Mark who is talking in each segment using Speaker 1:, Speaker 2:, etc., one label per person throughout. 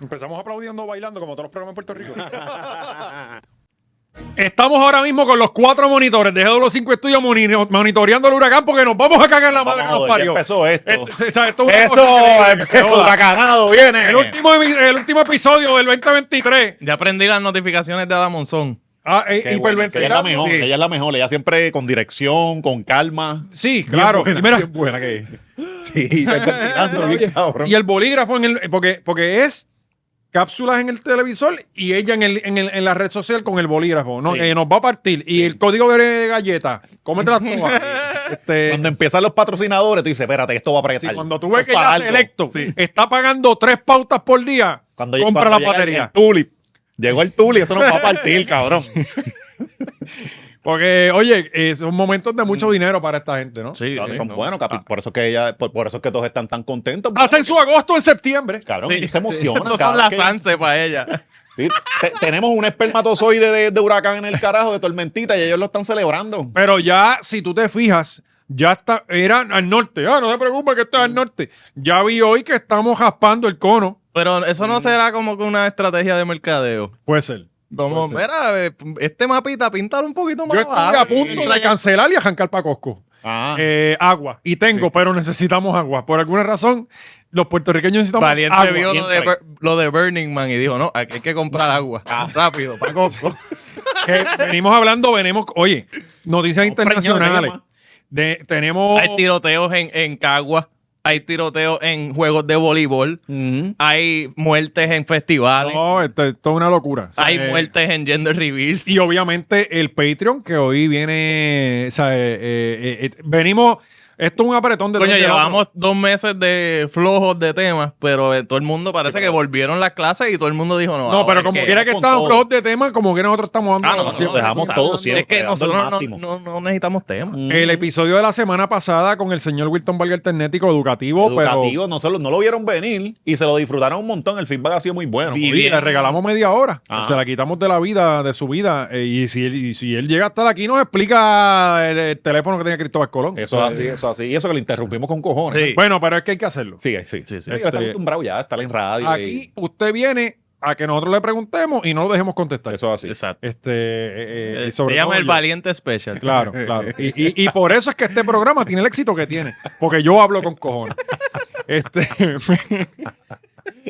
Speaker 1: Empezamos aplaudiendo, bailando, como todos los programas en Puerto Rico. Estamos ahora mismo con los cuatro monitores de GW5 Estudio moni- monitoreando el huracán porque nos vamos a cagar en la madre que
Speaker 2: Vamos,
Speaker 1: nos
Speaker 2: ya
Speaker 1: parió.
Speaker 2: empezó esto.
Speaker 1: Este- o sea, esto es una cosa
Speaker 2: Eso,
Speaker 1: que- que se
Speaker 2: empezó
Speaker 1: joda.
Speaker 2: huracanado, viene.
Speaker 1: El último, emi- el último episodio del 2023.
Speaker 3: Ya aprendí las notificaciones de Adam Monzón.
Speaker 1: Ah, eh,
Speaker 2: Qué bueno, que ella es la
Speaker 1: hiperventilando.
Speaker 2: mejor,
Speaker 1: Sí.
Speaker 2: ella es la mejor, ella siempre con dirección, con calma.
Speaker 1: Sí, claro.
Speaker 2: Bien
Speaker 1: Y mira,
Speaker 2: buena, bien buena que es. Sí, está investigando, bien cabrón.
Speaker 1: y el bolígrafo en el porque porque es cápsulas en el televisor y ella en, el, en, el- en la red social con el bolígrafo ¿no?
Speaker 2: Sí.
Speaker 1: Eh, nos va a partir y el código de galleta cómetelas todas este,
Speaker 2: Cuando empiezan los patrocinadores, tú dices, espérate, esto va a
Speaker 1: sí,
Speaker 2: apretar.
Speaker 1: cuando tú ves que
Speaker 2: Para
Speaker 1: ya
Speaker 2: algo.
Speaker 1: Selecto está pagando tres pautas por día
Speaker 2: Cuando lleg-
Speaker 1: compra la
Speaker 2: cuando llega el-
Speaker 1: batería
Speaker 2: El tulip. Llegó el tulip, eso nos va a partir, cabrón.
Speaker 1: porque oye eh, son momentos de
Speaker 2: Mm.
Speaker 1: mucho dinero para esta gente ¿no? Ah.
Speaker 3: Sí,
Speaker 2: Claro,
Speaker 3: sí,
Speaker 2: son
Speaker 3: no.
Speaker 2: buenos, capi- por eso que ella, por, por eso es que todos están tan contentos.
Speaker 1: hacen su agosto en septiembre
Speaker 2: Cabrón,
Speaker 3: Sí,
Speaker 2: y se emocionan.
Speaker 3: No
Speaker 2: cada
Speaker 3: son las
Speaker 2: vez que-
Speaker 3: Sanse para ella.
Speaker 2: Sí, te- tenemos un espermatozoide de, de huracán en el carajo, de tormentita, y ellos lo están celebrando.
Speaker 1: Pero ya, si tú te fijas, ya está, era al norte. Ah, no te preocupes que
Speaker 2: Mm.
Speaker 1: está al norte. Ya vi hoy que estamos jaspando el cono.
Speaker 3: Pero eso no será como que una estrategia de mercadeo.
Speaker 1: Puede ser.
Speaker 3: Vamos, mira, eh, este mapita, píntalo un poquito más
Speaker 1: Yo estoy
Speaker 3: abajo.
Speaker 1: a punto de cancelar y arrancar para Costco.
Speaker 2: Ah,
Speaker 1: Eh, agua. Y tengo, pero necesitamos agua. Por alguna razón, los puertorriqueños necesitamos
Speaker 3: Valiente
Speaker 1: agua. pues,
Speaker 3: vio lo de,
Speaker 2: siempre.
Speaker 3: Bur- lo de Burning Man y dijo, no, aquí hay que comprar agua. Rápido, para Costco. pues.
Speaker 1: Que venimos hablando, venimos, oye, noticias internacionales.
Speaker 2: preñados,
Speaker 1: De- tenemos...
Speaker 3: hay tiroteos en, en Cagua, hay tiroteos en juegos de voleibol,
Speaker 2: ujú.
Speaker 3: hay muertes en festivales,
Speaker 1: No, esto, esto es una locura. O sea,
Speaker 3: hay
Speaker 1: eh,
Speaker 3: muertes en gender reveals.
Speaker 1: Y obviamente el Patreon que hoy viene. O sea, eh, eh, eh, eh, venimos. Esto es un apretón de.
Speaker 3: Coño,
Speaker 1: de-
Speaker 3: llevamos dos meses de flojos de temas, pero eh, todo el mundo parece que volvieron las clases y todo el mundo dijo no.
Speaker 1: No,
Speaker 3: ahora
Speaker 1: pero
Speaker 3: es
Speaker 1: como
Speaker 3: que-
Speaker 1: quiera que
Speaker 2: con
Speaker 1: estaban
Speaker 2: todo.
Speaker 1: flojos de tema, como quiera nosotros estamos
Speaker 3: Ah,
Speaker 1: dando.
Speaker 3: no,
Speaker 2: Sí,
Speaker 3: no,
Speaker 2: dejamos
Speaker 3: no,
Speaker 2: todo
Speaker 3: no,
Speaker 2: siempre,
Speaker 3: Es que
Speaker 2: dando el
Speaker 3: nosotros
Speaker 2: máximo.
Speaker 3: no, no- no necesitamos temas.
Speaker 2: mm.
Speaker 1: El episodio de la semana pasada con el señor Wilton Valga Alternético educativo,
Speaker 2: Educativo, no, se lo, no lo vieron venir y se lo disfrutaron un montón. El feedback ha sido muy bueno.
Speaker 1: pero
Speaker 3: Bien.
Speaker 1: oye, le regalamos media hora.
Speaker 2: Ajá.
Speaker 1: Se la quitamos de la vida, de su vida. eh, y, si él, y si él llega a estar aquí, nos explica el, el teléfono que tenía Cristóbal Colón.
Speaker 2: Eso es así, eso es así. Y eso que lo interrumpimos con cojones.
Speaker 3: Sí.
Speaker 1: Bueno, pero es que hay que hacerlo.
Speaker 2: Sí, sí.
Speaker 3: Sí, sí.
Speaker 2: Yo estaba
Speaker 1: Este-
Speaker 2: acostumbrado ya a estar en radio.
Speaker 1: Aquí usted viene a que nosotros le preguntemos y no lo dejemos
Speaker 2: y-
Speaker 1: contestar.
Speaker 2: Eso es así.
Speaker 3: Exacto.
Speaker 1: Este, eh, eh,
Speaker 3: Eh,
Speaker 1: y
Speaker 3: Se
Speaker 1: sobre
Speaker 3: llama
Speaker 1: todo
Speaker 3: el
Speaker 1: yo.
Speaker 3: Valiente Special.
Speaker 1: Claro, claro. Y, y- y por eso es que este programa tiene el éxito que tiene, porque yo hablo con cojones. Este,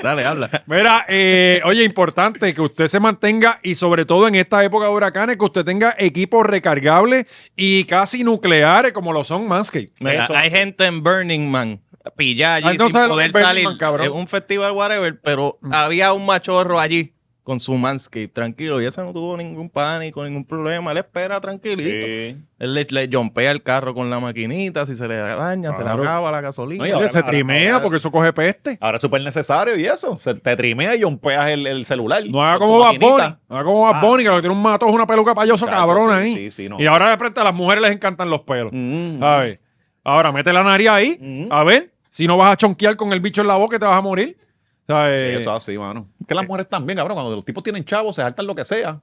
Speaker 3: Dale, habla.
Speaker 1: mira, eh, oye, importante que usted se mantenga y sobre todo en esta época de huracanes, que usted tenga equipos recargables y casi nucleares como lo son Manscaped.
Speaker 3: Mira,
Speaker 2: Eso.
Speaker 3: hay gente en Burning Man pillada allí
Speaker 1: Ah, entonces,
Speaker 3: sin poder
Speaker 1: Burning Man,
Speaker 3: salir.
Speaker 1: cabrón.
Speaker 3: Es un festival whatever, pero había un machorro allí con su manscape, tranquilo. Y ese no tuvo ningún pánico, ningún problema. Él espera tranquilito.
Speaker 2: Sí.
Speaker 3: Él le, le jumpea el carro con la maquinita, si se le daña, se
Speaker 1: Claro.
Speaker 3: le acaba la gasolina.
Speaker 2: No, y ahora-
Speaker 1: se
Speaker 2: ahora-
Speaker 1: trimea
Speaker 2: ahora- Ah,
Speaker 1: porque eso coge peste.
Speaker 2: Ahora es súper necesario y eso. Se- te trimea y jompeas el, el celular.
Speaker 1: No haga
Speaker 2: Con tu
Speaker 1: como Bad
Speaker 2: maquinita.
Speaker 1: Bunny, no haga como Bad
Speaker 2: Ah.
Speaker 1: Bunny, que lo que tiene un mato es una peluca payoso
Speaker 2: Chacho,
Speaker 1: cabrón
Speaker 2: sí,
Speaker 1: ahí.
Speaker 2: sí, sí, no.
Speaker 1: Y ahora de frente a las mujeres les encantan los pelos.
Speaker 2: Mm.
Speaker 1: ¿sabes? Ahora mete la nariz ahí,
Speaker 2: Mm.
Speaker 1: a ver, si no vas a chonquear con el bicho en la boca y te vas a morir. ¿sabes?
Speaker 2: Eso así, mano. Que las mujeres también, cabrón. Cuando los tipos tienen chavos, se saltan lo que sea.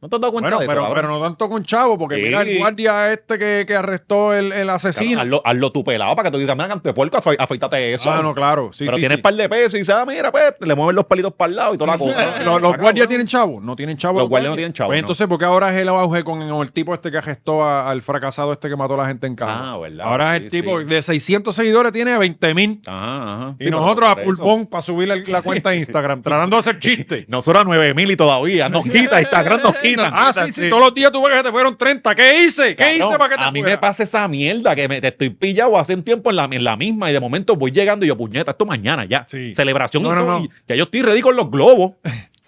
Speaker 2: ¿No te has dado cuenta
Speaker 1: bueno,
Speaker 2: de eso?
Speaker 1: pero,
Speaker 2: cabrón?
Speaker 1: pero no tanto con Chavo, porque
Speaker 2: Sí.
Speaker 1: mira el guardia este que, que arrestó el, el
Speaker 2: Cabrón,
Speaker 1: asesino.
Speaker 2: hazlo, hazlo tu pelado para que tú digas, mira, canto de puerco, afe- afeítate eso.
Speaker 1: Ah, no, claro. Sí,
Speaker 2: pero
Speaker 1: sí,
Speaker 2: tienes
Speaker 1: sí.
Speaker 2: par de pesos y dices, ah, mira, pues, le mueven los pelitos para el lado y toda la cosa.
Speaker 1: Los- los,
Speaker 2: Acá,
Speaker 1: guardias
Speaker 2: cabrón.
Speaker 1: tienen chavo, no tienen chavo.
Speaker 2: Los guardias no tienen chavo,
Speaker 1: Pues
Speaker 2: no.
Speaker 1: entonces, ¿por qué ahora es el auge con el tipo este que arrestó a- al fracasado este que mató a la gente en casa?
Speaker 2: Ah, verdad,
Speaker 1: Ahora es
Speaker 2: sí,
Speaker 1: el tipo
Speaker 2: sí.
Speaker 1: de 600 seguidores, tiene 20 mil.
Speaker 2: Ajá, ajá.
Speaker 1: Y
Speaker 2: Sí,
Speaker 1: nosotros a
Speaker 2: pero por eso.
Speaker 1: pulpón para subir la, la cuenta de Instagram, tratando de hacer chistes.
Speaker 2: Nosotros a 9000 y todavía. Nos quita, Instagram nos quita.
Speaker 1: Ah, sí, sí, todos los días tú ves que te fueron 30. ¿Qué hice? ¿Qué
Speaker 2: Cabrón,
Speaker 1: hice para que te
Speaker 2: A mí
Speaker 1: fuera?
Speaker 2: me pasa esa mierda que me, te estoy pillado hace un tiempo en la, en la misma y de momento voy llegando y yo, puñeta, esto mañana ya.
Speaker 1: Sí.
Speaker 2: Celebración.
Speaker 1: No,
Speaker 2: y
Speaker 1: no,
Speaker 2: todo,
Speaker 1: no.
Speaker 2: y ya yo estoy ready con los globos.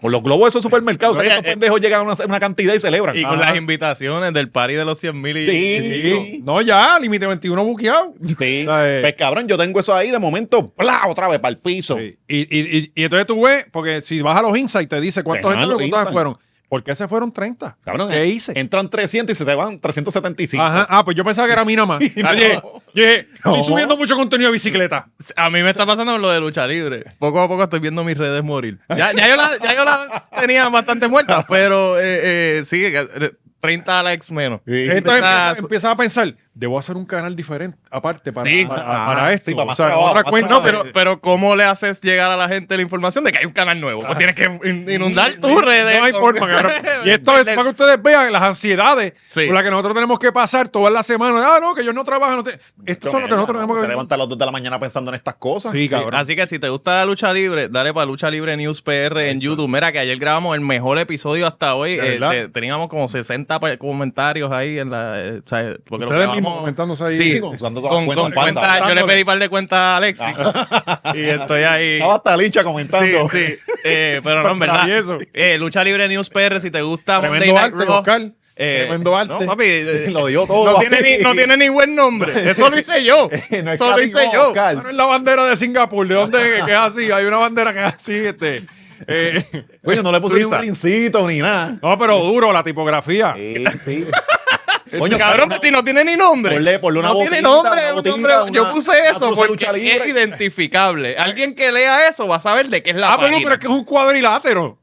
Speaker 2: Con los globos de esos supermercados. ¿Sabes que
Speaker 3: Oye,
Speaker 2: esos
Speaker 3: eh,
Speaker 2: pendejos llegan a una, una cantidad y celebran.
Speaker 3: Y con
Speaker 2: Ajá.
Speaker 3: las invitaciones del party de los 100 mil y...
Speaker 2: Sí,
Speaker 1: Sí.
Speaker 2: sí.
Speaker 1: No, ya, límite 21 buqueado.
Speaker 2: Sí.
Speaker 1: Ay.
Speaker 2: Pues cabrón, yo tengo eso ahí de momento, ¡plá! otra vez para el piso.
Speaker 1: Sí. Y, y, y, y entonces tú ves, porque si vas a los insights, te dice cuántos
Speaker 2: Ajá,
Speaker 1: entraron,
Speaker 2: los
Speaker 1: cuántos se
Speaker 2: insights.
Speaker 1: fueron. ¿Por qué se fueron 30?
Speaker 2: Cabrón,
Speaker 1: ¿Qué
Speaker 2: eh,
Speaker 1: hice?
Speaker 2: Entran 300 y se te van 375.
Speaker 1: Ajá. Ah, pues yo pensaba que era mí nada más. Yo dije, yo dije, estoy
Speaker 2: No.
Speaker 1: subiendo mucho contenido de bicicleta.
Speaker 3: A mí me está pasando lo de lucha libre. Poco a poco estoy viendo mis redes morir. Ya, ya yo, la, ya yo la tenía bastante muerta, pero eh, eh, sí, eh, 30 likes menos.
Speaker 2: Sí.
Speaker 1: Entonces
Speaker 3: Está-
Speaker 1: empiezas empieza a pensar, debo hacer un canal diferente, aparte, para,
Speaker 3: Sí.
Speaker 1: para, para
Speaker 2: Ajá,
Speaker 1: esto.
Speaker 2: sí, para más
Speaker 1: O sea,
Speaker 2: trabajo,
Speaker 1: otra
Speaker 2: más
Speaker 1: cuenta-
Speaker 3: No,
Speaker 2: trabajo.
Speaker 1: pero-
Speaker 3: pero, pero ¿cómo le haces llegar a la gente la información de que hay un canal nuevo? Pues tienes que in- inundar tus redes.
Speaker 1: No hay
Speaker 3: con-
Speaker 1: forma, cabrón. Y esto es para que ustedes vean las ansiedades
Speaker 3: Sí.
Speaker 1: por las que nosotros tenemos que pasar todas las semanas. Ah, no, que ellos no trabajan. No te- Esto es lo que nosotros tenemos
Speaker 2: Se
Speaker 1: que
Speaker 2: levanta a las 2 de la mañana pensando en estas cosas.
Speaker 1: Sí,
Speaker 3: Sí,
Speaker 1: cabrón.
Speaker 3: Así que si te gusta la lucha libre, dale para Lucha Libre News PR en YouTube. Mira que ayer grabamos el mejor episodio hasta hoy.
Speaker 1: ¿De
Speaker 3: Eh,
Speaker 1: verdad?
Speaker 3: te- teníamos como 60 pa- comentarios ahí en la... eh, o sea, porque lo
Speaker 1: Ustedes
Speaker 3: grabamos
Speaker 1: mismos comentándose ahí.
Speaker 3: Sí.
Speaker 1: Digo,
Speaker 2: Usando todas
Speaker 3: Con,
Speaker 2: las
Speaker 3: con
Speaker 2: cuentas falsas. Ah.
Speaker 3: cuentas- yo le pedí par de cuentas a Alexis y estoy ahí.
Speaker 2: Estaba hasta licha
Speaker 3: Sí,
Speaker 2: comentando.
Speaker 3: sí. Eh, pero no, en verdad.
Speaker 1: Travieso.
Speaker 3: Eh, Lucha Libre News PR, si te gusta Monday
Speaker 1: Tremendo
Speaker 3: Night
Speaker 1: arte,
Speaker 3: Raw,
Speaker 1: Oscar.
Speaker 3: eh,
Speaker 1: Tremendo arte.
Speaker 3: No, papi, eh,
Speaker 2: Lo dio todo.
Speaker 3: no tiene ni, no tiene ni buen nombre. Eso lo hice yo.
Speaker 2: No
Speaker 3: Eso lo hice
Speaker 2: escatimó,
Speaker 3: yo.
Speaker 2: Oscar.
Speaker 1: Ah, no es la bandera de Singapur, ¿de dónde que es así? Hay una bandera que es así, este. eh,
Speaker 2: Coño, no le puse ni un
Speaker 3: Suiza.
Speaker 2: rincito ni nada.
Speaker 1: no, pero duro la tipografía.
Speaker 2: Sí, sí.
Speaker 3: Coño, cabrón, que si no tiene ni nombre.
Speaker 2: Ponle- ponle una
Speaker 3: no
Speaker 2: botita,
Speaker 3: tiene nombre,
Speaker 2: una
Speaker 3: un
Speaker 2: botita,
Speaker 3: nombre.
Speaker 2: una-
Speaker 3: yo puse
Speaker 2: una
Speaker 3: eso
Speaker 2: blusa de
Speaker 3: porque
Speaker 2: lucha libre.
Speaker 3: es identificable. Alguien que lea eso va a saber de qué es la
Speaker 1: Ah, pero,
Speaker 3: página.
Speaker 1: pero es que es un cuadrilátero.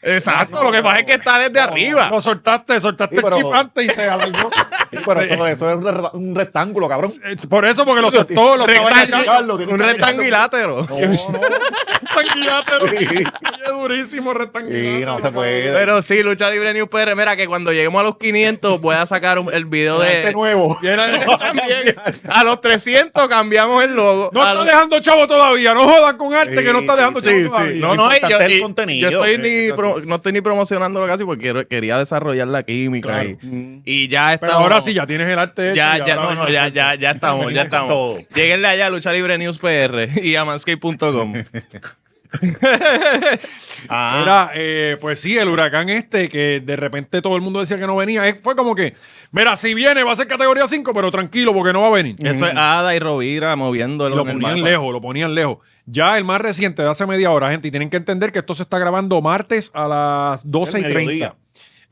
Speaker 3: Exacto, lo que pasa es que está desde arriba.
Speaker 1: Lo soltaste, soltaste
Speaker 2: Sí, pero-
Speaker 1: el chip antes y se alargó.
Speaker 2: Sí, Pero eso, eso es un re- un rectángulo, cabrón.
Speaker 1: Eh, Por eso, porque lo soltó, lo
Speaker 3: Rectángulo,
Speaker 1: estaba enganchando.
Speaker 2: Carlos, tiene
Speaker 3: un
Speaker 2: que
Speaker 3: rectangulátero.
Speaker 2: No, no.
Speaker 1: Rectangulátero.
Speaker 2: Sí.
Speaker 1: Oye, durísimo rectangulátero.
Speaker 2: Sí, no se puede.
Speaker 3: Pero sí, Lucha Libre News PR. Mira, que cuando lleguemos a los 500 voy a sacar un- el video
Speaker 2: Este
Speaker 1: eh,
Speaker 3: de...
Speaker 2: nuevo.
Speaker 1: Llena de-
Speaker 3: También. A los 300 cambiamos el logo.
Speaker 1: No
Speaker 3: A
Speaker 1: está
Speaker 3: los-
Speaker 1: dejando chavo todavía. No jodan con arte que no está
Speaker 2: Sí,
Speaker 1: dejando
Speaker 2: sí,
Speaker 1: chavo
Speaker 2: sí,
Speaker 1: todavía.
Speaker 2: sí.
Speaker 3: No, no, y
Speaker 2: Importante
Speaker 3: yo,
Speaker 2: el
Speaker 3: y-
Speaker 2: contenido.
Speaker 3: yo estoy
Speaker 1: Eh,
Speaker 3: ni
Speaker 1: exacto.
Speaker 3: pro- no estoy ni promocionándolo casi porque quiero- quería desarrollar la química
Speaker 1: Claro.
Speaker 3: y, y ya está.
Speaker 1: Pero ahora sí, ya tienes el arte hecho.
Speaker 3: Ya,
Speaker 1: y ahora
Speaker 3: ya, no, no,
Speaker 1: mismo-
Speaker 3: ya, ya, ya estamos, ya
Speaker 2: Venimos con todo.
Speaker 3: estamos. Lléguenle allá a Lucha Libre News PR y a manscape.com.
Speaker 2: Ah,
Speaker 1: Mira, eh, pues sí, el huracán este que de repente todo el mundo decía que no venía, eh, fue como que, mira, si viene va a ser categoría 5, pero tranquilo porque no va a venir.
Speaker 3: Eso es Ada y Rovira moviéndolo.
Speaker 1: Lo
Speaker 3: en el
Speaker 1: ponían
Speaker 3: mapa.
Speaker 1: lejos, lo ponían lejos. Ya el más reciente de hace media hora, gente, y tienen que entender que esto se está grabando martes a las 12 y
Speaker 2: El mediodía.
Speaker 1: 30.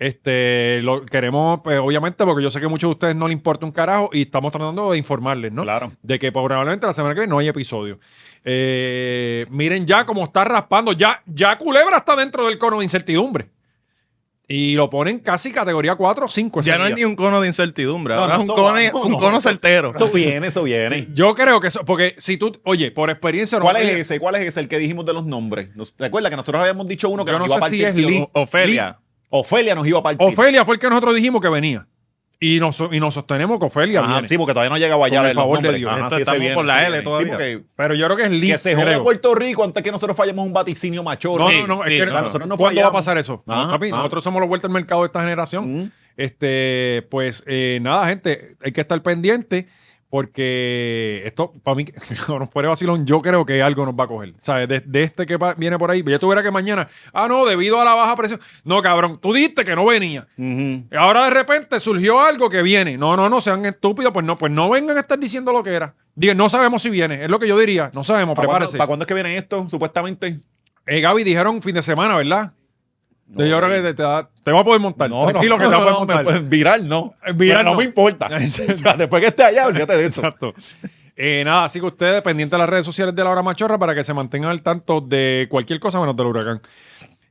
Speaker 1: Este, lo queremos, pues, obviamente, porque yo sé que a muchos de ustedes no les importa un carajo y estamos tratando de informarles, ¿no?
Speaker 2: Claro.
Speaker 1: De que probablemente la semana que viene no hay episodio. Eh, miren ya cómo está raspando. Ya, ya Culebra está dentro del cono de incertidumbre. Y lo ponen casi categoría 4 o 5.
Speaker 3: Ya no es ni un cono de incertidumbre,
Speaker 2: pues, No,
Speaker 3: ahora
Speaker 2: no,
Speaker 3: es un,
Speaker 2: eso
Speaker 3: cono,
Speaker 2: va, no,
Speaker 3: un
Speaker 2: no.
Speaker 3: cono certero.
Speaker 2: Eso viene, eso viene.
Speaker 1: Yo creo que eso, porque si tú, oye, por experiencia no
Speaker 2: ¿Cuál
Speaker 1: me-
Speaker 2: es ese? ¿Cuál es ese? El que dijimos de los nombres. Nos- ¿Te acuerdas que nosotros habíamos dicho uno que
Speaker 1: Yo
Speaker 2: nos
Speaker 1: no
Speaker 2: iba
Speaker 1: sé
Speaker 2: a
Speaker 1: si
Speaker 2: partir?
Speaker 1: es
Speaker 2: sí o
Speaker 1: Lee.
Speaker 2: no?
Speaker 3: Ofelia.
Speaker 2: Ofelia nos iba a partir.
Speaker 1: Ofelia fue el que nosotros dijimos que venía. Y nos, y nos sostenemos que Ofelia
Speaker 2: Ajá,
Speaker 1: viene.
Speaker 2: sí, porque todavía no llegaba allá
Speaker 1: Con el
Speaker 2: los
Speaker 1: favor de
Speaker 2: nombres.
Speaker 1: Dios.
Speaker 2: Ajá,
Speaker 3: Esto
Speaker 2: sí, ese
Speaker 3: estamos
Speaker 2: viene,
Speaker 3: por la
Speaker 2: ese
Speaker 3: L
Speaker 2: viene. Sí,
Speaker 3: todavía.
Speaker 2: porque
Speaker 1: Pero yo creo que es Lee.
Speaker 2: que se joda
Speaker 1: creo.
Speaker 2: Puerto Rico antes que nosotros fallemos un vaticinio machorro.
Speaker 1: No,
Speaker 3: Sí,
Speaker 1: no, no.
Speaker 3: sí,
Speaker 1: es que
Speaker 3: claro,
Speaker 2: nosotros no
Speaker 1: ¿Cuándo va a
Speaker 2: fallamos?
Speaker 1: pasar eso? No,
Speaker 2: Ajá,
Speaker 1: papi,
Speaker 2: ajá.
Speaker 1: Nosotros somos los vueltas al mercado de esta generación.
Speaker 2: Mm.
Speaker 1: Este, pues eh, nada, gente, hay que estar pendiente porque esto, para mí, no nos pone vacilón, yo creo que algo nos va a coger. ¿Sabes? De, de este que pa- viene por ahí. Yo tuviera que mañana, ah, no, debido a la baja presión. No, cabrón, tú dijiste que no venía.
Speaker 2: Ujú.
Speaker 1: Ahora de repente surgió algo que viene. No, no, no, sean estúpidos, pues no, pues no vengan a estar diciendo lo que era. Digan, no sabemos si viene, es lo que yo diría, no sabemos,
Speaker 2: ¿Para cuándo,
Speaker 1: prepárese.
Speaker 2: para cuándo es que viene esto, supuestamente?
Speaker 1: Eh, Gaby, dijeron fin de semana, ¿verdad? yo creo que te, te va- te va a poder montar.
Speaker 2: No,
Speaker 1: Tranquilo
Speaker 2: no,
Speaker 1: que te va a
Speaker 2: no,
Speaker 1: poder
Speaker 2: no,
Speaker 1: montar.
Speaker 2: me puede- viral no.
Speaker 1: Eh, viral
Speaker 2: Pero no.
Speaker 1: no.
Speaker 2: me importa. o sea, después que esté allá, olvídate de eso.
Speaker 1: Exacto. Eh, nada, así que ustedes pendientes de las redes sociales de la hora machorra para que se mantengan al tanto de cualquier cosa menos del huracán.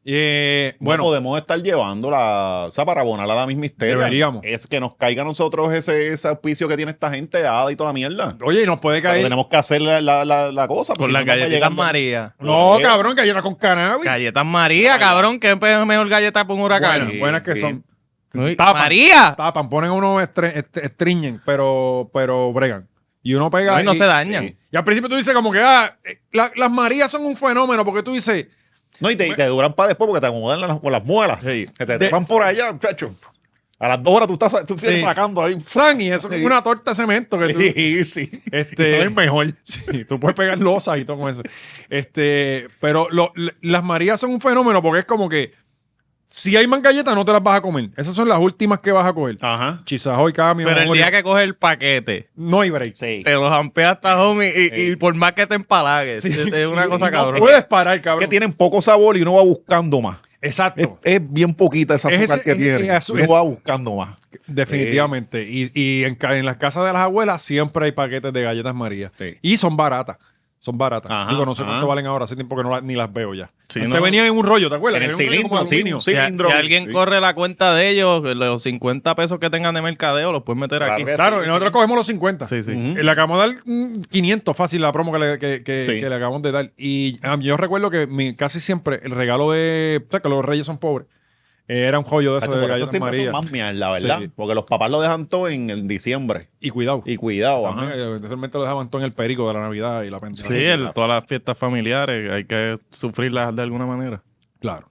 Speaker 1: Eh, bueno,
Speaker 2: Bueno, podemos estar llevando la, o sea, para abonar a la misma histeria.
Speaker 1: Deberíamos.
Speaker 2: Es que nos caiga a nosotros ese, ese auspicio que tiene esta gente, Ada y toda la mierda.
Speaker 1: oye, y nos puede
Speaker 2: Pero
Speaker 1: caer.
Speaker 2: tenemos que hacer la, la, la, la cosa.
Speaker 3: Con las galletas
Speaker 2: galletas
Speaker 3: María.
Speaker 1: No, cabrón, galleta con cannabis.
Speaker 3: Galletas María, cabrón, que es mejor galleta para un huracán.
Speaker 1: Buenas, buenas que son.
Speaker 3: Uy,
Speaker 1: Tapan.
Speaker 3: María.
Speaker 1: Tapan, ponen a uno estre- est- estringen, pero, pero bregan. Y uno pega.
Speaker 3: No, y no
Speaker 1: y-
Speaker 3: se dañan.
Speaker 1: Y al principio tú dices como que, ah, eh, la- las Marías son un fenómeno, porque tú dices,
Speaker 2: No, y te, y te duran para después porque te acomodan las, con las muelas. Que te
Speaker 1: De-
Speaker 2: trepan por allá, muchacho. A las dos horas tú estás tú sigues
Speaker 1: Sí.
Speaker 2: sacando ahí.
Speaker 1: Fran, y eso es una torta de cemento que tú,
Speaker 2: Sí, sí.
Speaker 1: Este,
Speaker 2: Saben
Speaker 1: mejor. Sí, tú puedes pegar losas y todo con eso. Este, pero lo- l- las Marías son un fenómeno porque es como que si hay más galletas no te las vas a comer. Esas son las últimas que vas a coger.
Speaker 2: Ajá.
Speaker 1: Quizás hoy cambio.
Speaker 3: Ah. Pero el día que coge el paquete,
Speaker 1: No hay break.
Speaker 2: Sí.
Speaker 3: te los ampea hasta home y, y
Speaker 2: Sí.
Speaker 3: por más que te empalagues, es es una cosa
Speaker 1: No
Speaker 3: cabrón.
Speaker 1: puedes parar,
Speaker 2: Que
Speaker 1: cabrón.
Speaker 2: tienen poco sabor y uno va buscando más. Es,
Speaker 1: Exacto.
Speaker 2: es bien poquita esa
Speaker 1: Es
Speaker 2: azúcar
Speaker 1: ese-
Speaker 2: que
Speaker 1: es-
Speaker 2: tiene.
Speaker 1: es azu-
Speaker 2: uno
Speaker 1: es-
Speaker 2: va buscando más.
Speaker 1: Definitivamente. Y, y en, ca- en las casas de las abuelas siempre hay paquetes de galletas María.
Speaker 2: Sí.
Speaker 1: Y son baratas. Son baratas.
Speaker 2: Ajá,
Speaker 1: Digo, no sé
Speaker 2: ajá.
Speaker 1: cuánto valen ahora. Hace tiempo que no la- ni las veo ya.
Speaker 3: Sí,
Speaker 1: Antes
Speaker 3: no.
Speaker 1: venían en un rollo, ¿te acuerdas?
Speaker 2: En el
Speaker 1: Era un rollo como
Speaker 2: cilindro,
Speaker 1: de
Speaker 2: sí,
Speaker 1: aluminio.
Speaker 2: sí.
Speaker 3: Si, si
Speaker 2: Cilindro.
Speaker 3: alguien
Speaker 2: Sí.
Speaker 3: corre la cuenta de ellos, los 50 pesos que tengan de mercadeo los puedes meter
Speaker 2: Claro
Speaker 3: aquí.
Speaker 2: que sí.
Speaker 1: Claro, y nosotros cogemos los 50.
Speaker 3: Sí, sí.
Speaker 2: Ujú.
Speaker 1: Eh, Le acabamos de dar mm, 500 fácil la promo que le, que- que-
Speaker 2: Sí.
Speaker 1: que le acabamos de dar. Y ah, yo recuerdo que mi- casi siempre el regalo de. O sea, que los reyes son pobres. eh, era un joyo de eso de
Speaker 2: Tacho, Ah, por eso
Speaker 1: galletas
Speaker 2: siempre
Speaker 1: María.
Speaker 2: son más mierda, la verdad.
Speaker 1: Sí.
Speaker 2: Porque los papás lo dejan todo en, en diciembre.
Speaker 1: Y cuidado.
Speaker 2: Y cuidado, ajá.
Speaker 1: También, eh, Realmente lo dejaban todo en el perico de la Navidad y la pendeja.
Speaker 3: Sí, el- todas las fiestas familiares hay que sufrirlas de alguna manera.
Speaker 1: Claro.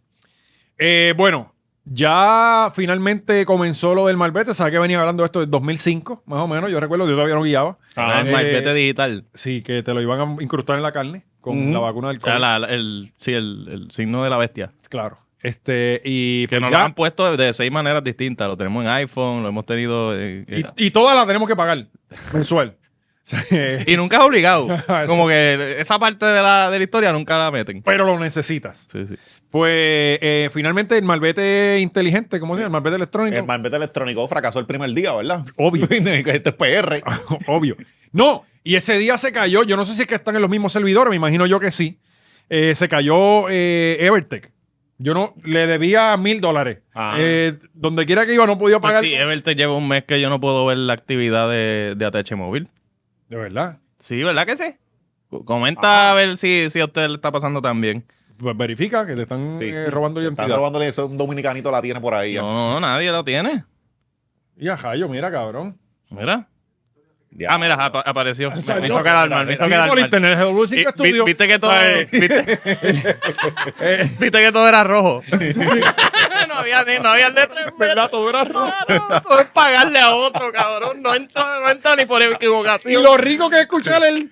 Speaker 1: Eh, bueno, ya finalmente comenzó lo del malvete. Sabes que venía hablando de esto del 2005, más o menos. Yo recuerdo que yo todavía no guiaba.
Speaker 2: Ah,
Speaker 3: el
Speaker 1: eh,
Speaker 3: malvete digital.
Speaker 1: Sí, que te lo iban a incrustar en la carne con
Speaker 2: Ujú.
Speaker 1: la vacuna del
Speaker 3: O sea,
Speaker 1: COVID.
Speaker 3: la- la- el, sí, el, el signo de la bestia.
Speaker 1: Claro. Este, y
Speaker 3: Que
Speaker 1: pues,
Speaker 3: nos
Speaker 1: ya.
Speaker 3: lo han puesto de, de seis maneras distintas. Lo tenemos en iPhone, lo hemos tenido. eh, eh,
Speaker 1: y, y todas las tenemos que pagar mensual. O sea, eh,
Speaker 3: y, nunca es obligado. Como que esa parte de la, de la historia nunca la meten.
Speaker 1: pero lo necesitas.
Speaker 3: Sí, sí.
Speaker 1: Pues eh, finalmente el malvete inteligente, ¿cómo se llama? El malvete electrónico.
Speaker 2: El malvete electrónico fracasó el primer día, ¿verdad?
Speaker 1: Obvio. Ah,
Speaker 2: este es PR.
Speaker 1: Obvio. No, y ese día se cayó. Yo no sé si es que están en los mismos servidores, me imagino yo que sí. Eh, se cayó eh, Evertech. Yo no le debía mil dólares.
Speaker 2: Ah.
Speaker 1: Eh, Donde quiera que iba, no podía pagar.
Speaker 3: Pues sí, Evertech lleva un mes que yo no puedo ver la actividad de, de ATH Móvil.
Speaker 1: De verdad.
Speaker 3: Sí, ¿verdad que sí? Co- Comenta a ver si, si a usted le está pasando también.
Speaker 1: Pues verifica que te están
Speaker 2: Sí.
Speaker 1: eh, robando
Speaker 2: Están
Speaker 1: identidad.
Speaker 2: robándole eso. Un dominicanito la tiene por ahí.
Speaker 3: No, no, nadie la tiene.
Speaker 1: Y a Jayo, mira, cabrón.
Speaker 3: Mira.
Speaker 2: Ya.
Speaker 3: Ah, mira, apa- apareció. Me,
Speaker 1: Salió.
Speaker 3: me hizo quedar mal, me hizo
Speaker 1: Sí,
Speaker 3: quedar
Speaker 1: por
Speaker 3: mal.
Speaker 1: internet, Hello Cinco
Speaker 3: Vi- vi-
Speaker 1: Studio.
Speaker 3: Viste que todo,
Speaker 1: ¿sabes?
Speaker 3: viste, viste que todo era rojo. no había ni, no había letra. en
Speaker 1: ¿Verdad? Todo era rojo.
Speaker 3: Claro, todo es pagarle a otro, cabrón. No entra, no entra ni por
Speaker 1: Y
Speaker 3: equivocación.
Speaker 1: lo rico que es escuchar el.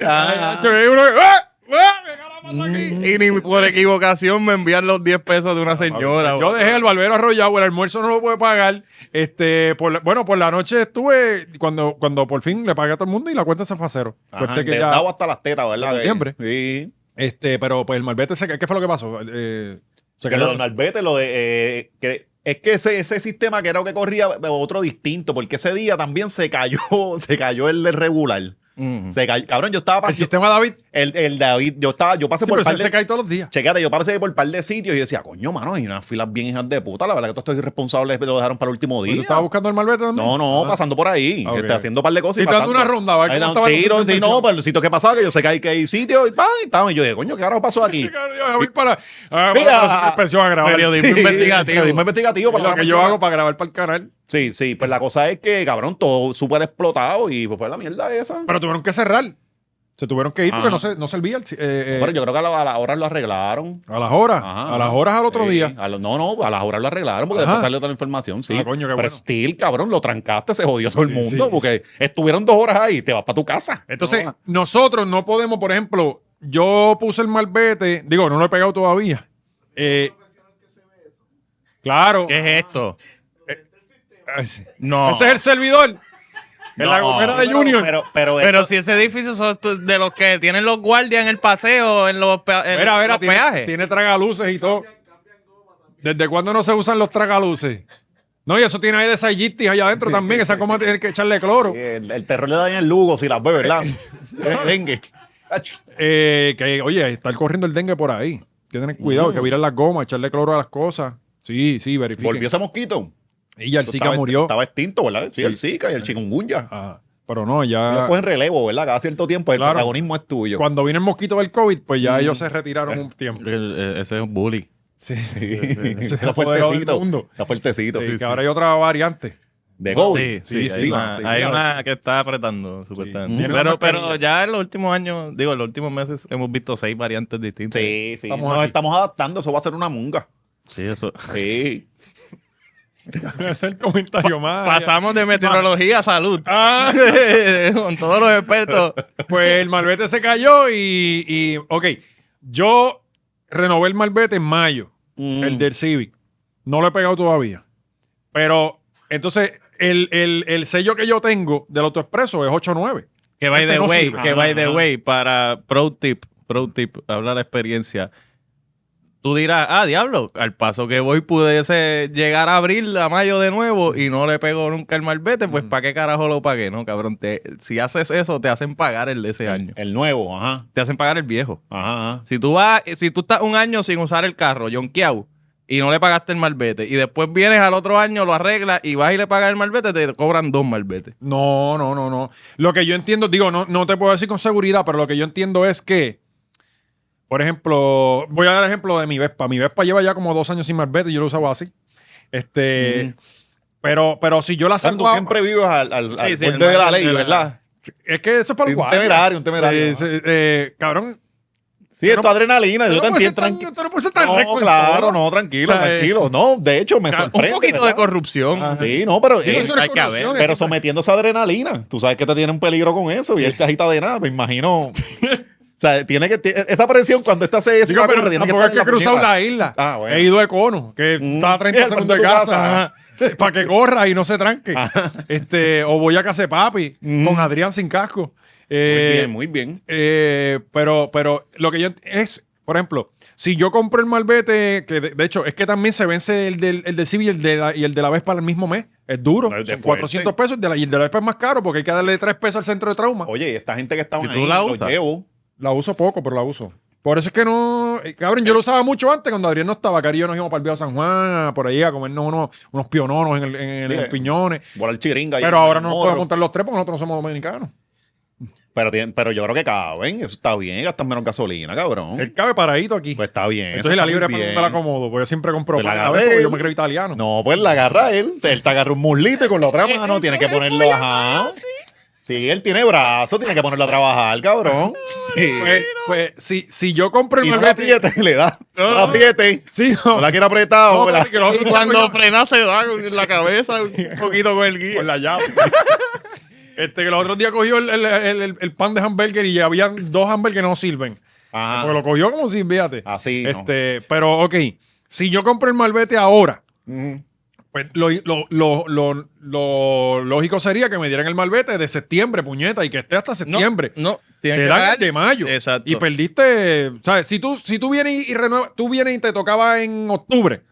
Speaker 2: Ah.
Speaker 1: Se ve uno que, ¡Ah! ¡Ah! ¿Qué carajo pasó aquí?
Speaker 3: Y ni por equivocación me envían los 10 pesos de una señora.
Speaker 1: Yo dejé el barbero arrollado, el almuerzo no lo pude pagar. Este, por la- bueno, por la noche estuve, cuando, cuando por fin le pagué a todo el mundo y la cuenta se fue a cero.
Speaker 2: Ajá,
Speaker 1: Suerte pues este que
Speaker 2: de
Speaker 1: ya-
Speaker 2: Dao hasta las tetas, ¿verdad?
Speaker 1: Como
Speaker 2: Eh,
Speaker 1: siempre.
Speaker 2: Sí.
Speaker 1: este, pero pues el malvete, se, ca- ¿qué fue lo que pasó? Eh, se
Speaker 2: Que
Speaker 1: cayó.
Speaker 2: lo del malvete, lo de. eh, que, es que ese, ese sistema que era lo que corría otro distinto, porque ese día también se cayó, se cayó el regular.
Speaker 3: Mm.
Speaker 2: Se cayó, cabrón, yo estaba
Speaker 1: el
Speaker 2: pasando.
Speaker 1: sistema David, sí,
Speaker 2: El, el David, yo estaba, yo pasé por
Speaker 1: pero
Speaker 2: un par
Speaker 1: se,
Speaker 2: de-
Speaker 1: se cae todos los días.
Speaker 2: Chequete, yo pasé por un par de sitios y decía, coño, mano, hay unas filas bien hijas de puta. La verdad que todos estos irresponsables lo dejaron para el último
Speaker 1: Pues, ¿Tú
Speaker 2: día.
Speaker 1: estabas buscando el malvete también?
Speaker 2: No, no,
Speaker 1: Ah.
Speaker 2: pasando por ahí.
Speaker 1: Ah, ok.
Speaker 2: Este, haciendo un par de cosas.
Speaker 1: Sí, tú dando
Speaker 2: pasando.
Speaker 1: una ronda, a ver cómo
Speaker 2: Ahí dan-
Speaker 1: estaba la
Speaker 2: sí, no, sí,
Speaker 1: situación.
Speaker 2: no, pero el sitio que pasaba, que yo sé que hay, que hay sitios y, pa, y estaban. Y yo dije, coño, ¿qué carajo pasó aquí?
Speaker 1: Yo voy para, ah,
Speaker 2: Mira.
Speaker 1: para la expresión a grabar.
Speaker 3: Periodismo investigativo.
Speaker 2: Periodismo investigativo. por
Speaker 1: Lo
Speaker 2: la
Speaker 1: que yo
Speaker 2: mañana.
Speaker 1: hago para grabar para el canal.
Speaker 2: Sí, sí, pues la cosa es que, cabrón, todo súper explotado y pues, fue la mierda esa.
Speaker 1: Pero tuvieron que cerrar. Se tuvieron que ir porque
Speaker 3: Ajá.
Speaker 1: no, se, no servía el, si- eh, eh,
Speaker 2: Bueno, yo creo que a la- a las horas lo arreglaron.
Speaker 1: a las horas.
Speaker 2: Ajá.
Speaker 1: a las horas al otro
Speaker 2: Sí,
Speaker 1: día.
Speaker 2: a lo- no, no, a las horas lo arreglaron porque
Speaker 1: Ajá.
Speaker 2: después salió toda la información, sí.
Speaker 1: Ah, coño, qué
Speaker 2: Pero
Speaker 1: bueno.
Speaker 2: still, cabrón, lo trancaste, se jodió todo el
Speaker 1: Sí,
Speaker 2: mundo
Speaker 1: sí.
Speaker 2: porque estuvieron dos horas ahí, te vas para tu casa.
Speaker 1: Entonces,
Speaker 2: No,
Speaker 1: nosotros no podemos, por ejemplo, yo puse el malvete, digo, no lo he pegado todavía. Eh, claro.
Speaker 3: ¿Qué es esto?
Speaker 1: Ese
Speaker 3: No.
Speaker 1: ese es el servidor. En la
Speaker 3: No.
Speaker 1: gomera de
Speaker 2: pero-
Speaker 1: Junior.
Speaker 2: Pero, pero,
Speaker 3: Pero
Speaker 2: esto-
Speaker 3: si ese edificio son tu- de los que tienen los guardias en el paseo, en los, pea- en
Speaker 1: Mira, mira,
Speaker 3: los
Speaker 1: tiene,
Speaker 3: peajes.
Speaker 1: tiene tragaluces y todo. ¿Desde cuándo no se usan los tragaluces? No, y eso tiene ahí de Sayyitis allá adentro también. Esa coma tiene que echarle cloro.
Speaker 2: Sí, eh, el, el terror le da en el Lugo si las ve, ¿verdad? Eh, Dengue. Ach.
Speaker 1: Eh, que, oye, estar corriendo el dengue por ahí. Que tener cuidado,
Speaker 2: Mm.
Speaker 1: que virar las gomas, echarle cloro a las cosas. Sí, sí, verifiquen.
Speaker 2: Volvió ese mosquito.
Speaker 1: Y ya el
Speaker 2: Eso
Speaker 1: Zika
Speaker 2: estaba-
Speaker 1: murió.
Speaker 2: Estaba extinto, ¿verdad? Sí,
Speaker 1: Sí.
Speaker 2: el Zika y el chikungunya.
Speaker 1: Ajá. Pero no,
Speaker 2: Ellos
Speaker 1: ya.
Speaker 2: cogen relevo, ¿verdad? Cada cierto tiempo el
Speaker 1: Ah. Claro.
Speaker 2: protagonismo es tuyo.
Speaker 1: Cuando viene el mosquito del COVID, pues ya
Speaker 2: Mm.
Speaker 1: ellos se retiraron un tiempo.
Speaker 3: eh, ese es un bully.
Speaker 1: Sí.
Speaker 2: Sí.
Speaker 1: Se
Speaker 2: Está
Speaker 1: apoderó del
Speaker 2: fuertecito.
Speaker 1: mundo.
Speaker 2: Está fuertecito.
Speaker 1: Sí,
Speaker 2: Sí,
Speaker 1: que
Speaker 2: sí.
Speaker 1: ahora hay otra variante.
Speaker 2: De gol.
Speaker 3: Sí, sí,
Speaker 1: sí,
Speaker 3: hay,
Speaker 1: sí,
Speaker 3: una,
Speaker 2: sí, Ah,
Speaker 3: hay
Speaker 2: claro.
Speaker 3: una que está apretando, supuestamente.
Speaker 1: Tiene una
Speaker 3: Pero, pero
Speaker 1: mascarilla.
Speaker 3: ya en los últimos años, digo, en los últimos meses hemos visto seis variantes distintas.
Speaker 2: Sí, sí.
Speaker 1: Estamos
Speaker 2: Nos
Speaker 1: aquí.
Speaker 2: estamos adaptando, eso va a ser una munga.
Speaker 3: Sí, eso.
Speaker 2: Sí.
Speaker 1: Ese es el comentario más.
Speaker 3: Pasamos de meteorología a salud.
Speaker 1: Ah,
Speaker 3: Con todos los expertos.
Speaker 1: pues el malvete se cayó y, y. Ok. Yo renové el malvete en mayo.
Speaker 2: Mm.
Speaker 1: el del Civic. No lo he pegado todavía. Pero entonces, el, el- el sello que yo tengo del AutoExpreso es 8.9.
Speaker 3: Que by
Speaker 1: Ese
Speaker 3: the
Speaker 1: no
Speaker 3: way,
Speaker 1: sirve.
Speaker 3: que
Speaker 2: Ajá,
Speaker 3: by the
Speaker 2: ajá.
Speaker 3: way, para pro tip, pro tip, habla la experiencia. Tú- tú dirás, ah, diablo, al paso que voy pudiese llegar a abril, a mayo de nuevo y no le pego nunca el malvete, pues ¿para qué carajo lo pagué? No, cabrón, te- si haces eso, te hacen pagar el de
Speaker 1: este
Speaker 3: ese año.
Speaker 2: El nuevo, ajá.
Speaker 3: Te hacen pagar el viejo.
Speaker 2: Ajá, ajá.
Speaker 3: Si tú vas, si tú estás un año sin usar el carro, yonkeado, y no le pagaste el malvete, y después vienes al otro año, lo arreglas y vas y le pagas el malvete, te cobran dos malvetes.
Speaker 1: No, no, no, no. Lo que yo entiendo, digo, no, no te puedo decir con seguridad, pero lo que yo entiendo es que, por ejemplo, voy a dar ejemplo de mi Vespa. Mi Vespa lleva ya como dos años sin malvete y yo lo usaba así. Este, pero, pero si yo la
Speaker 2: O sea,
Speaker 1: saco,
Speaker 2: tú
Speaker 1: a-
Speaker 2: siempre vives al, al, al
Speaker 3: Sí, sí,
Speaker 2: borde
Speaker 3: el
Speaker 2: de la
Speaker 3: margen
Speaker 2: ley,
Speaker 3: de la-
Speaker 2: ¿verdad?
Speaker 1: es que eso es por
Speaker 2: Sí, un
Speaker 1: guardia.
Speaker 2: temerario, un temerario.
Speaker 1: Eh, se- eh, cabrón,
Speaker 2: Sí, esto
Speaker 1: no-
Speaker 2: adrenalina,
Speaker 1: tú
Speaker 2: yo
Speaker 1: no
Speaker 2: te
Speaker 1: puedes
Speaker 2: entiendo
Speaker 1: ser tan-
Speaker 2: tranquilo.
Speaker 1: tú no puedes ser tan
Speaker 2: No,
Speaker 1: recto en
Speaker 2: claro,
Speaker 1: todo.
Speaker 2: no, tranquilo,
Speaker 1: O sea, eh,
Speaker 2: tranquilo. No, de hecho, me
Speaker 1: claro, un
Speaker 2: sorprende.
Speaker 3: Un poquito de
Speaker 2: ¿verdad?
Speaker 3: corrupción.
Speaker 1: Ajá.
Speaker 2: Sí, no, pero,
Speaker 1: Digo,
Speaker 2: eh,
Speaker 1: eso no es
Speaker 3: hay que haber,
Speaker 1: corrupción,
Speaker 2: pero
Speaker 1: eso-
Speaker 2: sometiéndose a adrenalina. Tú sabes que te tiene un peligro con eso y él se agita de nada, me imagino. o sea, tiene que. ti- Esta presión, cuando esta se
Speaker 1: Digo, pero tampoco es que he cruzado la isla.
Speaker 2: Ah, bueno.
Speaker 1: He ido de cono, que
Speaker 2: Mm.
Speaker 1: está a 30
Speaker 2: Mira,
Speaker 1: segundos de
Speaker 2: cuando tú
Speaker 1: casa.
Speaker 2: pasas.
Speaker 1: ajá, Para que corra y no se tranque. este, o voy a casa de papi
Speaker 2: Ah. Mm.
Speaker 1: con Adrián sin casco. Eh,
Speaker 2: Muy bien, muy bien.
Speaker 1: eh, pero, pero lo que yo ent- es, por ejemplo, si yo compro el malvete, que de, de hecho es que también se vence el del, el del Civi y el de la, y el de la Vespa el mismo mes, es duro,
Speaker 2: No, es de
Speaker 1: son 400 pesos el de la- y el de la Vespa es más caro porque hay que darle 3 pesos al centro de trauma.
Speaker 2: Oye, esta gente que está
Speaker 3: Si
Speaker 2: ahí,
Speaker 3: tú la
Speaker 2: los
Speaker 3: usas.
Speaker 2: llevo.
Speaker 1: La uso poco, pero la uso. Por eso es que no. eh, Cabrón, yo lo usaba mucho antes cuando Adrián no estaba. Cari y yo nos íbamos para el Viejo San Juan, por ahí a comernos unos, unos piononos en, el, en, el- en
Speaker 2: Sí.
Speaker 1: los piñones.
Speaker 2: Volar chiringa. y
Speaker 1: Pero ahora no nos
Speaker 2: morro.
Speaker 1: podemos montar los tres porque nosotros no somos dominicanos.
Speaker 2: Pero, tienen- pero yo creo que caben. Eso está bien. Gastan menos gasolina, cabrón.
Speaker 1: Él cabe paradito aquí.
Speaker 2: Pues está bien. eso
Speaker 1: Entonces la
Speaker 2: está
Speaker 1: libre
Speaker 2: muy
Speaker 1: para
Speaker 2: bien.
Speaker 1: la acomodo, porque yo siempre compro
Speaker 2: Pues la
Speaker 1: pan,
Speaker 2: agarré.
Speaker 1: ¿sabes? Porque yo me creo italiano.
Speaker 2: No, pues la agarra él. Él te agarra un muslito y con la otra mano tiene que ponerlo. Ajá. Sí, él tiene brazo, tiene que ponerlo a trabajar, cabrón. Sí.
Speaker 1: Pues, pues, si, si yo compro el
Speaker 2: Y no la
Speaker 1: malvete.
Speaker 2: apriete, le da.
Speaker 1: No,
Speaker 2: No la
Speaker 1: no.
Speaker 2: apriete.
Speaker 1: Sí,
Speaker 2: No
Speaker 1: no.
Speaker 2: la quiere apretar.
Speaker 1: No,
Speaker 2: o la-
Speaker 1: papi, que nosotros estamos
Speaker 3: frena se da con la cabeza, un poquito con el
Speaker 1: ya- con Pues la llave. Este, que los otros días cogió el, el- el- el- el pan de hamburger y había dos hamburgues que no sirven.
Speaker 2: Ajá.
Speaker 1: Porque lo cogió como si, fíjate.
Speaker 2: Ah, Así. no.
Speaker 1: Este, pero ok, si yo compro el malvete ahora,
Speaker 2: Mm.
Speaker 1: pues lo, lo- lo- lo- lo lógico sería que me dieran el malvete de septiembre, puñeta, y que esté hasta septiembre.
Speaker 3: No, no
Speaker 1: Te
Speaker 3: tienes que
Speaker 1: dan el
Speaker 3: pagar.
Speaker 1: de mayo.
Speaker 3: Exacto.
Speaker 1: Y perdiste, ¿sabes? Si tú, si tú vienes y, y renuevas, tú vienes y te tocaba en octubre.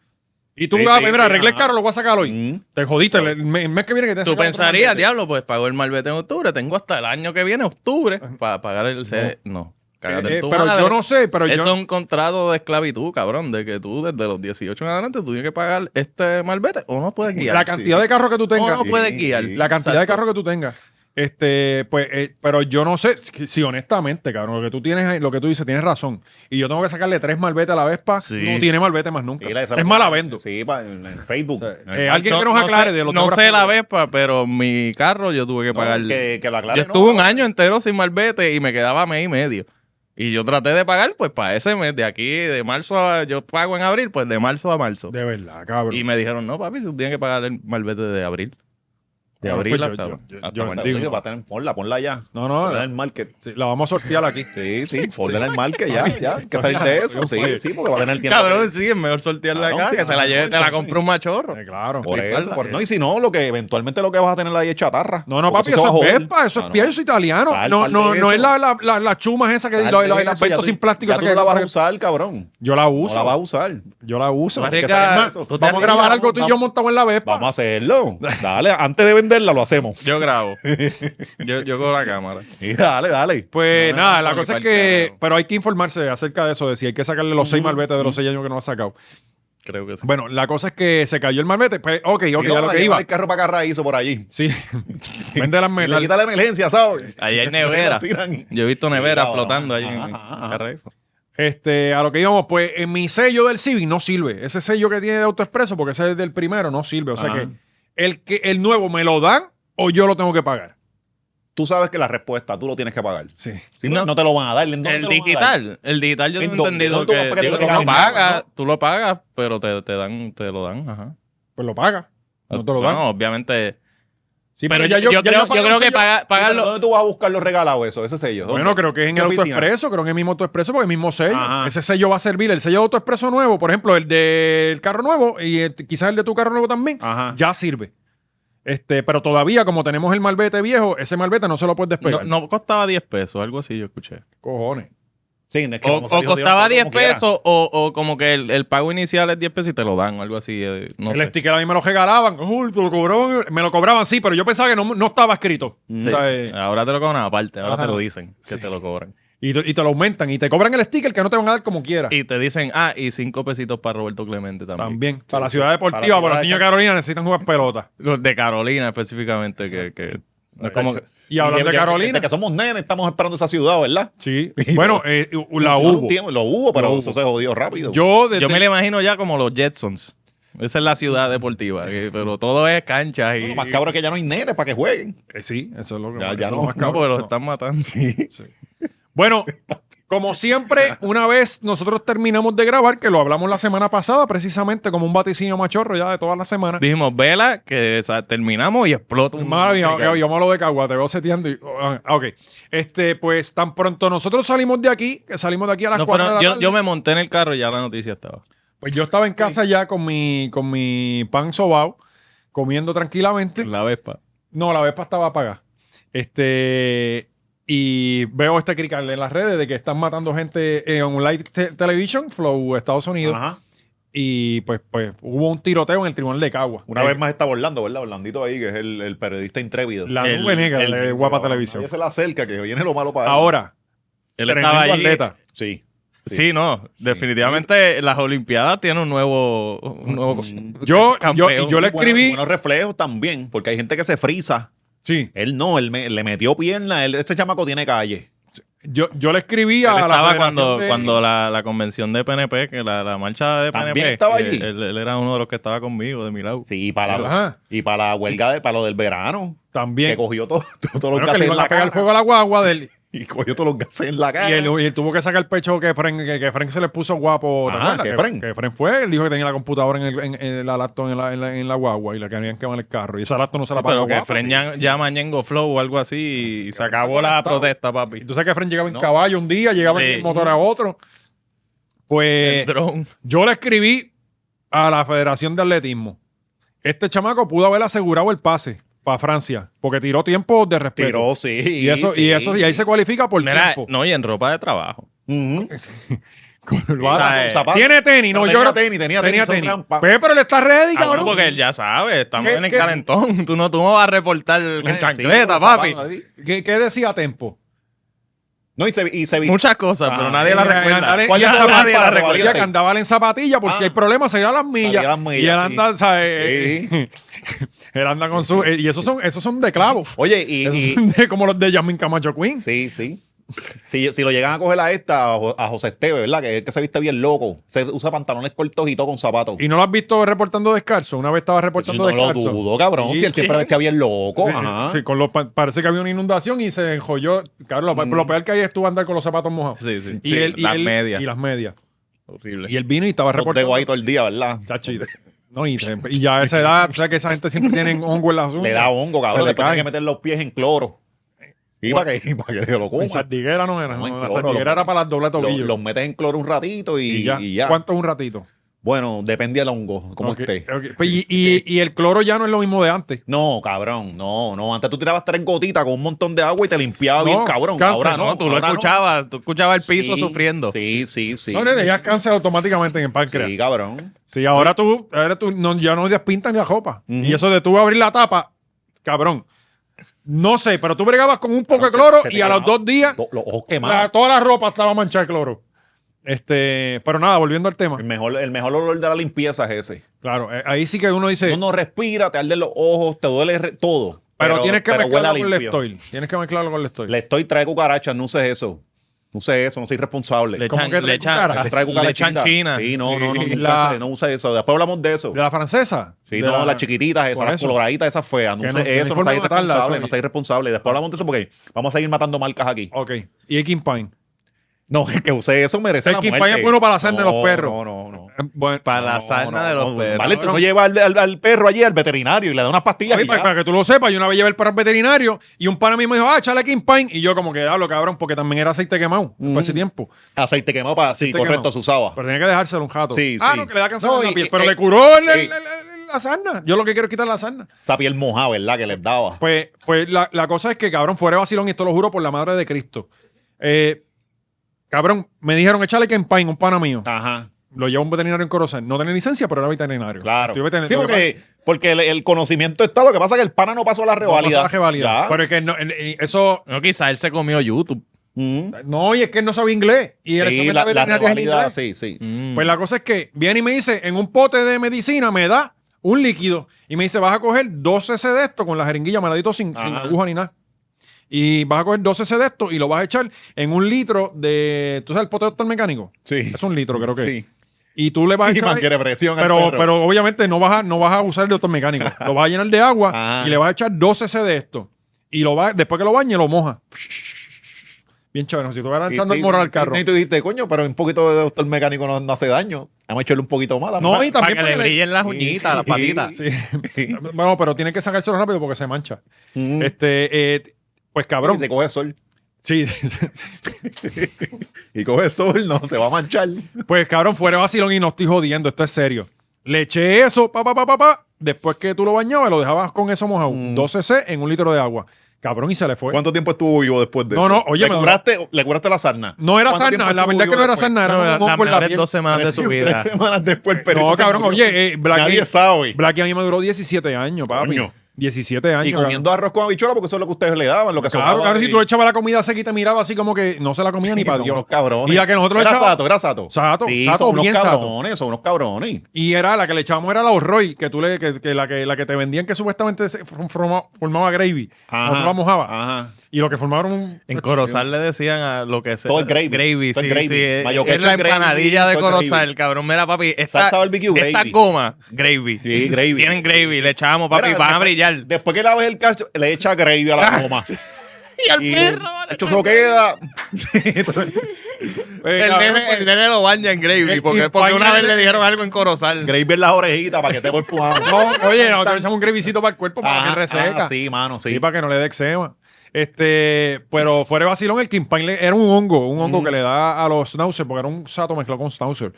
Speaker 1: Y tú
Speaker 2: Sí,
Speaker 1: vas a
Speaker 2: sí,
Speaker 1: mira,
Speaker 2: sí,
Speaker 1: arreglé el
Speaker 2: ajá.
Speaker 1: carro, lo voy a sacar hoy.
Speaker 2: Mm.
Speaker 1: Te jodiste, el, el mes el mes que viene que te
Speaker 3: Tú
Speaker 1: sacan otro
Speaker 3: pensarías,
Speaker 1: malvete.
Speaker 3: diablo, pues pagó el malvete en octubre, tengo hasta el año que viene, octubre, para pagar el... C- No, cágate en
Speaker 1: Eh, eh,
Speaker 3: tu
Speaker 1: pero
Speaker 3: madre.
Speaker 1: yo no sé, pero
Speaker 3: Esto
Speaker 1: yo,
Speaker 3: es un contrato de esclavitud, cabrón, de que tú desde los 18 en adelante tú tienes que pagar este malvete o no puedes guiar.
Speaker 1: la cantidad de carros que tú tengas.
Speaker 3: o no
Speaker 2: Sí,
Speaker 3: puedes guiar.
Speaker 2: sí.
Speaker 1: La cantidad de
Speaker 3: Exacto.
Speaker 1: carros que tú tengas. Este, pues, eh, pero yo no sé si, si honestamente, cabrón, lo que tú tienes, ahí- lo que tú dices, tienes razón. Y yo tengo que sacarle tres malvete a la Vespa,
Speaker 3: Sí.
Speaker 1: no tiene malvete más nunca.
Speaker 2: Sí, la- esa
Speaker 1: es
Speaker 2: la-
Speaker 1: mala vendo.
Speaker 2: Sí, pa- en en Facebook.
Speaker 1: Eh,
Speaker 2: En
Speaker 1: eh, alguien
Speaker 3: No-
Speaker 1: que nos
Speaker 3: no
Speaker 1: aclare
Speaker 3: sé-
Speaker 1: de los
Speaker 3: No
Speaker 1: obras
Speaker 3: sé la
Speaker 1: públicas.
Speaker 3: Vespa, pero mi carro yo tuve que
Speaker 2: No,
Speaker 3: pagar.
Speaker 2: que, que lo aclare,
Speaker 3: yo
Speaker 2: ¿no?
Speaker 3: estuve un año entero sin malvete y me quedaba mes y medio. Y yo traté de pagar, pues, para ese mes, de aquí, de marzo a... Yo pago en abril, pues, de marzo a marzo.
Speaker 1: De verdad, cabrón.
Speaker 3: Y me dijeron, no, papi, tú tienes que pagar el malvete de abril. De
Speaker 1: Bueno,
Speaker 3: abril
Speaker 1: pues, yo-
Speaker 3: hasta,
Speaker 1: yo- yo-
Speaker 3: hasta
Speaker 1: yo
Speaker 3: marzo.
Speaker 1: bendigo.
Speaker 2: Va a tener- ponla, ponla ya.
Speaker 1: No, no,
Speaker 2: Ponla
Speaker 1: la,
Speaker 2: en el market.
Speaker 1: sí, la vamos a sortear aquí.
Speaker 2: Sí, sí, ponla en el market ya, ya. Hay que salir de eso. Sí, sí, porque va a tener tiempo.
Speaker 3: Cabrón, sí, es mejor sortearla
Speaker 2: Cabrón,
Speaker 3: acá,
Speaker 2: sí,
Speaker 3: que se la
Speaker 2: no,
Speaker 3: lleve,
Speaker 2: no,
Speaker 3: te la
Speaker 2: sí.
Speaker 3: compró un machorro.
Speaker 1: Eh, claro.
Speaker 2: Por eso,
Speaker 3: Explicarla.
Speaker 2: por- no, y si no, lo que eventualmente lo que vas a tener ahí es chatarra.
Speaker 1: No, no,
Speaker 2: Porque
Speaker 1: papi, eso
Speaker 2: se va a
Speaker 1: es
Speaker 2: joder.
Speaker 1: Vespa, eso es
Speaker 2: Ah, no.
Speaker 1: pienso italiano.
Speaker 2: Sal,
Speaker 1: no,
Speaker 2: sal
Speaker 1: no,
Speaker 2: de
Speaker 1: no
Speaker 2: eso.
Speaker 1: es la, la, la- las chumas esas que
Speaker 2: Sal
Speaker 1: lo-
Speaker 2: de
Speaker 1: lo- el
Speaker 2: eso, ya
Speaker 1: aspecto
Speaker 2: tú-
Speaker 1: sin plástico.
Speaker 2: Ya
Speaker 1: esa
Speaker 2: tú
Speaker 1: que-
Speaker 2: la vas a usar, cabrón.
Speaker 1: Yo la
Speaker 2: No
Speaker 1: uso.
Speaker 2: la vas a usar.
Speaker 1: Yo la uso.
Speaker 3: Vas a
Speaker 1: Es
Speaker 3: llegar-
Speaker 1: más,
Speaker 3: tú te
Speaker 1: vamos a
Speaker 3: arriesgas,
Speaker 1: grabar algo
Speaker 3: vamos-
Speaker 1: tú y yo montamos en la Vespa.
Speaker 2: Vamos a hacerlo. Dale, antes de venderla lo hacemos.
Speaker 3: Yo grabo. yo, yo con la cámara.
Speaker 2: Y dale, dale.
Speaker 1: Pues
Speaker 3: No, no,
Speaker 1: nada,
Speaker 3: no,
Speaker 1: la
Speaker 3: ni
Speaker 1: cosa es
Speaker 3: pa'l
Speaker 1: que.
Speaker 3: carajo.
Speaker 1: Pero hay que informarse acerca de eso, de si hay que sacarle los seis
Speaker 2: Ujú,
Speaker 1: malbetes de los
Speaker 2: ujú.
Speaker 1: seis años que no ha sacado.
Speaker 3: Creo que sí.
Speaker 1: Bueno, la cosa es que se cayó el malvete. Pues, ok, ok,
Speaker 2: Y no,
Speaker 1: a lo
Speaker 2: la
Speaker 1: que
Speaker 2: lleva
Speaker 1: iba.
Speaker 2: El carro para carraízo por allí.
Speaker 1: Sí, vende las
Speaker 2: Y Le
Speaker 1: metal.
Speaker 2: quita la emergencia, ¿sabes?
Speaker 3: Ahí hay nevera. Ah,
Speaker 2: La tiran.
Speaker 3: Yo he visto nevera
Speaker 2: Cabrón.
Speaker 3: flotando ahí en
Speaker 2: Ajá,
Speaker 3: en
Speaker 2: ajá.
Speaker 3: Carrizo.
Speaker 1: Este, a lo que íbamos, pues en mi sello del Civic no sirve. Ese sello que tiene de AutoExpreso, porque ese es del primero, no sirve. O sea
Speaker 2: Ajá.
Speaker 1: que el, que el nuevo me lo dan o yo lo tengo que pagar.
Speaker 2: Tú sabes que la respuesta tú lo tienes que pagar.
Speaker 1: Sí.
Speaker 2: Si no,
Speaker 3: No.
Speaker 2: no te lo van a dar. ¿en dónde te lo van
Speaker 3: El
Speaker 2: a dar?
Speaker 3: digital, el digital yo
Speaker 2: ¿En
Speaker 3: tengo
Speaker 2: dónde?
Speaker 3: entendido
Speaker 2: ¿Dónde tú vas
Speaker 3: que
Speaker 2: para que
Speaker 3: digo,
Speaker 2: te
Speaker 3: tú lo
Speaker 2: regalen
Speaker 3: pagas,
Speaker 2: algo,
Speaker 3: tú lo pagas, pero te, te dan, te lo dan, ajá.
Speaker 1: Pues lo paga. No te lo dan.
Speaker 3: No, obviamente.
Speaker 1: Sí,
Speaker 3: Pero
Speaker 1: ya
Speaker 3: yo, yo
Speaker 1: ya
Speaker 3: creo,
Speaker 1: pagué
Speaker 3: yo
Speaker 1: un
Speaker 3: creo que
Speaker 1: sello.
Speaker 3: paga- pagarlo.
Speaker 2: ¿Dónde tú vas a buscar los regalados eso, ese sello? ¿Dónde?
Speaker 1: Bueno, creo que es en
Speaker 2: ¿Qué
Speaker 1: el
Speaker 2: oficina?
Speaker 1: AutoExpreso, creo que en el mismo AutoExpreso, porque es el mismo sello.
Speaker 2: Ajá.
Speaker 1: Ese sello va a servir. El sello de AutoExpreso nuevo, por ejemplo, el del carro nuevo y el- quizás el de tu carro nuevo también,
Speaker 2: Ajá.
Speaker 1: ya sirve. Este, pero todavía, como tenemos el malvete viejo, ese malvete no se lo puedes
Speaker 3: No,
Speaker 1: despegar.
Speaker 3: no costaba 10 pesos, algo así yo escuché.
Speaker 1: Cojones.
Speaker 2: Sí, no es que
Speaker 3: O,
Speaker 2: vamos a
Speaker 3: o
Speaker 2: Dios, Dios,
Speaker 3: costaba
Speaker 2: como
Speaker 3: 10
Speaker 2: quiera.
Speaker 3: pesos o, o como que el, el pago inicial es 10 pesos y te lo dan o algo así. eh, no
Speaker 1: el
Speaker 3: sé.
Speaker 1: sticker a mí me lo regalaban. Uy, te lo cobraban, me lo cobraban, sí, pero yo pensaba que no, no estaba escrito.
Speaker 2: Sí.
Speaker 1: O sea, eh,
Speaker 3: Ahora te lo cobran aparte, ahora
Speaker 1: Ajá.
Speaker 3: te lo dicen que
Speaker 1: Sí.
Speaker 3: te lo cobran.
Speaker 1: y, te, y te lo aumentan y te cobran el sticker que no te van a dar como quieras.
Speaker 3: Y te dicen, ah, y 5 pesitos para Roberto Clemente también.
Speaker 1: También. para la ciudad deportiva,
Speaker 2: Para la
Speaker 1: para los
Speaker 2: ciudad
Speaker 1: niños
Speaker 2: de-
Speaker 1: de Carolina necesitan jugar pelota.
Speaker 3: Los de Carolina específicamente, que, que- no es como que-
Speaker 1: Y hablando de
Speaker 2: desde-
Speaker 1: Carolina.
Speaker 2: Desde que somos nenes estamos esperando esa ciudad, ¿verdad?
Speaker 1: Sí. Bueno, eh, la
Speaker 2: Funcionó un
Speaker 1: hubo.
Speaker 2: tiempo, lo hubo, pero
Speaker 1: Lo hubo.
Speaker 2: eso se jodió rápido.
Speaker 1: Yo desde
Speaker 3: yo me lo imagino ya como los Jetsons. Esa es la ciudad deportiva, que- pero todo es canchas y...
Speaker 2: Lo más cabrón es que ya no hay nenes para que jueguen.
Speaker 1: Eh, sí, eso es lo que
Speaker 2: Ya-
Speaker 1: eso
Speaker 2: ya
Speaker 1: es lo
Speaker 2: no.
Speaker 1: más
Speaker 3: No,
Speaker 1: cabrón.
Speaker 3: porque los
Speaker 1: No.
Speaker 3: están matando.
Speaker 1: Sí. Bueno, como siempre, una vez nosotros terminamos de grabar, que lo hablamos la semana pasada, precisamente como un vaticinio machorro ya de todas las semanas.
Speaker 3: Dijimos, vela, que o sea, terminamos y explota. un-
Speaker 1: Pues, Madre mía,
Speaker 3: Ricardo.
Speaker 1: ok, yo me hablo de cagua, te veo seteando. Y, ah, ok, este, pues tan pronto nosotros salimos de aquí, que salimos de aquí a las
Speaker 3: No
Speaker 1: cuatro
Speaker 3: fueron-
Speaker 1: de la
Speaker 3: yo,
Speaker 1: tarde,
Speaker 3: yo me monté en el carro y ya la noticia estaba.
Speaker 1: Pues yo estaba en casa ya con mi, con mi pan sobao, comiendo tranquilamente.
Speaker 3: En la Vespa.
Speaker 1: No, la Vespa estaba apagada. Este. Y veo este crical en las redes de que están matando gente en un live te- television, Flow Estados Unidos.
Speaker 2: Ajá.
Speaker 1: Y pues, pues hubo un tiroteo en el tribunal de Cagua.
Speaker 2: Una
Speaker 1: Eh,
Speaker 2: vez más está Orlando, ¿verdad? Orlandito ahí, que es el, el periodista intrévido.
Speaker 1: La nube negra de Guapa Televisión.
Speaker 2: Nadie se la acerca, que viene lo malo para él.
Speaker 1: Ahora,
Speaker 3: Él
Speaker 1: tremendo
Speaker 3: estaba allí.
Speaker 1: atleta.
Speaker 2: Sí.
Speaker 3: Sí, no. Definitivamente las Olimpiadas tienen un nuevo. un nuevo
Speaker 1: Yo, yo,
Speaker 3: campeón.
Speaker 1: y yo le escribí.
Speaker 2: Buenos reflejos también, porque hay gente que se frisa.
Speaker 1: sí,
Speaker 2: Él no, él me- le metió pierna. Él, ese chamaco tiene calle.
Speaker 1: yo, yo le escribí
Speaker 3: Él
Speaker 1: a la.
Speaker 3: estaba
Speaker 1: Federación
Speaker 3: cuando,
Speaker 1: de-
Speaker 3: cuando la, la convención de PNP, que la, la marcha de
Speaker 2: También
Speaker 3: PNP.
Speaker 2: estaba
Speaker 3: que
Speaker 2: allí.
Speaker 3: Él, él era uno de los que estaba conmigo, de mi lado.
Speaker 2: Sí, para la,
Speaker 1: Ajá,
Speaker 2: y para la huelga, de, para lo del verano. Que
Speaker 1: también.
Speaker 2: cogió todo- todos los
Speaker 1: Bueno, que
Speaker 2: gases
Speaker 1: le
Speaker 2: en
Speaker 1: iban a
Speaker 2: la
Speaker 1: pegar
Speaker 2: cara.
Speaker 1: fuego a la guagua del,
Speaker 2: Y cogió todos los gases en la cara.
Speaker 1: Y él, y él tuvo que sacar el pecho que Frank, que, que Frank se le puso guapo. ¿te
Speaker 2: Ajá,
Speaker 1: acuerdas?
Speaker 2: que
Speaker 1: Que,
Speaker 2: Frank.
Speaker 1: que Frank fue, él dijo que tenía la computadora en, el, en, en la laptop en la, en, la, en la guagua y la querían quemar el carro. Y esa laptop no se la pagó.
Speaker 3: Pero que
Speaker 1: guapa.
Speaker 3: Fren ya- llama a Ñengo Flow o algo así y se acabó la protesta,
Speaker 1: Y
Speaker 3: papi.
Speaker 1: tú sabes que Frank llegaba en
Speaker 2: No.
Speaker 1: caballo un día, llegaba
Speaker 3: Sí.
Speaker 1: en motor a otro. Pues
Speaker 3: El dron.
Speaker 1: yo le escribí a la Federación de Atletismo. Este chamaco pudo haber asegurado el pase para Francia porque tiró tiempo de respeto.
Speaker 2: Tiró, sí.
Speaker 1: Y eso, y eso, y ahí se cualifica por
Speaker 3: Mira,
Speaker 1: tiempo.
Speaker 3: no, y en ropa de trabajo.
Speaker 2: Ujú.
Speaker 1: Lo ha-
Speaker 3: sea, eh,
Speaker 1: Tiene tenis, no,
Speaker 2: No,
Speaker 1: yo
Speaker 2: tenía
Speaker 1: creo-
Speaker 2: tenis, tenía tenis, son trampa.
Speaker 1: Ve, Pues, pero él está ready,
Speaker 3: Ah, bueno,
Speaker 1: cabrón.
Speaker 3: porque él ya sabe, estamos
Speaker 1: ¿Qué-
Speaker 3: en el
Speaker 1: qué-
Speaker 3: calentón. Tú no, tú no vas a reportar
Speaker 1: Eh,
Speaker 3: en
Speaker 2: Sí,
Speaker 3: chancleta,
Speaker 2: con los
Speaker 3: papi.
Speaker 2: zapatos así.
Speaker 1: ¿Qué, qué decía Tempo?
Speaker 2: No, y se, y se
Speaker 3: Muchas cosas, pero
Speaker 2: Ah,
Speaker 3: nadie la
Speaker 1: eh,
Speaker 3: recuerda.
Speaker 1: andale-
Speaker 3: ¿Cuál es
Speaker 2: ya
Speaker 3: la
Speaker 2: saben
Speaker 3: nadie la
Speaker 2: para
Speaker 3: recuerda?
Speaker 1: Decía
Speaker 2: Fíjate.
Speaker 1: que andaba en zapatilla por si
Speaker 2: Ah.
Speaker 1: hay problema, se iba a las millas.
Speaker 2: Salía a las
Speaker 1: y él
Speaker 2: millas,
Speaker 1: anda, o sea, eh,
Speaker 2: Sí.
Speaker 1: eh, él anda con su. eh, y esos son, esos son de clavos.
Speaker 2: Oye, y,
Speaker 1: Esos
Speaker 2: y-
Speaker 1: son de- como los de Yamin Camacho Queen.
Speaker 2: sí, sí. Si, si lo llegan a coger a esta, a Jo- a José Esteve, ¿verdad? Que, es el que se viste bien loco. Se usa pantalones cortos y todo con zapatos.
Speaker 1: Y no lo has visto reportando descalzo. Una vez estaba
Speaker 2: Eso
Speaker 1: reportando
Speaker 2: no lo
Speaker 1: descalzo.
Speaker 2: dudo, cabrón.
Speaker 1: Sí,
Speaker 2: si él siempre
Speaker 1: sí.
Speaker 2: vestía bien loco.
Speaker 1: Sí,
Speaker 2: Ajá.
Speaker 1: sí, con los pa- parece que había una inundación y se enjolló. Claro, lo,
Speaker 2: Mm.
Speaker 1: pe- lo peor que hay es tú andar con los zapatos mojados.
Speaker 3: Sí, sí.
Speaker 1: Y,
Speaker 3: Sí,
Speaker 1: él, y
Speaker 3: las
Speaker 1: él-
Speaker 3: medias.
Speaker 1: y las medias.
Speaker 3: Horrible.
Speaker 1: Y él vino y estaba
Speaker 2: Los dejo
Speaker 1: reportando.
Speaker 2: ahí todo el día, ¿verdad?
Speaker 1: Chacho, y- no, y, se- y ya a esa edad, o sea que esa gente siempre tiene hongo en las uñas.
Speaker 2: Le da hongo, cabrón.
Speaker 1: Se le
Speaker 2: Le tiene
Speaker 1: cae.
Speaker 2: que meter los pies en cloro. Y para que, para que lo
Speaker 1: En
Speaker 2: coman.
Speaker 1: sardiguera no era.
Speaker 2: No,
Speaker 1: No,
Speaker 2: en
Speaker 1: la
Speaker 2: cloro,
Speaker 1: sardiguera
Speaker 2: lo-
Speaker 1: era para las dobles
Speaker 2: Lo-
Speaker 1: tobillos.
Speaker 2: Los metes en cloro un ratito y,
Speaker 1: y, ya.
Speaker 2: y ya.
Speaker 1: ¿Cuánto es un ratito?
Speaker 2: Bueno, depende del hongo, como
Speaker 1: Ok,
Speaker 2: esté.
Speaker 1: ok. Pues, y, y- y el cloro ya no es lo mismo de antes.
Speaker 2: No, cabrón, no, no. Antes tú tirabas tres gotitas con un montón de agua y te limpiaba bien,
Speaker 1: No,
Speaker 2: cabrón.
Speaker 1: cáncer,
Speaker 2: ahora no,
Speaker 3: no, tú lo
Speaker 2: ahora no.
Speaker 3: escuchabas, tú escuchabas el piso
Speaker 2: Sí,
Speaker 3: sufriendo.
Speaker 2: Sí, sí, sí.
Speaker 1: no, nene, ya cáncer automáticamente en el páncreas.
Speaker 2: Sí,
Speaker 1: Sí,
Speaker 2: cabrón.
Speaker 1: ahora tú, ahora tú no, ya no despintas ni la ropa.
Speaker 2: Ujú.
Speaker 1: Y eso de tú abrir la tapa, cabrón. No sé, pero tú bregabas con un poco de
Speaker 2: Se-
Speaker 1: cloro
Speaker 2: se te
Speaker 1: y a los
Speaker 2: quemaba.
Speaker 1: dos días
Speaker 2: Lo- Los ojos
Speaker 1: la-
Speaker 2: quemados.
Speaker 1: toda la ropa estaba manchada de cloro. Este, pero nada, volviendo al tema.
Speaker 2: El mejor, el mejor olor de la limpieza es ese.
Speaker 1: Claro, eh, ahí sí que uno dice,
Speaker 2: Uno no respira, te arden los ojos, te duele re- todo.
Speaker 1: pero, tienes que
Speaker 2: pero
Speaker 1: mezclarlo
Speaker 2: huele
Speaker 1: con
Speaker 2: limpio.
Speaker 1: el estoil. Tienes que mezclarlo con el estoil.
Speaker 2: Le estoy trae cucarachas, no uses eso. No uses eso, no soy responsable.
Speaker 3: Le
Speaker 2: Le
Speaker 1: ¿Cómo
Speaker 3: echan,
Speaker 1: que
Speaker 3: le
Speaker 1: trae
Speaker 3: echan,
Speaker 1: cucaracha?
Speaker 2: trae
Speaker 3: le echan
Speaker 2: cucarachita.
Speaker 3: china.
Speaker 2: Sí, no, no, no,
Speaker 1: Y
Speaker 2: no,
Speaker 1: la-
Speaker 2: uses- no uses eso. Después hablamos de eso.
Speaker 1: ¿De la francesa?
Speaker 2: Sí,
Speaker 1: De
Speaker 2: no, las chiquititas, esas,
Speaker 1: por
Speaker 2: las
Speaker 1: eso.
Speaker 2: coloraditas, esas feas. No
Speaker 1: Que
Speaker 2: sé,
Speaker 1: no- que no hay
Speaker 2: eso, no
Speaker 1: forma de
Speaker 2: seas
Speaker 1: matarlas,
Speaker 2: irresponsable,
Speaker 1: eso-
Speaker 2: no seas irresponsable. Después hablamos de eso porque vamos a seguir matando marcas aquí.
Speaker 1: Ok. ¿Y el King Pine?
Speaker 2: No, el que use eso merece
Speaker 1: El
Speaker 2: la
Speaker 1: King
Speaker 2: muerte.
Speaker 1: Pie es bueno para la sarna de los
Speaker 2: No,
Speaker 1: perros.
Speaker 2: No, no, no.
Speaker 1: Eh, Bueno,
Speaker 3: Para la
Speaker 2: No,
Speaker 3: sarna
Speaker 2: no,
Speaker 3: de los
Speaker 2: no,
Speaker 3: perros.
Speaker 2: Vale, tú no
Speaker 1: Cabrón.
Speaker 2: llevas al, al- al perro allí, al veterinario, y le das unas pastillas
Speaker 1: oye, pues, para,
Speaker 2: y ya.
Speaker 1: para que tú lo sepas, yo una vez llevé el perro al veterinario y un pana mío me dijo, ah, échale King Pine. Y yo como que, hablo, cabrón, porque también era aceite quemado
Speaker 2: Mm.
Speaker 1: por ese tiempo.
Speaker 2: aceite quemado para... Sí,
Speaker 1: Aceite
Speaker 2: correcto,
Speaker 1: quemado. Pues.
Speaker 2: se usaba.
Speaker 1: Pero tenía que dejárselo un jato.
Speaker 2: Sí,
Speaker 1: ah,
Speaker 2: sí.
Speaker 1: no, que eh, le da cáncer
Speaker 2: No,
Speaker 1: en la
Speaker 2: y-
Speaker 1: piel.
Speaker 2: y-
Speaker 1: Pero
Speaker 2: y-
Speaker 1: le curó el- el-
Speaker 2: y-
Speaker 1: el- el- la sarna. Yo lo que quiero es quitar la sarna.
Speaker 2: Esa piel mojada, ¿verdad? Que les daba.
Speaker 1: Pues, pues la, la cosa es que, cabrón, fuera de vacilón, y esto lo juro por la madre de Cristo. Eh, Cabrón, me dijeron echarle que en pain, un pana mío.
Speaker 2: Ajá.
Speaker 1: Lo lleva un veterinario en Corozal. No tenía licencia, pero era veterinario.
Speaker 2: Claro.
Speaker 1: Estudió veterinario.
Speaker 2: Sí,
Speaker 1: Lo que pasa-
Speaker 2: porque, porque el, el conocimiento está, lo que pasa es que el pana no pasó la
Speaker 1: no pasó
Speaker 2: revalida.
Speaker 1: la e- revalida.
Speaker 2: Ya.
Speaker 1: Pero es que no- en- en- eso.
Speaker 3: No, quizás él se comió YouTube.
Speaker 2: Mm.
Speaker 1: No, y es que él no sabía inglés. Y el
Speaker 2: Sí,
Speaker 1: examen
Speaker 2: la,
Speaker 1: de
Speaker 2: la
Speaker 1: veterinario es en
Speaker 2: revalida,
Speaker 1: inglés.
Speaker 2: sí, sí.
Speaker 3: Mm.
Speaker 1: Pues la cosa es que viene y me dice, en un pote de medicina me da un líquido. Y me dice, vas a coger 12 cc de esto con la jeringuilla maladito sin, sin
Speaker 2: Ajá.
Speaker 1: aguja ni nada. Y vas a coger 12 cc de esto y lo vas a echar en un litro de... ¿Tú sabes el pote de doctor mecánico?
Speaker 2: Sí.
Speaker 1: Es un litro, creo que. es.
Speaker 2: Sí.
Speaker 1: Y tú le vas a
Speaker 2: Y
Speaker 1: echar...
Speaker 2: mantiene presión al
Speaker 1: Pero,
Speaker 2: perro.
Speaker 1: pero obviamente no vas, a, no vas a usar el doctor mecánico. Lo vas a llenar de agua
Speaker 2: Ah.
Speaker 1: y le vas a echar 12 cc de esto. Y lo va, después que lo bañe, lo moja. Bien chévere. Si tú vas
Speaker 2: Sí,
Speaker 1: echando
Speaker 2: sí,
Speaker 1: el moral al
Speaker 2: sí,
Speaker 1: carro.
Speaker 2: Y tú dijiste, coño, pero un poquito de doctor mecánico no, no hace daño. Vamos a echarle un poquito más.
Speaker 1: No, y
Speaker 3: para
Speaker 1: también
Speaker 3: que
Speaker 1: porque
Speaker 3: le
Speaker 1: le-
Speaker 3: brillen las
Speaker 2: Sí,
Speaker 3: uñitas, las
Speaker 2: sí.
Speaker 3: patitas.
Speaker 1: Sí. bueno, pero tiene que sacárselo rápido porque se mancha.
Speaker 2: Mm.
Speaker 1: Este, eh, pues cabrón.
Speaker 2: Y se coge sol.
Speaker 1: Sí,
Speaker 2: Y coge sol, no, se va a manchar.
Speaker 1: pues cabrón, fuera de vacilón y no estoy jodiendo, esto es serio. Le eché eso, pa, pa, pa, pa, pa. Después que tú lo bañabas, lo dejabas con eso mojado.
Speaker 2: Mm.
Speaker 1: 12 c en un litro de agua. Cabrón, y se le fue.
Speaker 2: ¿Cuánto tiempo estuvo vivo después de
Speaker 1: No,
Speaker 2: eso?
Speaker 1: no, oye,
Speaker 2: ¿Le
Speaker 1: me-
Speaker 2: curaste, le curaste la sarna?
Speaker 1: No era
Speaker 2: ¿Cuánto
Speaker 1: sarna,
Speaker 2: tiempo
Speaker 1: la
Speaker 2: estuvo
Speaker 1: verdad es que
Speaker 2: vivo
Speaker 1: no era
Speaker 2: después?
Speaker 1: sarna,
Speaker 3: No,
Speaker 1: era
Speaker 3: las
Speaker 1: un hongo por la
Speaker 3: mejores
Speaker 1: piel.
Speaker 3: dos semanas de su vida.
Speaker 2: Tres semanas después, pero
Speaker 1: No, cabrón, oye, eh, Blackie,
Speaker 2: Nadie sabe.
Speaker 1: Blackie a mí me duró 17 años, papi.
Speaker 2: Coño.
Speaker 1: 17 años.
Speaker 2: Y comiendo arroz con habichuela porque eso es lo que ustedes le daban, lo que
Speaker 1: Claro, claro, si tú le echabas la comida seca y te miraba así como que no se la comía ni para Dios.
Speaker 2: cabrones.
Speaker 1: Y la que nosotros le
Speaker 2: Era
Speaker 1: echábamos-
Speaker 2: sato, era sato.
Speaker 1: Sato,
Speaker 2: Sí,
Speaker 1: sato,
Speaker 2: son unos
Speaker 1: bien sato.
Speaker 2: cabrones, son unos cabrones.
Speaker 1: Y era la que le echábamos era la Orroy, que tú le, que, que la que la que te vendían que supuestamente se form- forma- formaba gravy.
Speaker 2: Ajá, Ah.
Speaker 1: Nosotros la mojaba.
Speaker 2: Ajá.
Speaker 1: Y lo que formaron un- Eh,
Speaker 3: En Corozal le decían a lo que se
Speaker 2: Todo es gravy. Todo es
Speaker 3: sí,
Speaker 2: gravy.
Speaker 3: sí, es-
Speaker 2: Mayo
Speaker 3: es la
Speaker 2: ketchup, gravy,
Speaker 3: empanadilla de
Speaker 2: todo es
Speaker 3: Corozal,
Speaker 2: gravy.
Speaker 3: cabrón. Mira, papi, esta,
Speaker 2: Salsa barbecue,
Speaker 3: esta
Speaker 2: gravy.
Speaker 3: goma, gravy.
Speaker 2: Sí, gravy.
Speaker 3: Tienen gravy, le echamos, papi,
Speaker 2: Mira,
Speaker 3: van a
Speaker 2: después-
Speaker 3: brillar.
Speaker 2: Después que laves el cacho, le echa gravy a la goma.
Speaker 3: y al
Speaker 2: Esto se queda.
Speaker 1: Eh,
Speaker 3: El
Speaker 1: cabrón,
Speaker 3: nene,
Speaker 1: pues,
Speaker 3: el nene lo baña en gravy,
Speaker 1: Es
Speaker 3: porque,
Speaker 1: que
Speaker 3: porque una vez
Speaker 1: pañales-
Speaker 3: le dijeron algo en Corozal.
Speaker 2: Gravy en las orejitas para que te golpeando.
Speaker 1: no, oye, nosotros le echamos un gravycito para el cuerpo para que reseca.
Speaker 2: Ah, sí, mano, sí.
Speaker 1: Sí, para que no le dé eczema. Este, pero fuera de vacilón, el King Pine le- era un hongo, un hongo que le da a los Schnauzer, porque era un Sato mezclado con Schnauzer.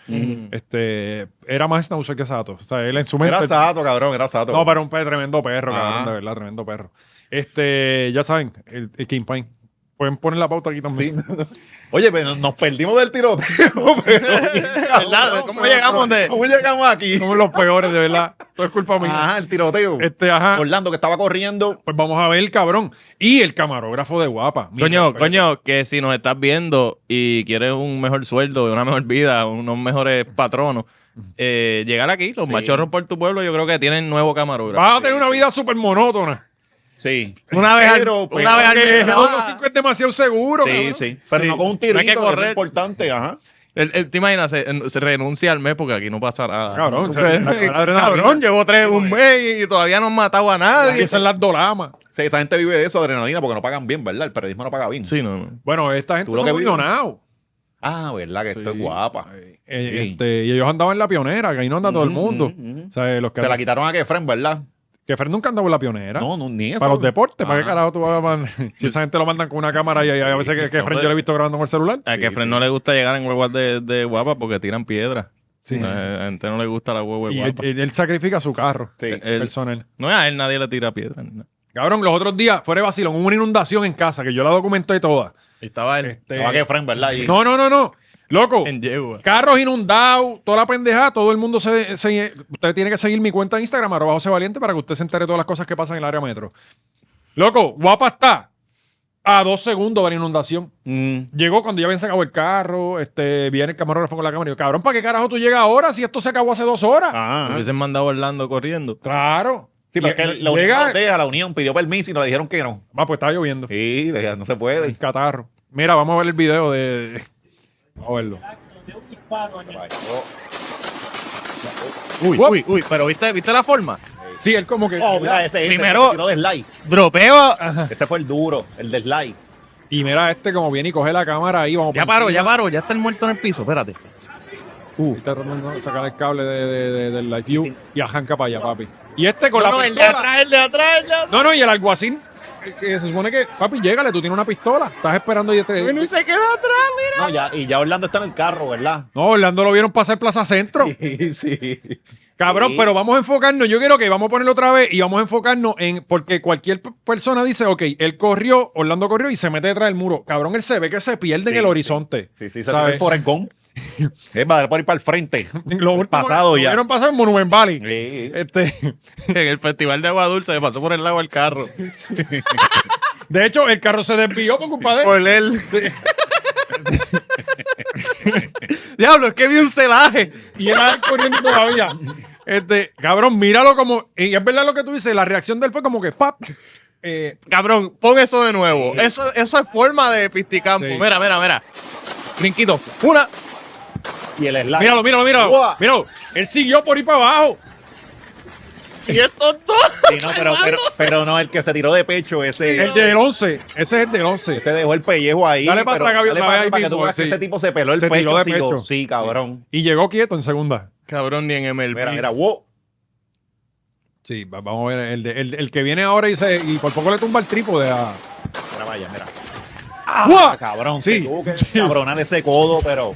Speaker 1: Este, era más Schnauzer que Sato. O sea, él en su mente.
Speaker 2: Era sato, Ah. cabrón, era sato.
Speaker 1: No, pero un pe- tremendo perro,
Speaker 2: Ajá.
Speaker 1: cabrón, de verdad, tremendo perro. Este, ya saben, el, el King Pine. Pueden poner la pauta aquí
Speaker 2: Sí.
Speaker 1: también.
Speaker 2: Oye, pero nos perdimos del tiroteo, pero.
Speaker 3: ¿Verdad? ¿Cómo llegamos de-
Speaker 2: ¿Cómo llegamos aquí?
Speaker 1: Somos los peores, de verdad. Todo es culpa mía.
Speaker 2: Ajá, el tiroteo.
Speaker 1: Este, ajá.
Speaker 2: Orlando que estaba corriendo.
Speaker 1: Pues vamos a ver, cabrón. Y el camarógrafo de guapa. Mira,
Speaker 3: Coño,
Speaker 1: pero-
Speaker 3: coño, que si nos estás viendo y quieres un mejor sueldo, una mejor vida, unos mejores patronos, eh, llegar aquí, los machorros por tu pueblo, yo creo que tienen nuevo camarógrafo.
Speaker 1: Vas a tener una vida súper monótona. Eh,
Speaker 2: Sí.
Speaker 3: Una vez al-
Speaker 2: Pero,
Speaker 3: una vez al
Speaker 1: Porque
Speaker 3: mes.
Speaker 1: el 2.5 es demasiado seguro.
Speaker 2: Sí,
Speaker 1: cabrón.
Speaker 2: sí. Pero
Speaker 3: Sí.
Speaker 2: no con un
Speaker 3: No
Speaker 2: tirito,
Speaker 3: hay que
Speaker 2: que es lo
Speaker 3: correr.
Speaker 2: importante, ajá.
Speaker 3: El- el- ¿Te imaginas? Se, se renuncia al mes porque aquí no pasa nada.
Speaker 1: Cabrón, se-
Speaker 3: Porque-
Speaker 1: la- la- la adrenalina.
Speaker 3: cabrón, llevo tres, un mes y todavía no han matado a nadie.
Speaker 1: Empiezan las dolamas.
Speaker 2: Sí, esa gente vive de eso, adrenalina, porque no pagan bien, ¿verdad? El periodismo no paga bien.
Speaker 3: Sí, no, no.
Speaker 1: Bueno, esta gente
Speaker 2: Tú lo
Speaker 1: son
Speaker 2: que vives.
Speaker 1: millonarios.
Speaker 2: Ah, ¿verdad? Que esto es
Speaker 1: Sí.
Speaker 2: guapa.
Speaker 1: Eh,
Speaker 2: Sí.
Speaker 1: este, y ellos andaban en la pionera, que ahí no anda todo el
Speaker 2: Ujú,
Speaker 1: mundo.
Speaker 2: ujú, ujú.
Speaker 1: O sea, eh, los que,
Speaker 2: Se la quitaron a Kefren, ¿verdad?
Speaker 1: que Fer nunca andaba en la pionera.
Speaker 2: No, no, ni eso.
Speaker 1: Para los deportes, ¿para qué
Speaker 2: Ajá.
Speaker 1: carajo tú vas a man- Si esa gente lo mandan con una cámara y, y a veces que, que Fren yo lo he visto grabando con el celular.
Speaker 2: Eh,
Speaker 3: A que Fred no le gusta llegar en huevas de, de guapa porque tiran piedra.
Speaker 1: Sí.
Speaker 3: A la gente no le gusta la hueva de
Speaker 1: Y él,
Speaker 3: guapa.
Speaker 1: él- él sacrifica su carro eh,
Speaker 2: Sí.
Speaker 3: Él-
Speaker 1: personal.
Speaker 3: no, a él nadie le tira piedra. ni nada.
Speaker 1: Cabrón, los otros días, fuera de vacilón, hubo una inundación en casa que yo la documenté toda.
Speaker 3: Estaba él
Speaker 1: Este,
Speaker 2: Estaba Kefren, ¿verdad? Y-
Speaker 1: no, no, no, no. Loco,
Speaker 3: en yegua.
Speaker 1: Carros inundados, toda la pendejada, todo el mundo se, se- Usted tiene que seguir mi cuenta de Instagram, arroba José Valiente, para que usted se entere de todas las cosas que pasan en el área metro. Loco, guapa está. A dos segundos de la inundación.
Speaker 2: Mm.
Speaker 1: Llegó cuando ya habían sacado el carro, este, viene el camarógrafo con la cámara y yo, cabrón, ¿para qué carajo tú llegas ahora si esto se acabó hace dos horas?
Speaker 2: Ajá.
Speaker 3: Hubiesen mandado a Orlando corriendo.
Speaker 1: Claro.
Speaker 2: Ah. Sí, pero es que
Speaker 1: Lle-
Speaker 2: la Unión
Speaker 1: llega-
Speaker 2: Europea, la Unión pidió permiso y nos dijeron que no.
Speaker 1: Ah, pues estaba lloviendo.
Speaker 2: Sí, le dijeron, no se puede.
Speaker 1: El catarro. Mira, vamos a ver el video de... Vamos a verlo.
Speaker 3: Uy, uy, uy, pero ¿viste, ¿viste la forma?
Speaker 1: Sí, él como que...
Speaker 2: Oh, mira, ese, ese
Speaker 3: Primero-
Speaker 2: ese tiró deslay.
Speaker 3: Dropeo.
Speaker 1: Ah.
Speaker 2: Ese fue el duro, el deslay.
Speaker 1: Y mira este como viene y coge la cámara ahí, vamos
Speaker 3: Ya
Speaker 1: para
Speaker 3: paró, ya paró, ya está el muerto en el piso, espérate.
Speaker 1: Uh, está tratando de sacar el cable de, de- de- del live view y arranca para allá, papi. Y este con la
Speaker 3: No, el de
Speaker 1: pistola.
Speaker 3: atrás, el de atrás, el de atrás.
Speaker 1: No, no, y el alguacil. eh, Que se supone que, papi, llégale, tú tienes una pistola. Estás esperando y este.
Speaker 3: Bueno, y se quedó atrás, mira.
Speaker 2: No, ya, y ya Orlando está en el carro, ¿verdad?
Speaker 1: No, Orlando lo vieron pasar Plaza Centro.
Speaker 2: Sí, sí.
Speaker 1: Cabrón,
Speaker 2: Sí.
Speaker 1: pero vamos a enfocarnos. Yo quiero que vamos a ponerlo otra vez y vamos a enfocarnos en. Porque cualquier p- persona dice, ok, él corrió, Orlando corrió y se mete detrás del muro. Cabrón, él se ve que se pierde en
Speaker 2: Sí,
Speaker 1: el
Speaker 2: sí.
Speaker 1: horizonte.
Speaker 2: Sí, sí, se
Speaker 1: ¿sabes?
Speaker 2: ve el Forrest Gump. Es para ir para el frente.
Speaker 1: Lo último
Speaker 2: pasado
Speaker 1: que
Speaker 2: ya.
Speaker 1: Vieron pasar en Monument Valley.
Speaker 2: Sí.
Speaker 1: Este,
Speaker 3: En el festival de agua dulce me pasó por el lado el carro.
Speaker 1: de hecho, el carro se desvió por culpa de él.
Speaker 3: Por él. Diablo, es que vi un celaje.
Speaker 1: y era corriendo todavía. Este, cabrón, míralo como. Y es verdad lo que tú dices, la reacción de él fue como que ¡pap! Eh,
Speaker 3: Cabrón, pon eso de nuevo. Eso, eso es forma de pisticampo.
Speaker 1: Sí.
Speaker 3: Mira, mira, mira. Brinquito. Una.
Speaker 2: Y el slide.
Speaker 1: míralo, míralo, míralo.
Speaker 2: Guau.
Speaker 1: Míralo. Él siguió por ir para abajo.
Speaker 3: Y estos dos.
Speaker 2: Sí, no, pero, pero, pero no, el que se tiró de pecho, ese,
Speaker 1: El del 11. Ese es el del 11.
Speaker 2: ese dejó el pellejo ahí.
Speaker 1: Dale para
Speaker 2: pero
Speaker 1: atrás, Gabriel,
Speaker 2: dale para
Speaker 1: ahí
Speaker 2: atrás para que
Speaker 1: mismo,
Speaker 2: tú veas que
Speaker 1: sí.
Speaker 2: este tipo se peló el
Speaker 1: Se
Speaker 2: pecho.
Speaker 1: tiró de
Speaker 2: sí, yo,
Speaker 1: pecho.
Speaker 2: sí, cabrón.
Speaker 1: Y llegó quieto en segunda.
Speaker 3: Cabrón, ni en MLB.
Speaker 2: Mira, mira, wow.
Speaker 1: Sí, va- vamos a ver. El, de- el- el que viene ahora y, se, y por poco le tumba el trípode a.
Speaker 2: Mira, vaya, mira.
Speaker 1: ¡Guau!
Speaker 2: Ah, Cabrón,
Speaker 1: Ah, Sí.
Speaker 2: se tuvo que cabronar ese codo, pero.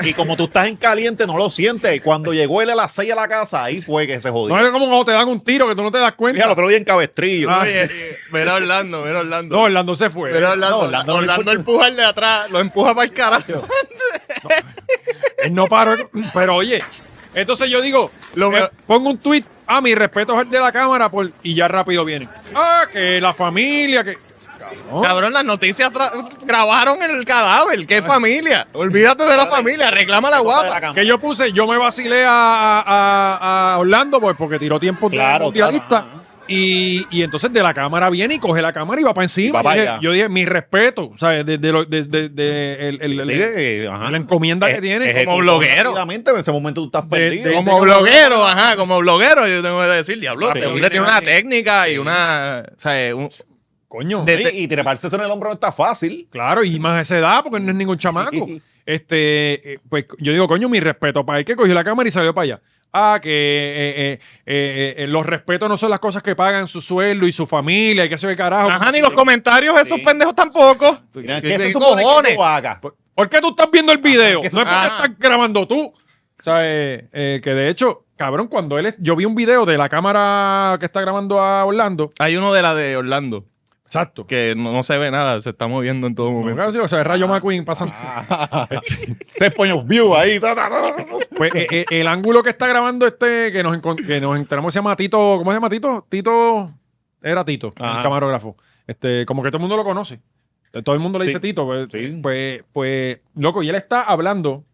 Speaker 2: Y como tú estás en caliente, no lo sientes. Cuando llegó él a las 6 a la casa, ahí fue que se jodió.
Speaker 1: No es como cuando te dan un tiro que tú no te das
Speaker 2: Mira, el
Speaker 1: cuenta.
Speaker 2: otro día en cabestrillo.
Speaker 1: Ah,
Speaker 3: Oye, eh, mira Orlando, mira Orlando.
Speaker 1: No, Orlando se fue.
Speaker 3: Mira Orlando,
Speaker 2: No, Orlando
Speaker 3: Orlando, Orlando,
Speaker 2: no le
Speaker 3: empuja el de atrás, lo empuja para el carajo.
Speaker 1: Él no paró. Pero oye, entonces yo digo,
Speaker 3: Lo
Speaker 1: eh,
Speaker 3: me-
Speaker 1: pongo un tweet a mi respeto al de la cámara por, y ya rápido vienen. Ah, que la familia, que. Cabrón.
Speaker 3: Cabrón, las noticias tra- grabaron el cadáver. ¿Qué familia? Olvídate de la familia, reclama la
Speaker 2: Cosa de la
Speaker 3: guapa.
Speaker 2: cama.
Speaker 1: Que yo puse, yo me vacilé a, a- a- a Orlando pues, porque tiró tiempo de
Speaker 2: Claro,
Speaker 1: mundialista.
Speaker 2: claro, ajá.
Speaker 1: Y, y entonces de la cámara viene y coge la cámara y va para encima.
Speaker 2: Y va para
Speaker 1: Yo dije-
Speaker 2: allá.
Speaker 1: yo dije, mi respeto, o sea, de, de lo- de- de- de- el- el- el-
Speaker 2: Sí, eh, ajá.
Speaker 1: la encomienda que
Speaker 2: Eh,
Speaker 1: tiene.
Speaker 2: ejecuta
Speaker 3: como bloguero.
Speaker 2: rápidamente, En ese momento tú estás perdido.
Speaker 1: de-
Speaker 3: Como bloguero, ajá, como bloguero, yo tengo que decir, diablo,
Speaker 2: Sí.
Speaker 3: este hombre tiene una técnica y una. O sea, eh, un-
Speaker 1: Coño.
Speaker 3: de-
Speaker 2: Sí, y treparse eso en el hombro no está fácil.
Speaker 1: Claro, y más a esa edad, porque no es ningún chamaco. Este, eh, pues yo digo, coño, mi respeto para el que cogió la cámara y salió para allá. Ah, que eh, eh, eh, eh, los respetos no son las cosas que pagan su sueldo y su familia y que eso qué carajo.
Speaker 3: Ajá, ni los comentarios esos
Speaker 2: Sí.
Speaker 3: pendejos tampoco.
Speaker 2: Mira,
Speaker 3: ¿Qué
Speaker 2: que se supone que
Speaker 3: cojones?
Speaker 2: tú hagas.
Speaker 1: ¿Por, Pues, por qué tú estás viendo el video?
Speaker 2: que
Speaker 1: no es porque
Speaker 3: ajá.
Speaker 1: estás grabando tú. O sea, eh, eh, que de hecho, cabrón, cuando él... es- yo vi un video de la cámara que está grabando a Orlando.
Speaker 3: Hay uno de la de Orlando,
Speaker 1: Exacto.
Speaker 3: que no, no se ve nada, se está moviendo en todo momento. Ah,
Speaker 1: O sea, Rayo McQueen pasando.
Speaker 2: Tres Este point of view ahí. ta, ta, ta, ta.
Speaker 1: Pues eh, eh, el ángulo que está grabando este, que nos, encon- que nos enteramos, se llama Tito, ¿cómo se llama Tito? Tito, era Tito, el
Speaker 2: Ajá.
Speaker 1: camarógrafo. Este, como que todo el mundo lo conoce. Eh, Todo el mundo le
Speaker 2: Sí.
Speaker 1: dice Tito. Pues,
Speaker 2: Sí.
Speaker 1: pues, pues, loco, y él está hablando,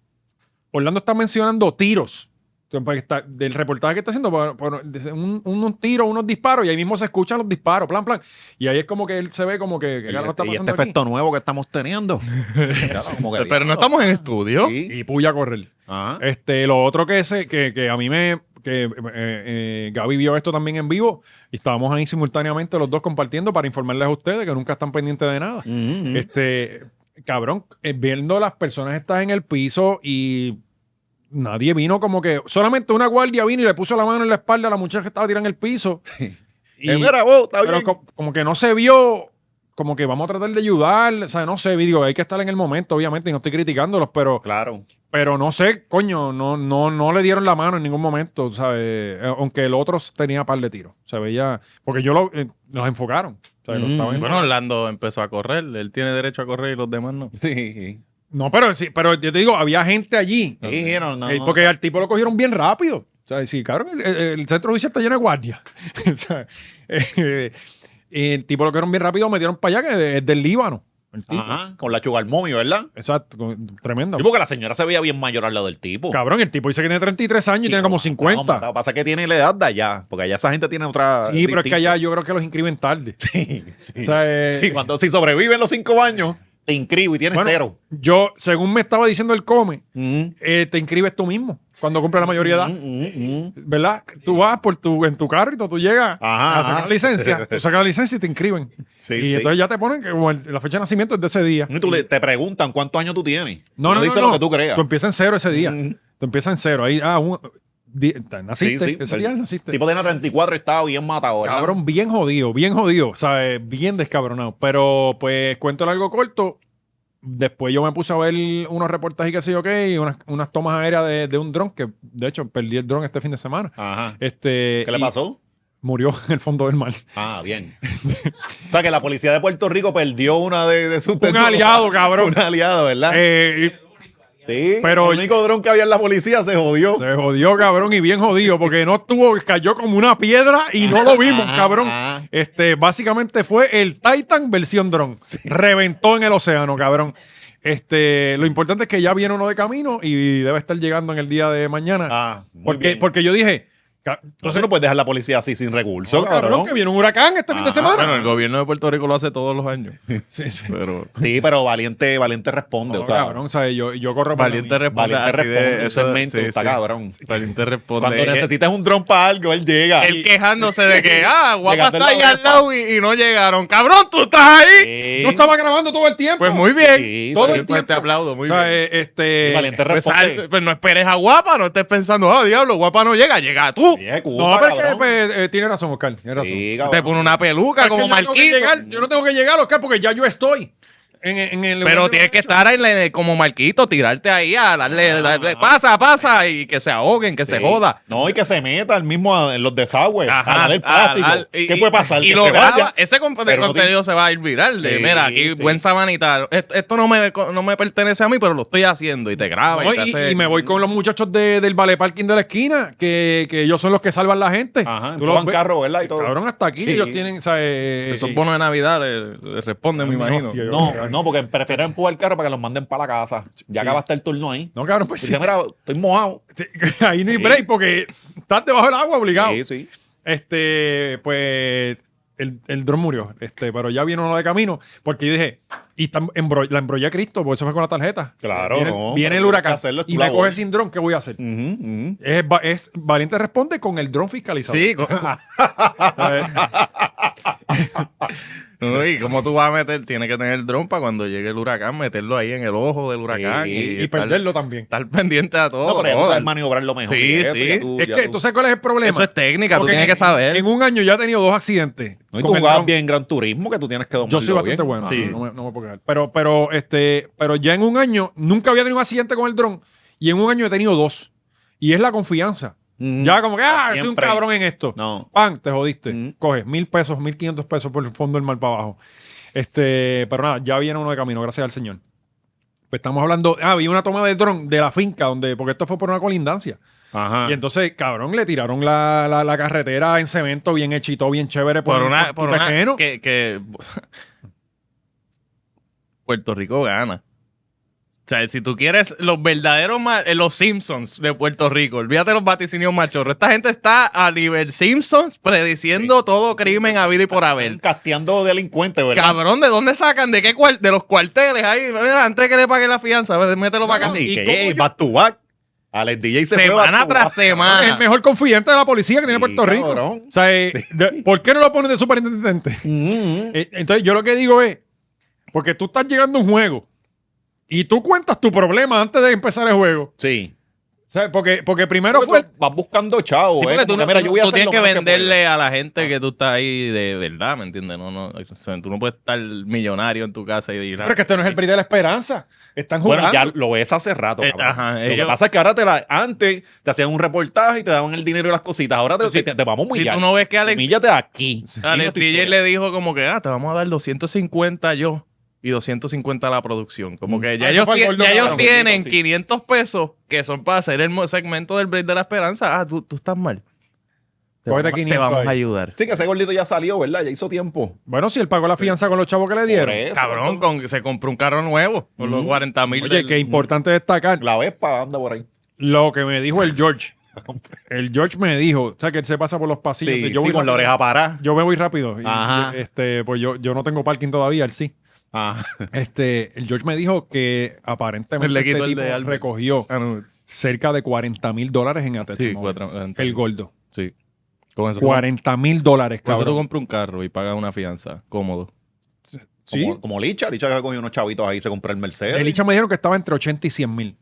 Speaker 1: Orlando está mencionando tiros. Entonces, pues, está- del reportaje que está haciendo, bueno, bueno, dice, un- unos tiros, unos disparos, y ahí mismo se escuchan los disparos, plan, plan. Y ahí es como que él se ve como que... ¿qué
Speaker 2: Y,
Speaker 1: carajo está
Speaker 2: este, y este
Speaker 1: pasando aquí?
Speaker 2: efecto nuevo que estamos teniendo. Claro, como que-
Speaker 3: Pero no estamos en estudio.
Speaker 2: Sí. Ah.
Speaker 1: Y puya a correr.
Speaker 2: Ajá.
Speaker 1: Este, lo otro que, se, que, que a mí me. que eh, eh, Gaby vio esto también en vivo y estábamos ahí simultáneamente los dos compartiendo para informarles a ustedes que nunca están pendientes de nada.
Speaker 2: Mm, mm.
Speaker 1: Este, cabrón, eh, viendo las personas estas en el piso y nadie vino como que. Solamente una guardia vino y le puso la mano en la espalda a la muchacha que estaba tirada en el piso. Y-
Speaker 2: Eh, mira, vos, está
Speaker 1: pero
Speaker 2: bien.
Speaker 1: co- como que no se vio, como que vamos a tratar de ayudar. O sea, no sé, digo, hay que estar en el momento, obviamente, y no estoy criticándolos, pero
Speaker 2: Claro.
Speaker 1: pero no sé, coño, no, no, no le dieron la mano en ningún momento, ¿sabes? Eh, Aunque el otro tenía par de tiros. Se veía. Porque yo lo, eh, los enfocaron. o sea, lo
Speaker 2: Mm,
Speaker 1: estaba viendo.
Speaker 3: Bueno, Orlando empezó a correr, él tiene derecho a correr y los demás no.
Speaker 2: Sí.
Speaker 1: no, pero sí, pero yo te digo, había gente allí.
Speaker 2: Sí, no, no,
Speaker 1: Eh,
Speaker 2: no.
Speaker 1: porque al tipo lo cogieron bien rápido. O sea, sí, claro, el, el- el centro judicial está lleno de guardias. O sea, eh, eh, el tipo lo cogieron bien rápido, metieron para allá, que es del Líbano. El tipo.
Speaker 2: Ajá, con la sugar mommy, ¿verdad?
Speaker 1: Exacto, con- tremendo.
Speaker 2: Sí, porque la señora se veía bien mayor al lado del tipo.
Speaker 1: Cabrón, el tipo dice que tiene 33 años y tiene como 50.
Speaker 2: Lo que pasa es que tiene la edad de allá, porque allá esa gente tiene otra.
Speaker 1: Sí, pero es que
Speaker 2: distinta.
Speaker 1: allá yo creo que los inscriben tarde.
Speaker 2: Sí, sí.
Speaker 1: O sea, eh,
Speaker 2: Sí, cuando, si sobreviven los cinco años, te inscribo y tienes
Speaker 1: bueno,
Speaker 2: cero.
Speaker 1: yo, según me estaba diciendo el come,
Speaker 2: Mm,
Speaker 1: eh, te inscribes tú mismo cuando cumples la mayoría de
Speaker 2: mm,
Speaker 1: edad.
Speaker 2: mm, mm.
Speaker 1: ¿Verdad? Tú vas por tu, en tu carro y tú llegas
Speaker 2: Ajá,
Speaker 1: a sacar
Speaker 2: ajá.
Speaker 1: la licencia. Tú sacas la licencia y te inscriben.
Speaker 2: Sí,
Speaker 1: y
Speaker 2: sí.
Speaker 1: entonces ya te ponen que como el- la fecha de nacimiento es de ese día.
Speaker 2: Y tú le- te preguntan cuántos años tú tienes.
Speaker 1: No, no, no.
Speaker 2: dice
Speaker 1: no.
Speaker 2: lo que tú creas.
Speaker 1: empiezas en cero ese día.
Speaker 2: Mm.
Speaker 1: Tú empiezas en cero. Ahí, ah, un, di- naciste.
Speaker 2: Sí, sí.
Speaker 1: Ese día naciste.
Speaker 2: tipo tiene 34 y estaba bien matado. ¿verdad?
Speaker 1: Cabrón, bien eh, jodido, bien jodido, ¿sabes? Bien descabronado. Pero, pues, cuento largo corto. después yo me puse a ver unos reportajes que sé yo qué, y unas, unas tomas aéreas de, de un dron, que de hecho perdí el dron este fin de semana.
Speaker 2: Ajá.
Speaker 1: Este,
Speaker 2: Ah, ¿Qué le
Speaker 1: y
Speaker 2: pasó?
Speaker 1: Murió en el fondo del mar.
Speaker 2: Ah, bien. o sea, que la policía de Puerto Rico perdió una de, de sus...
Speaker 1: Un aliado, cabrón.
Speaker 2: Un aliado, ¿verdad?
Speaker 1: Eh, y
Speaker 2: sí.
Speaker 1: pero-
Speaker 2: el único dron que había en la policía se jodió.
Speaker 1: se jodió, cabrón, y bien jodido, porque no estuvo, cayó como una piedra y no lo vimos,
Speaker 2: Ajá,
Speaker 1: cabrón.
Speaker 2: ajá.
Speaker 1: Este, básicamente fue el Titan versión dron. Reventó en el océano, cabrón. Este, lo importante es que ya viene uno de camino y debe estar llegando en el día de mañana.
Speaker 2: Ah, muy
Speaker 1: porque,
Speaker 2: bien.
Speaker 1: porque yo dije, ca-
Speaker 2: Entonces
Speaker 1: entonces
Speaker 2: no puedes dejar la policía así sin recursos,
Speaker 1: no,
Speaker 2: cabrón.
Speaker 1: cabrón, que viene un huracán este fin de
Speaker 2: Ah,
Speaker 1: semana.
Speaker 3: Bueno, el gobierno de Puerto Rico lo hace todos los años.
Speaker 1: Sí, sí.
Speaker 3: Pero
Speaker 2: Sí, pero valiente, valiente responde.
Speaker 1: No,
Speaker 2: o sea,
Speaker 1: cabrón, ¿sabes? Yo, yo corro por la
Speaker 3: Valiente
Speaker 1: mía.
Speaker 3: Oh, responde.
Speaker 2: Valiente
Speaker 3: así de-
Speaker 2: responde, un
Speaker 3: eso-
Speaker 2: segmento,
Speaker 3: sí,
Speaker 2: está
Speaker 3: sí.
Speaker 2: cabrón.
Speaker 3: Valiente responde.
Speaker 2: Cuando
Speaker 3: Eh,
Speaker 2: necesitas un dron para algo, él llega.
Speaker 3: Él quejándose de que, ah, guapa
Speaker 2: Llegaste
Speaker 3: está
Speaker 2: en la
Speaker 3: ahí al
Speaker 2: oreja.
Speaker 3: lado y, y no llegaron. ¡Cabrón, tú estás ahí!
Speaker 2: Sí.
Speaker 1: No estaba grabando todo el tiempo.
Speaker 3: Pues muy bien.
Speaker 2: Sí,
Speaker 3: todo
Speaker 2: sí,
Speaker 3: el
Speaker 1: pues
Speaker 3: tiempo.
Speaker 1: te
Speaker 3: Te aplaudo,
Speaker 1: O
Speaker 3: muy
Speaker 1: sea,
Speaker 3: bien.
Speaker 1: eh, este,
Speaker 2: Valiente
Speaker 3: Pues,
Speaker 2: responde.
Speaker 3: sal- pues no esperes a guapa, no estés pensando, ah, diablo, guapa no llega, llega tú.
Speaker 2: Sí, ejecuta,
Speaker 1: No, pero es que,
Speaker 2: cabrón.
Speaker 1: pues, eh, tiene razón, Oscar. Tiene razón.
Speaker 2: Sí,
Speaker 3: Te
Speaker 2: cabrón.
Speaker 3: pone una peluca
Speaker 1: Pues Es que
Speaker 3: como
Speaker 1: yo, no tengo que
Speaker 3: Marquito.
Speaker 1: llegar- yo no tengo que llegar, Oscar, porque ya yo estoy. En, en el
Speaker 3: Pero tienes que estar en la- en el- como Marquito, tirarte ahí a darle, darle- pasa, pasa, y que se ahoguen, que se
Speaker 2: Sí.
Speaker 3: joda.
Speaker 2: No, y que se meta el mismo a- en los desagües. a jalar el
Speaker 3: ah,
Speaker 2: plástico.
Speaker 3: ah, y-
Speaker 2: ¿Qué puede pasar?
Speaker 3: Y
Speaker 2: que
Speaker 3: lo
Speaker 2: se
Speaker 3: graba,
Speaker 2: vaya.
Speaker 3: ese comp-
Speaker 2: Pero no
Speaker 3: contenido se va a ir viral. de,
Speaker 2: Sí,
Speaker 3: mira, aquí
Speaker 2: sí.
Speaker 3: buen sabanita. Esto, esto no, me, no me pertenece a mí, pero lo estoy haciendo. Y te graba.
Speaker 1: No,
Speaker 3: y, te
Speaker 1: y,
Speaker 3: hace-
Speaker 1: y me voy con los muchachos de- del ballet parking de la esquina, que, que ellos son los que salvan la gente.
Speaker 2: Ajá,
Speaker 1: los
Speaker 2: empujan
Speaker 1: ves-
Speaker 2: carro, ¿verdad? Y todo.
Speaker 1: Cabrón, hasta aquí
Speaker 2: Sí.
Speaker 1: ellos tienen, o sea, eh,
Speaker 3: Esos
Speaker 1: eh,
Speaker 3: bonos de Navidad le, le responden, me
Speaker 1: no,
Speaker 3: imagino.
Speaker 1: hostia, yo-
Speaker 2: No, no, porque prefiero empujar el carro para que los manden para la casa. Ya acabaste el turno ahí.
Speaker 1: No, cabrón, pues
Speaker 2: Y
Speaker 1: sí.
Speaker 2: Dice, mira, estoy mojado.
Speaker 1: Ahí no hay
Speaker 2: Sí.
Speaker 1: break porque estás debajo del agua obligado.
Speaker 2: Sí, sí.
Speaker 1: Este, pues el, el dron murió, este, pero ya vino uno de camino, porque yo dije, y está embro- la embrollé a Cristo, porque eso fue con la tarjeta.
Speaker 2: Claro,
Speaker 1: Viene,
Speaker 2: no,
Speaker 1: viene el
Speaker 2: pero tienes
Speaker 1: huracán
Speaker 2: que hacerlo, es tu
Speaker 1: y me
Speaker 2: labor.
Speaker 1: coge sin dron, ¿qué voy a hacer?
Speaker 2: Ujú, ujú.
Speaker 1: Es, va- es- Valiente responde con el dron fiscalizado.
Speaker 3: Sí, co-
Speaker 1: ¿Sabes?
Speaker 3: no, y cómo tú vas a meter, tiene que tener el dron para cuando llegue el huracán, meterlo ahí en el ojo del huracán
Speaker 2: Sí,
Speaker 3: y,
Speaker 1: y,
Speaker 3: estar,
Speaker 1: perderlo también.
Speaker 3: estar pendiente a todo.
Speaker 2: No, pero ya tú
Speaker 3: ¿no?
Speaker 2: sabes maniobrarlo mejor.
Speaker 3: Sí,
Speaker 2: y eso,
Speaker 3: sí.
Speaker 2: ya tú-
Speaker 1: Es
Speaker 2: ya
Speaker 1: que
Speaker 2: tú-
Speaker 1: tú sabes cuál es el problema.
Speaker 3: Eso es técnica,
Speaker 1: Porque
Speaker 3: tú tienes
Speaker 1: en-
Speaker 3: que saber.
Speaker 1: En un año ya he tenido dos accidentes.
Speaker 2: No, y tú
Speaker 1: con el
Speaker 2: jugabas
Speaker 1: dron.
Speaker 2: bien en Gran Turismo, que tú tienes que domarlo
Speaker 1: Yo soy bastante
Speaker 2: bien.
Speaker 1: bueno,
Speaker 2: Ajá.
Speaker 1: sí, no, me, no me puedo quejar. Pero, pero, este, pero ya en un año, nunca había tenido un accidente con el dron y en un año he tenido dos. Y es la confianza.
Speaker 2: Mm.
Speaker 1: Ya como que, ah, soy un
Speaker 2: Siempre.
Speaker 1: cabrón en esto.
Speaker 2: No.
Speaker 1: Pan, te jodiste.
Speaker 2: Mm.
Speaker 1: Coge mil pesos, mil quinientos pesos por el fondo del mar para abajo. Este, pero nada, ya viene uno de camino, gracias al Señor. Pues estamos hablando, ah, vi una toma del dron de la finca, donde, porque esto fue por una colindancia.
Speaker 2: Ajá.
Speaker 1: Y entonces, cabrón, le tiraron la, la- la carretera en cemento bien hechito, bien chévere
Speaker 3: por una, por
Speaker 1: un
Speaker 3: una
Speaker 1: tejeno.
Speaker 3: que, que- Puerto Rico gana. O sea, si tú quieres los verdaderos ma- eh, los Simpsons de Puerto Rico, olvídate los vaticinios machorros. Esta gente está a nivel Simpsons prediciendo todo crimen habido y por
Speaker 2: Están
Speaker 3: haber.
Speaker 2: Casteando delincuentes, ¿verdad?
Speaker 3: Cabrón, ¿de dónde sacan? ¿De qué cuar- de los cuarteles ahí? Mira, antes que le pague la fianza, a ver, mételo para acá.
Speaker 2: Cabrón, y
Speaker 1: ¿y
Speaker 2: que
Speaker 1: cómo
Speaker 2: eh,
Speaker 1: yo-
Speaker 2: back to back. Alex DJ se fue back
Speaker 3: semana
Speaker 2: to
Speaker 3: tras
Speaker 1: Es
Speaker 2: back.
Speaker 3: semana.
Speaker 1: el mejor confidente de la policía que tiene
Speaker 2: Sí,
Speaker 1: Puerto Rico.
Speaker 2: cabrón.
Speaker 1: O sea, eh, de- ¿por qué no lo pones de superintendente?
Speaker 2: Mm, mm.
Speaker 1: Eh, Entonces, yo lo que digo es, porque tú estás llegando a un juego y tú cuentas tu problema antes de empezar el juego.
Speaker 2: Sí.
Speaker 1: ¿Sabes? Porque, porque primero fue...
Speaker 2: Porque tú vas buscando chavo,
Speaker 3: Sí,
Speaker 2: eh,
Speaker 3: porque tú,
Speaker 2: como
Speaker 3: no-
Speaker 2: que, mira, yo voy a
Speaker 3: tú
Speaker 2: hacer
Speaker 3: tienes
Speaker 2: lo
Speaker 3: que
Speaker 2: menos pueda.
Speaker 3: venderle a la gente que tú estás ahí de verdad, ¿me entiendes? No, no, o sea, tú no puedes estar millonario en tu casa y decir,
Speaker 1: Pero es que esto no es el brillo de la esperanza. Están jugando.
Speaker 2: Bueno, ya lo ves hace rato,
Speaker 3: Eh,
Speaker 2: cabrón.
Speaker 3: ajá,
Speaker 2: lo
Speaker 3: ellos-
Speaker 2: que pasa es que ahora te la, antes te hacían un reportaje y te daban el dinero y las cositas. Ahora te, te, te vamos a
Speaker 3: si
Speaker 2: humillar.
Speaker 3: tú no ves que Alex,
Speaker 2: Humíllate aquí. Dime
Speaker 3: Alex
Speaker 2: tu
Speaker 3: DJ
Speaker 2: historia.
Speaker 3: le dijo como que, ah, te vamos a dar 250 yo y 250 la producción. Como que ya
Speaker 1: Ah, eso
Speaker 3: ellos,
Speaker 1: fue el
Speaker 3: tie-
Speaker 1: gordo,
Speaker 3: ya ellos
Speaker 1: cabrón,
Speaker 3: tienen
Speaker 2: sí.
Speaker 3: 500 pesos que son para hacer el mo- segmento del Break de la Esperanza. Ah, tú, tú estás mal. Te
Speaker 1: Cógete
Speaker 3: vamos, te
Speaker 1: 500
Speaker 3: vamos a
Speaker 1: ahí.
Speaker 3: ayudar.
Speaker 2: Sí, que ese gordito ya salió, ¿verdad? Ya hizo tiempo.
Speaker 1: Bueno, si él pagó la fianza con los chavos que le
Speaker 2: Por
Speaker 1: dieron.
Speaker 2: eso,
Speaker 3: Cabrón,
Speaker 2: entonces,
Speaker 3: con, se compró un carro nuevo por los
Speaker 2: Ujú.
Speaker 3: 40 mil.
Speaker 1: Oye, que importante destacar
Speaker 2: La Vespa anda por ahí.
Speaker 1: lo que me dijo el George. El George me dijo, o sea, que él se pasa por los pasillos.
Speaker 2: Sí,
Speaker 1: de yo
Speaker 2: sí,
Speaker 1: voy
Speaker 2: con la
Speaker 1: rápido.
Speaker 2: oreja parada.
Speaker 1: Yo me voy rápido. Y-
Speaker 2: Ajá.
Speaker 1: y, este, pues yo, yo no tengo parking todavía, él sí.
Speaker 2: Ah,
Speaker 1: Este, el George me dijo que aparentemente
Speaker 3: Él le quitó
Speaker 1: este
Speaker 3: el
Speaker 1: tipo
Speaker 3: de Albert.
Speaker 1: recogió
Speaker 3: Ah,
Speaker 1: cerca de 40 mil dólares en ATT.
Speaker 3: Sí,
Speaker 1: móvil.
Speaker 3: cuatro-
Speaker 1: El gordo.
Speaker 3: Sí. Con eso,
Speaker 1: 40 mil dólares,
Speaker 3: con eso tú
Speaker 1: cabrón.
Speaker 3: compras un carro y pagas una fianza cómodo.
Speaker 1: Sí.
Speaker 2: como, como Licha. Licha que cogió unos chavitos ahí y se compró el Mercedes.
Speaker 1: El Icha me dijeron que estaba entre 80 y 100 mil.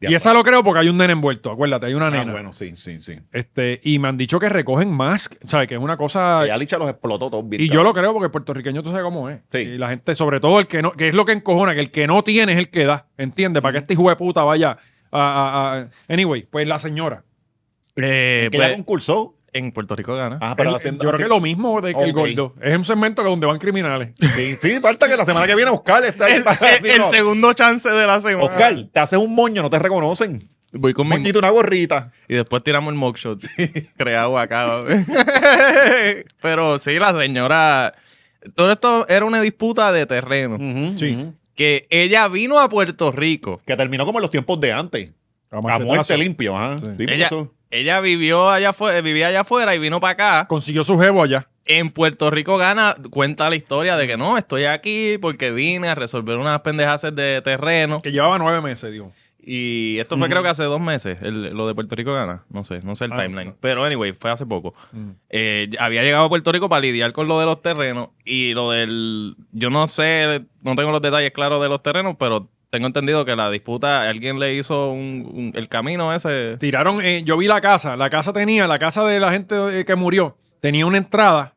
Speaker 1: Y esa lo creo porque hay un nene envuelto, acuérdate, hay una
Speaker 2: Ah,
Speaker 1: nena.
Speaker 2: bueno, sí, sí, sí.
Speaker 1: Este, y me han dicho que recogen más, ¿sabes? Que es una cosa.
Speaker 2: Y Alicia los explotó todos bien.
Speaker 1: Y yo lo creo porque el puertorriqueño tú sabes cómo es.
Speaker 2: Sí.
Speaker 1: Y la gente, sobre todo el que no, que es lo que encojona, que el que no tiene es el que da. ¿Entiendes? Para que este hijo de puta vaya a, a- a- Anyway, pues la señora.
Speaker 3: Eh,
Speaker 2: Que
Speaker 3: pues,
Speaker 2: ya concursó.
Speaker 3: en Puerto Rico gana.
Speaker 2: Ah, pero
Speaker 1: El-
Speaker 2: haciendo.
Speaker 1: yo creo que lo mismo de que el
Speaker 2: Ok.
Speaker 1: gordo. Es un segmento que donde van criminales.
Speaker 2: Sí, sí, falta que la semana que viene Oscar esté ahí
Speaker 3: el,
Speaker 2: para
Speaker 3: Eh, el-
Speaker 2: decir,
Speaker 3: el
Speaker 2: no,
Speaker 3: segundo chance de la semana.
Speaker 2: Oscar, te haces un moño, no te reconocen.
Speaker 3: Voy con mi-
Speaker 2: Moñito, una gorrita.
Speaker 3: Y después tiramos el mugshot creado acá. Pero sí, la señora... Todo esto era una disputa de terreno.
Speaker 2: Mm.
Speaker 1: Sí.
Speaker 2: ujú.
Speaker 3: Que ella vino a Puerto Rico.
Speaker 2: Que terminó como en los tiempos de antes.
Speaker 1: A
Speaker 2: A muerte
Speaker 1: machetazo.
Speaker 2: limpio, ajá.
Speaker 1: Sí.
Speaker 2: Sí, por
Speaker 3: Ella,
Speaker 2: eso.
Speaker 3: ella vivió allá afuera, vivía allá afuera y vino para acá.
Speaker 1: Consiguió su jevo allá.
Speaker 3: en Puerto Rico gana, cuenta la historia de que no, estoy aquí porque vine a resolver unas pendejaces de terreno.
Speaker 1: Que llevaba nueve meses, digo.
Speaker 3: Y esto fue creo que hace dos meses, el- lo de Puerto Rico gana. No sé, no sé el
Speaker 1: Ah.
Speaker 3: timeline. Pero anyway, fue hace poco.
Speaker 1: Mm.
Speaker 3: Eh, había llegado a Puerto Rico para lidiar con lo de los terrenos y lo del... Yo no sé, no tengo los detalles claros de los terrenos, pero tengo entendido que la disputa, alguien le hizo un- un- el camino ese...
Speaker 1: Tiraron, eh, yo vi la casa, la casa tenía, la casa de la gente eh, que murió, tenía una entrada.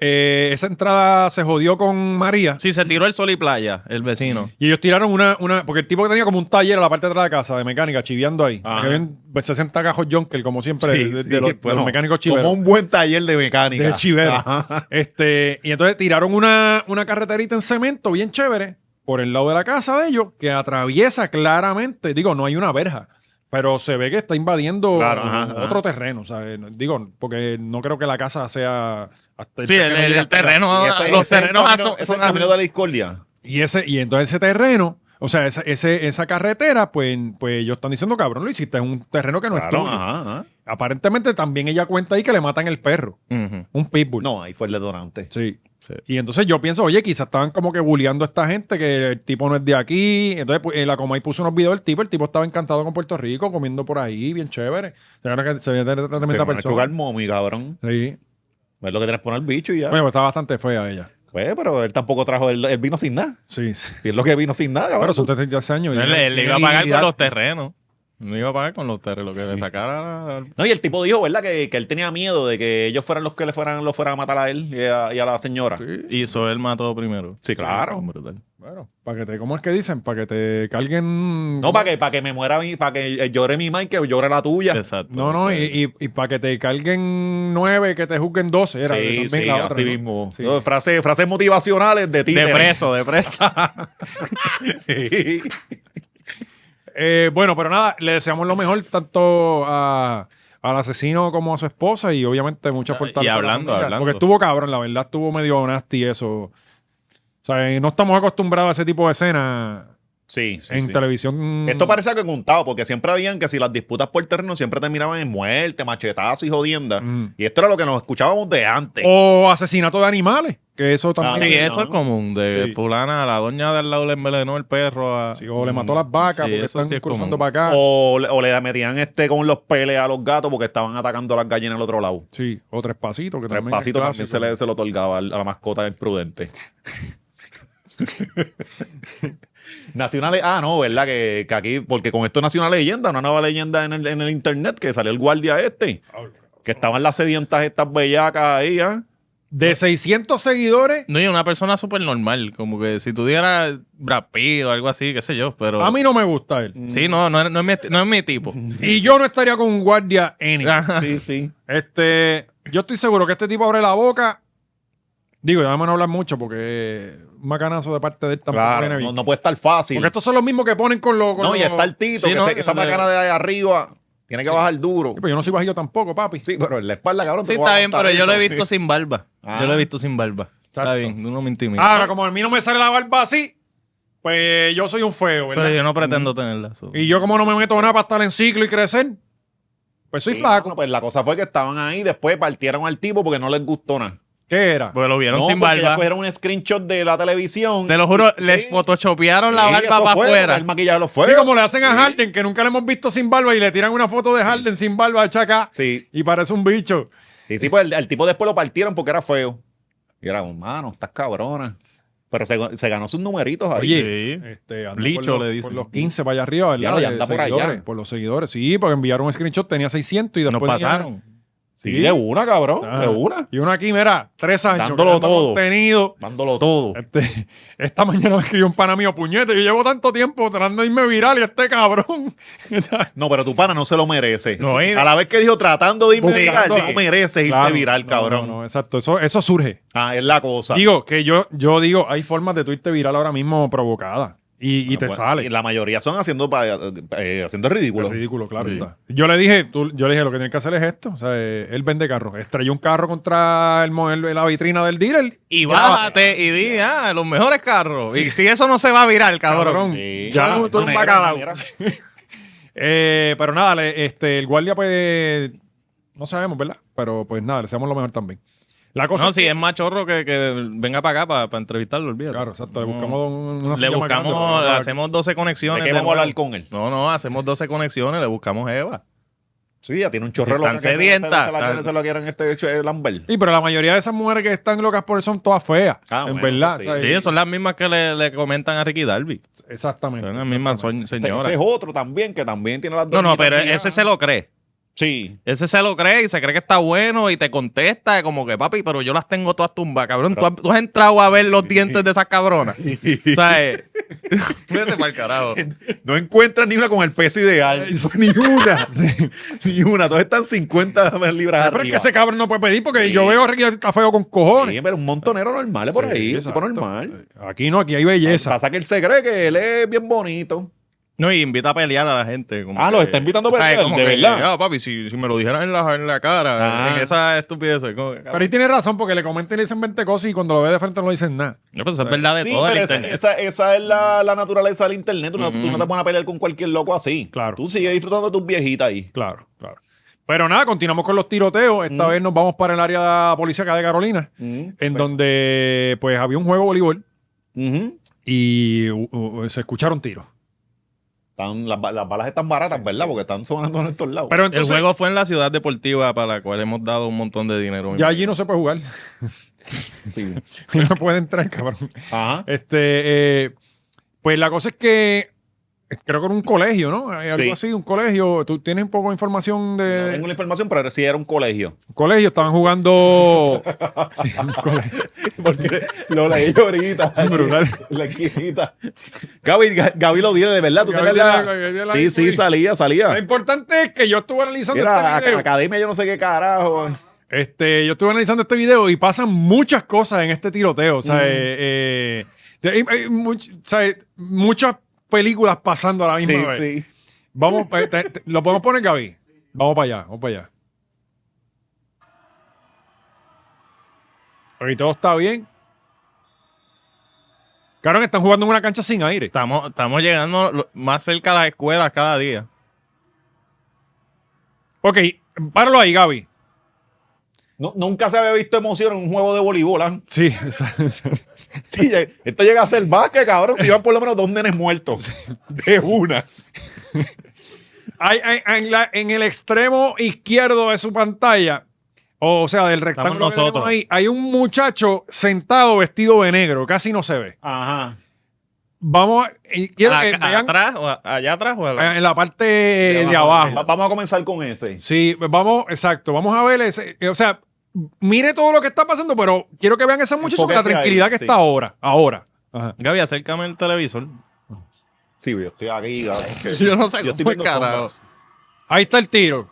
Speaker 1: Eh, esa entrada se jodió con María.
Speaker 3: Sí, se tiró el sol y playa, el vecino.
Speaker 1: Y ellos tiraron una, una, porque el tipo que tenía como un taller a la parte de atrás de la casa de mecánica, chiviando ahí.
Speaker 2: Ajá.
Speaker 1: Que habían, pues, 60 cajos Jonker, como siempre,
Speaker 2: Sí,
Speaker 1: de, de
Speaker 2: sí,
Speaker 1: los, de los
Speaker 2: bueno,
Speaker 1: mecánicos chiveros.
Speaker 2: Como un buen taller de mecánica.
Speaker 1: De chivero.
Speaker 2: Ajá.
Speaker 1: Este, y entonces tiraron una, una carreterita en cemento bien chévere por el lado de la casa de ellos, que atraviesa claramente, digo, no hay una verja, pero se ve que está invadiendo
Speaker 2: Claro,
Speaker 1: eh,
Speaker 2: ajá,
Speaker 1: otro terreno, ¿sabes? Digo, porque no creo que la casa sea hasta
Speaker 3: Sí, el,
Speaker 1: terreno
Speaker 3: el-
Speaker 1: llegue
Speaker 3: el
Speaker 1: hasta acá.
Speaker 3: terreno,
Speaker 2: Y ese-
Speaker 3: los
Speaker 2: ese es el
Speaker 3: terrenos
Speaker 2: camino-
Speaker 3: aso-
Speaker 2: ese es
Speaker 3: son
Speaker 2: el camino
Speaker 3: azules.
Speaker 2: de la discordia.
Speaker 1: Y, ese, y entonces ese terreno, o sea, esa, ese- esa carretera, pues, pues ellos están diciendo, cabrón, lo hiciste en un terreno que no es
Speaker 2: Claro,
Speaker 1: tuyo.
Speaker 2: ajá, ajá.
Speaker 1: Aparentemente también ella cuenta ahí que le matan el perro,
Speaker 3: Ujú.
Speaker 1: un pitbull.
Speaker 2: No, ahí fue el detonante.
Speaker 1: Sí.
Speaker 3: Sí.
Speaker 1: Y entonces yo pienso, oye, quizás estaban como que bulleando a esta gente, que el tipo no es de aquí. Entonces pues, eh, la Comay puso unos videos del tipo, el tipo estaba encantado con Puerto Rico, comiendo por ahí, bien chévere. Se veía que- se veía que era
Speaker 2: Te
Speaker 1: tremenda
Speaker 2: van a chocar
Speaker 1: persona.
Speaker 2: momi, cabrón.
Speaker 1: Sí.
Speaker 2: Es lo que tienes poner el bicho y ya.
Speaker 1: Bueno, pues, estaba bastante fea ella.
Speaker 2: Pues, pero él tampoco trajo el, él vino sin nada.
Speaker 1: Sí, sí.
Speaker 2: Si es lo que vino sin nada, cabrón.
Speaker 1: Pero son 36 años. y
Speaker 3: Él,
Speaker 1: tiene-
Speaker 3: él le
Speaker 1: tiene
Speaker 3: iba a pagar
Speaker 1: dignidad.
Speaker 3: con los terrenos. No iba a pagar con los terrenos, lo que le sacara. al-
Speaker 2: No, y el tipo dijo, ¿verdad? Que, que él tenía miedo de que ellos fueran los que le fueran, lo fueran a matar a él y a, y a la señora.
Speaker 3: Y Soel mató primero.
Speaker 2: Sí, claro.
Speaker 3: Brutal.
Speaker 1: Bueno, para que te, ¿cómo es que dicen? Para que te carguen.
Speaker 2: No, para que, para que me muera mi, para que eh, llore mi mamá y que llore la tuya.
Speaker 3: Exacto.
Speaker 1: No, no, y, y- y para que te carguen nueve, que te juzguen 12. Era
Speaker 2: sí,
Speaker 1: también
Speaker 2: sí,
Speaker 1: la otra,
Speaker 2: así
Speaker 1: ¿no?
Speaker 2: mismo.
Speaker 1: Sí.
Speaker 2: No, Frases, frases motivacionales de ti.
Speaker 3: De preso, de preso.
Speaker 1: Eh, bueno, pero nada, le deseamos lo mejor tanto a- al asesino como a su esposa y obviamente mucha
Speaker 3: Ah,
Speaker 1: fortaleza.
Speaker 3: y
Speaker 1: a la
Speaker 3: hablando,
Speaker 1: familia,
Speaker 3: hablando.
Speaker 1: Porque estuvo cabrón, la verdad, estuvo medio nasty eso. O sea, eh, no estamos acostumbrados a ese tipo de escenas
Speaker 2: sí, sí,
Speaker 1: en
Speaker 2: sí.
Speaker 1: televisión.
Speaker 2: Esto parece algo contado, porque siempre habían que si las disputas por terreno siempre terminaban en muerte, machetazos y jodienda.
Speaker 1: Mm.
Speaker 2: Y esto era lo que nos escuchábamos de antes.
Speaker 1: O asesinato de animales, que eso también.
Speaker 3: Sí,
Speaker 2: Ah, sí,
Speaker 3: eso
Speaker 2: no.
Speaker 3: es común. De
Speaker 1: Sí.
Speaker 3: fulana, la doña del lado le envenenó el perro. A...
Speaker 1: Sí, o le mató
Speaker 2: Mm.
Speaker 1: a las vacas
Speaker 3: Sí,
Speaker 1: porque
Speaker 3: eso
Speaker 1: están
Speaker 3: sí es
Speaker 1: cruzando
Speaker 3: común.
Speaker 1: para acá.
Speaker 2: O, le- o le metían este con los peles a los gatos porque estaban atacando a las gallinas al otro lado.
Speaker 1: Sí, o tres pasitos. Que
Speaker 2: Tres
Speaker 1: también es
Speaker 2: pasitos también se
Speaker 1: clásico.
Speaker 2: le, se lo otorgaba al- a la mascota del prudente. Nacionales, ah, no, ¿verdad? Que, que aquí, porque con esto nació una leyenda, una nueva leyenda en el, en el internet que salió el guardia este, que estaban las sedientas estas bellacas ahí, ¿ah?
Speaker 1: De 600 seguidores,
Speaker 3: No, y una persona súper normal. Como que si tuviera Brad Pitt o algo así, qué sé yo. Pero.
Speaker 1: a mí no me gusta
Speaker 2: Mm.
Speaker 1: él.
Speaker 3: Sí, no, no, no es mi, no es mi tipo.
Speaker 1: Y yo no estaría con un guardia en
Speaker 2: Ah.
Speaker 3: Ajá.
Speaker 2: Sí, sí.
Speaker 1: Este, yo estoy seguro que este tipo abre la boca. Digo, ya vamos a no hablar mucho porque eh, un macanazo de parte de él tampoco
Speaker 2: Claro,
Speaker 1: viene bien.
Speaker 2: no, no puede estar fácil.
Speaker 1: porque estos son los mismos que ponen con los. con
Speaker 2: No, y
Speaker 1: los-
Speaker 2: está el Tito,
Speaker 3: Sí,
Speaker 2: que
Speaker 3: no,
Speaker 2: se- esa
Speaker 3: no, no.
Speaker 2: macana de ahí arriba tiene que bajar duro.
Speaker 1: eh, Sí, pero yo no soy bajillo tampoco, papi.
Speaker 2: Sí, pero en la espalda, cabrón.
Speaker 3: Sí,
Speaker 2: te va
Speaker 3: está
Speaker 2: a
Speaker 3: bien, pero
Speaker 2: aguantar
Speaker 3: yo lo he
Speaker 2: eso.
Speaker 3: visto sin barba.
Speaker 2: Ah.
Speaker 3: Yo lo he visto sin barba. Está bien, uno me intimida.
Speaker 1: Ahora, como a mí no me sale la barba así, pues yo soy un feo, ¿verdad?
Speaker 3: Pero yo no pretendo tenerla. so.
Speaker 1: Y yo, como no me meto nada para estar en ciclo y crecer, pues soy
Speaker 2: Sí,
Speaker 1: flaco.
Speaker 2: mano, pues la cosa fue que estaban ahí, después partieron al tipo porque no les gustó nada.
Speaker 1: ¿Qué era?
Speaker 2: Pues,
Speaker 3: Porque lo vieron
Speaker 2: No,
Speaker 3: sin
Speaker 2: porque ya
Speaker 3: barba.
Speaker 2: cogieron un screenshot de la televisión.
Speaker 3: Te lo juro,
Speaker 2: Sí,
Speaker 3: les
Speaker 2: sí,
Speaker 3: photoshopearon la
Speaker 2: sí,
Speaker 3: barba
Speaker 2: eso
Speaker 3: para
Speaker 2: fue,
Speaker 3: afuera.
Speaker 2: porque El maquillaje lo fue.
Speaker 1: Sí, como le hacen a Harden, que nunca le hemos visto sin barba y le tiran una foto de Harden sin barba hecha acá
Speaker 2: Sí,
Speaker 1: y parece un bicho.
Speaker 2: y sí, pues el, el tipo después lo partieron porque era feo. Y era, hermano, estás cabrona. Pero se, se ganó sus numeritos ahí.
Speaker 1: Oye,
Speaker 3: Sí.
Speaker 1: este, anda
Speaker 3: Licho,
Speaker 1: por los,
Speaker 3: le dicen.
Speaker 1: Por los 15 para allá arriba, ¿verdad?
Speaker 2: Ya lo, ya
Speaker 1: De
Speaker 2: anda por allá.
Speaker 1: seguidores, por los seguidores. Sí, porque enviaron un screenshot, tenía 600 y
Speaker 3: Nos
Speaker 1: después...
Speaker 3: pasaron.
Speaker 2: sí, de una, cabrón.
Speaker 1: Ah.
Speaker 2: De una.
Speaker 1: Y una aquí, mira, tres años.
Speaker 2: Dándolo
Speaker 1: creando
Speaker 2: todo.
Speaker 1: Contenido.
Speaker 2: Dándolo todo.
Speaker 1: Este, esta mañana me escribió un pana mío, puñete, yo llevo tanto tiempo tratando de irme viral y este cabrón.
Speaker 2: No, pero tu pana no se lo merece.
Speaker 3: No,
Speaker 2: Sí.
Speaker 3: eh.
Speaker 2: a la vez que dijo tratando de irme
Speaker 3: Buscando,
Speaker 2: viral,
Speaker 3: sí.
Speaker 2: no mereces irte
Speaker 1: Claro.
Speaker 2: viral,
Speaker 1: No,
Speaker 2: cabrón.
Speaker 1: no, no, exacto, eso, eso surge.
Speaker 2: Ah, es la cosa.
Speaker 1: Digo, que yo, yo digo, hay formas de tu irte viral ahora mismo provocada y, y
Speaker 2: Ah,
Speaker 1: te
Speaker 2: bueno,
Speaker 1: sale.
Speaker 2: y la mayoría son haciendo, pa- eh, haciendo ridículo.
Speaker 1: Es ridículo, claro.
Speaker 2: Sí.
Speaker 1: está. Yo le dije, tú- yo le dije, lo que tienes que hacer es esto. O sea, eh, él vende carros. Estrelló un carro contra el, mo- el- la vitrina del dealer.
Speaker 3: Y bájate y di, ah, los mejores carros. Y si eso no se va a virar, cabrón.
Speaker 1: Cabrón.
Speaker 2: Sí.
Speaker 1: Ya.
Speaker 2: Tú eres
Speaker 3: Tú eres un
Speaker 2: negro,
Speaker 3: bacalao.
Speaker 2: mira.
Speaker 1: Eh, pero nada, le- este, el guardia, pues, no sabemos, ¿verdad? Pero pues nada, le deseamos lo mejor también. La cosa
Speaker 3: No,
Speaker 1: es
Speaker 3: si
Speaker 1: que-
Speaker 3: es más chorro que, que venga para acá para, entrevistarlo, olvídate.
Speaker 1: Claro, exacto. Le
Speaker 3: No.
Speaker 1: buscamos un- una
Speaker 3: Le
Speaker 1: silla más grande
Speaker 3: buscamos,
Speaker 1: para-
Speaker 3: hacemos 12
Speaker 2: ¿De
Speaker 3: conexiones.
Speaker 2: qué
Speaker 3: de
Speaker 2: vamos a hablar
Speaker 3: nuevo.
Speaker 2: con él?
Speaker 3: No, no, hacemos 12 conexiones, le buscamos Eva.
Speaker 2: Sí, ya tiene un chorrero.
Speaker 3: Sí, tan
Speaker 2: que se-
Speaker 3: sedienta,
Speaker 2: se la- Se la,
Speaker 3: tan-
Speaker 2: se la quieren este hecho de Lambert.
Speaker 1: Sí, pero la mayoría de esas mujeres que están locas por eso son todas feas.
Speaker 2: Ah,
Speaker 1: en
Speaker 2: bueno,
Speaker 1: verdad.
Speaker 2: sí.
Speaker 1: ¿sabes?
Speaker 3: Sí, son las mismas que le, le comentan a Ricky Darby.
Speaker 1: Exactamente.
Speaker 3: Son las mismas soñ-
Speaker 2: Ese, ese
Speaker 3: señoras.
Speaker 2: es otro también, que también tiene las
Speaker 3: No, no, pero
Speaker 2: doñitas
Speaker 3: ese
Speaker 2: mías.
Speaker 3: se lo cree.
Speaker 2: Sí.
Speaker 3: Ese se lo cree y se cree que está bueno y te contesta como que, papi, pero yo las tengo todas tumbas, cabrón. Tú has, tú has entrado a ver los dientes de esas cabronas. o sea, eh, vete para el carajo.
Speaker 2: No encuentras ni una con el peso ideal.
Speaker 1: Ni una. Sí.
Speaker 2: ni una. Todas están 50 libras
Speaker 1: Pero es que
Speaker 2: arriba.
Speaker 1: ese cabrón no puede pedir porque
Speaker 2: Sí.
Speaker 1: yo veo a Ricky está feo con cojones.
Speaker 2: Sí, pero un montonero normal es por
Speaker 1: Sí,
Speaker 2: ahí. Un
Speaker 1: exacto.
Speaker 2: tipo normal.
Speaker 1: Aquí no, aquí hay belleza.
Speaker 2: Pasa que él se cree que él es bien bonito.
Speaker 3: No, y invita a pelear a la gente. como
Speaker 2: Ah,
Speaker 3: que-
Speaker 2: los está invitando a
Speaker 3: ¿sabes?
Speaker 2: pelear,
Speaker 3: Como
Speaker 2: de
Speaker 3: que,
Speaker 2: verdad.
Speaker 3: "Ah, papi, si, si me lo dijeran en la, en la cara,
Speaker 2: Ah.
Speaker 3: en esa estupidez. Como, que, "Ah,
Speaker 1: Pero ahí tiene razón porque le comentan y le dicen 20 cosas y cuando lo ve de frente no le dicen nada.
Speaker 3: no, pues eso es verdad de
Speaker 2: Sí,
Speaker 3: todo el
Speaker 2: pero esa,
Speaker 3: internet.
Speaker 2: esa- esa es la, la naturaleza del internet. Tú, no-
Speaker 3: Ujú.
Speaker 2: tú no te pones a pelear con cualquier loco así.
Speaker 1: Claro.
Speaker 2: Tú sigues disfrutando de tus viejitas ahí.
Speaker 1: Claro, claro. Pero nada, continuamos con los tiroteos. Esta
Speaker 2: Mm.
Speaker 1: vez nos vamos para el área policíaca de Carolina,
Speaker 2: Ujú.
Speaker 1: Mm. en donde pues había un juego de voleibol
Speaker 2: Ujú.
Speaker 1: y uh, uh, se escucharon tiros.
Speaker 2: Están- las, ba- las balas están baratas, ¿verdad? Porque están sonando en estos lados.
Speaker 1: Pero
Speaker 3: El
Speaker 1: entonces
Speaker 3: juego fue en la ciudad deportiva para la cual hemos dado un montón de dinero.
Speaker 1: ya allí no se puede jugar.
Speaker 2: Sí.
Speaker 1: no puede entrar, cabrón.
Speaker 2: Ajá.
Speaker 1: Este, eh, pues la cosa es que creo que era un colegio, ¿no? Eh, Algo
Speaker 2: Sí.
Speaker 1: así, un colegio. Tú tienes un poco de información
Speaker 2: No
Speaker 1: de
Speaker 2: tengo la información, pero sí era un colegio.
Speaker 1: un colegio. Estaban jugando. sí, un colegio.
Speaker 2: Porque lo leí ahorita.
Speaker 1: Brutal.
Speaker 2: La esquinita. Gaby, Ga- Gaby lo dice, de verdad. ¿Tú te
Speaker 1: Gaby
Speaker 2: acuerdas?
Speaker 1: la- Gaby la-
Speaker 2: sí, sí, salía,
Speaker 1: Lo
Speaker 2: salía.
Speaker 1: importante es que yo estuve analizando
Speaker 2: Era
Speaker 1: este video.
Speaker 2: academia, yo no sé qué carajo.
Speaker 1: Este, yo estuve analizando este video y pasan muchas cosas en este tiroteo. O sea,
Speaker 2: Mm.
Speaker 1: eh, eh, de- hay- hay much- o sea, muchas películas pasando a la misma
Speaker 2: Sí,
Speaker 1: vez.
Speaker 2: sí.
Speaker 1: Vamos, pa- te- te- lo podemos poner, Gaby. Vamos para allá, vamos para allá. Ok, todo está bien. Claro que están jugando en una cancha sin aire.
Speaker 3: Estamos, estamos llegando lo- más cerca a las escuelas cada día.
Speaker 1: Ok, páralo ahí, Gaby.
Speaker 2: No- nunca se había visto emoción en un juego de voleibol. ¿ah?
Speaker 1: Sí, esa- esa-
Speaker 2: Sí, ya- esto llega a ser básquet, cabrón. Si iban por lo menos dos nenes muertos. De una.
Speaker 1: Hay- hay- en, la- en el extremo izquierdo de su pantalla, o sea, del rectángulo que
Speaker 3: nosotros.
Speaker 1: tenemos ahí, hay un muchacho sentado vestido de negro, casi no se ve.
Speaker 2: Ajá.
Speaker 1: Vamos a, y quiero
Speaker 3: Acá-
Speaker 1: que vean
Speaker 3: ¿Atrás? o a- ¿Allá atrás? O a la-
Speaker 1: en la parte de
Speaker 2: Ah, Va-
Speaker 1: abajo.
Speaker 2: vamos a comenzar con ese.
Speaker 1: Sí, vamos, exacto, vamos a ver ese, eh, o sea, mire todo lo que está pasando, pero quiero que vean ese muchacho con la
Speaker 2: Enfóquese ahí,
Speaker 1: tranquilidad que
Speaker 2: sí.
Speaker 1: está ahora, ahora. Ajá.
Speaker 3: Gaby, acércame el televisor.
Speaker 2: Sí, yo estoy aquí, cabrón.
Speaker 3: Yo no sé cómo es, carajo.
Speaker 2: sombras.
Speaker 1: Ahí está el tiro.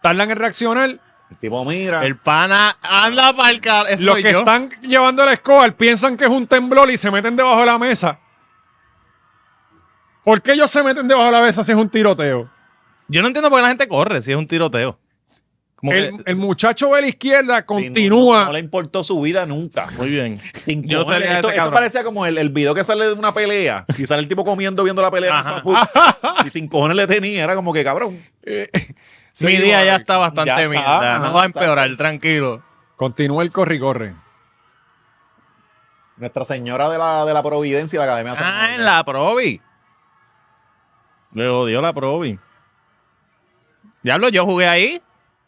Speaker 1: Tardan en reaccionar.
Speaker 2: El tipo mira.
Speaker 3: El pana anda para el carajo. Eso
Speaker 1: Los
Speaker 3: soy
Speaker 1: que
Speaker 3: yo.
Speaker 1: están llevando la escoba piensan que es un temblor y se meten debajo de la mesa. ¿Por qué ellos se meten debajo de la mesa si es un tiroteo?
Speaker 3: Yo no entiendo por qué la gente corre si es un tiroteo. Como
Speaker 1: El,
Speaker 3: que-
Speaker 1: el muchacho de la izquierda
Speaker 2: Sí, no-
Speaker 1: continúa.
Speaker 2: No, no le importó su vida nunca.
Speaker 3: Muy bien.
Speaker 2: Sin
Speaker 3: Yo
Speaker 2: cojones.
Speaker 3: salía de
Speaker 2: esto,
Speaker 3: ese
Speaker 2: esto
Speaker 3: cabrón.
Speaker 2: parecía como el, el video que sale de una pelea y sale el tipo comiendo viendo la pelea en
Speaker 3: Ajá.
Speaker 2: fast food. y sin cojones le tenía era como que cabrón
Speaker 1: Sí,
Speaker 3: Mi día
Speaker 1: vale.
Speaker 3: ya está bastante
Speaker 2: Ya está,
Speaker 3: mierda.
Speaker 2: ajá,
Speaker 3: no va a empeorar, tranquilo.
Speaker 1: Continúa el corre y corre.
Speaker 2: Nuestra Señora de la, de la Providencia y la Academia de San
Speaker 3: Ah,
Speaker 2: Juan.
Speaker 3: en la Provi. Le odió la Provi. Diablo, yo jugué ahí,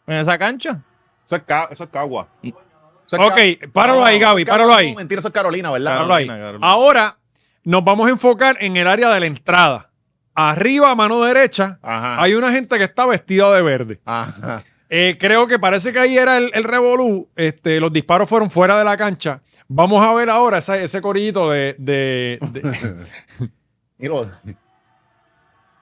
Speaker 3: en esa cancha.
Speaker 1: Mm.
Speaker 2: eso, es ca- eso es Cagua Eso es
Speaker 1: Ok,
Speaker 2: Ca-
Speaker 1: páralo
Speaker 2: No,
Speaker 1: ahí,
Speaker 2: no,
Speaker 1: Gaby,
Speaker 2: Carol-
Speaker 1: páralo ahí.
Speaker 2: no, Mentira, eso es Carolina, ¿verdad?
Speaker 1: Déjalo ahí.
Speaker 3: Carolina, Carolina.
Speaker 1: Ahora nos vamos a enfocar en el área de la entrada. Arriba, a mano derecha,
Speaker 2: Ajá.
Speaker 1: hay una gente que está vestida de verde.
Speaker 2: Ajá.
Speaker 1: Eh, creo que parece que ahí era el, el revolú. Este, los disparos fueron fuera de la cancha. Vamos a ver ahora esa- ese corillito de, de- de-
Speaker 2: Y lo-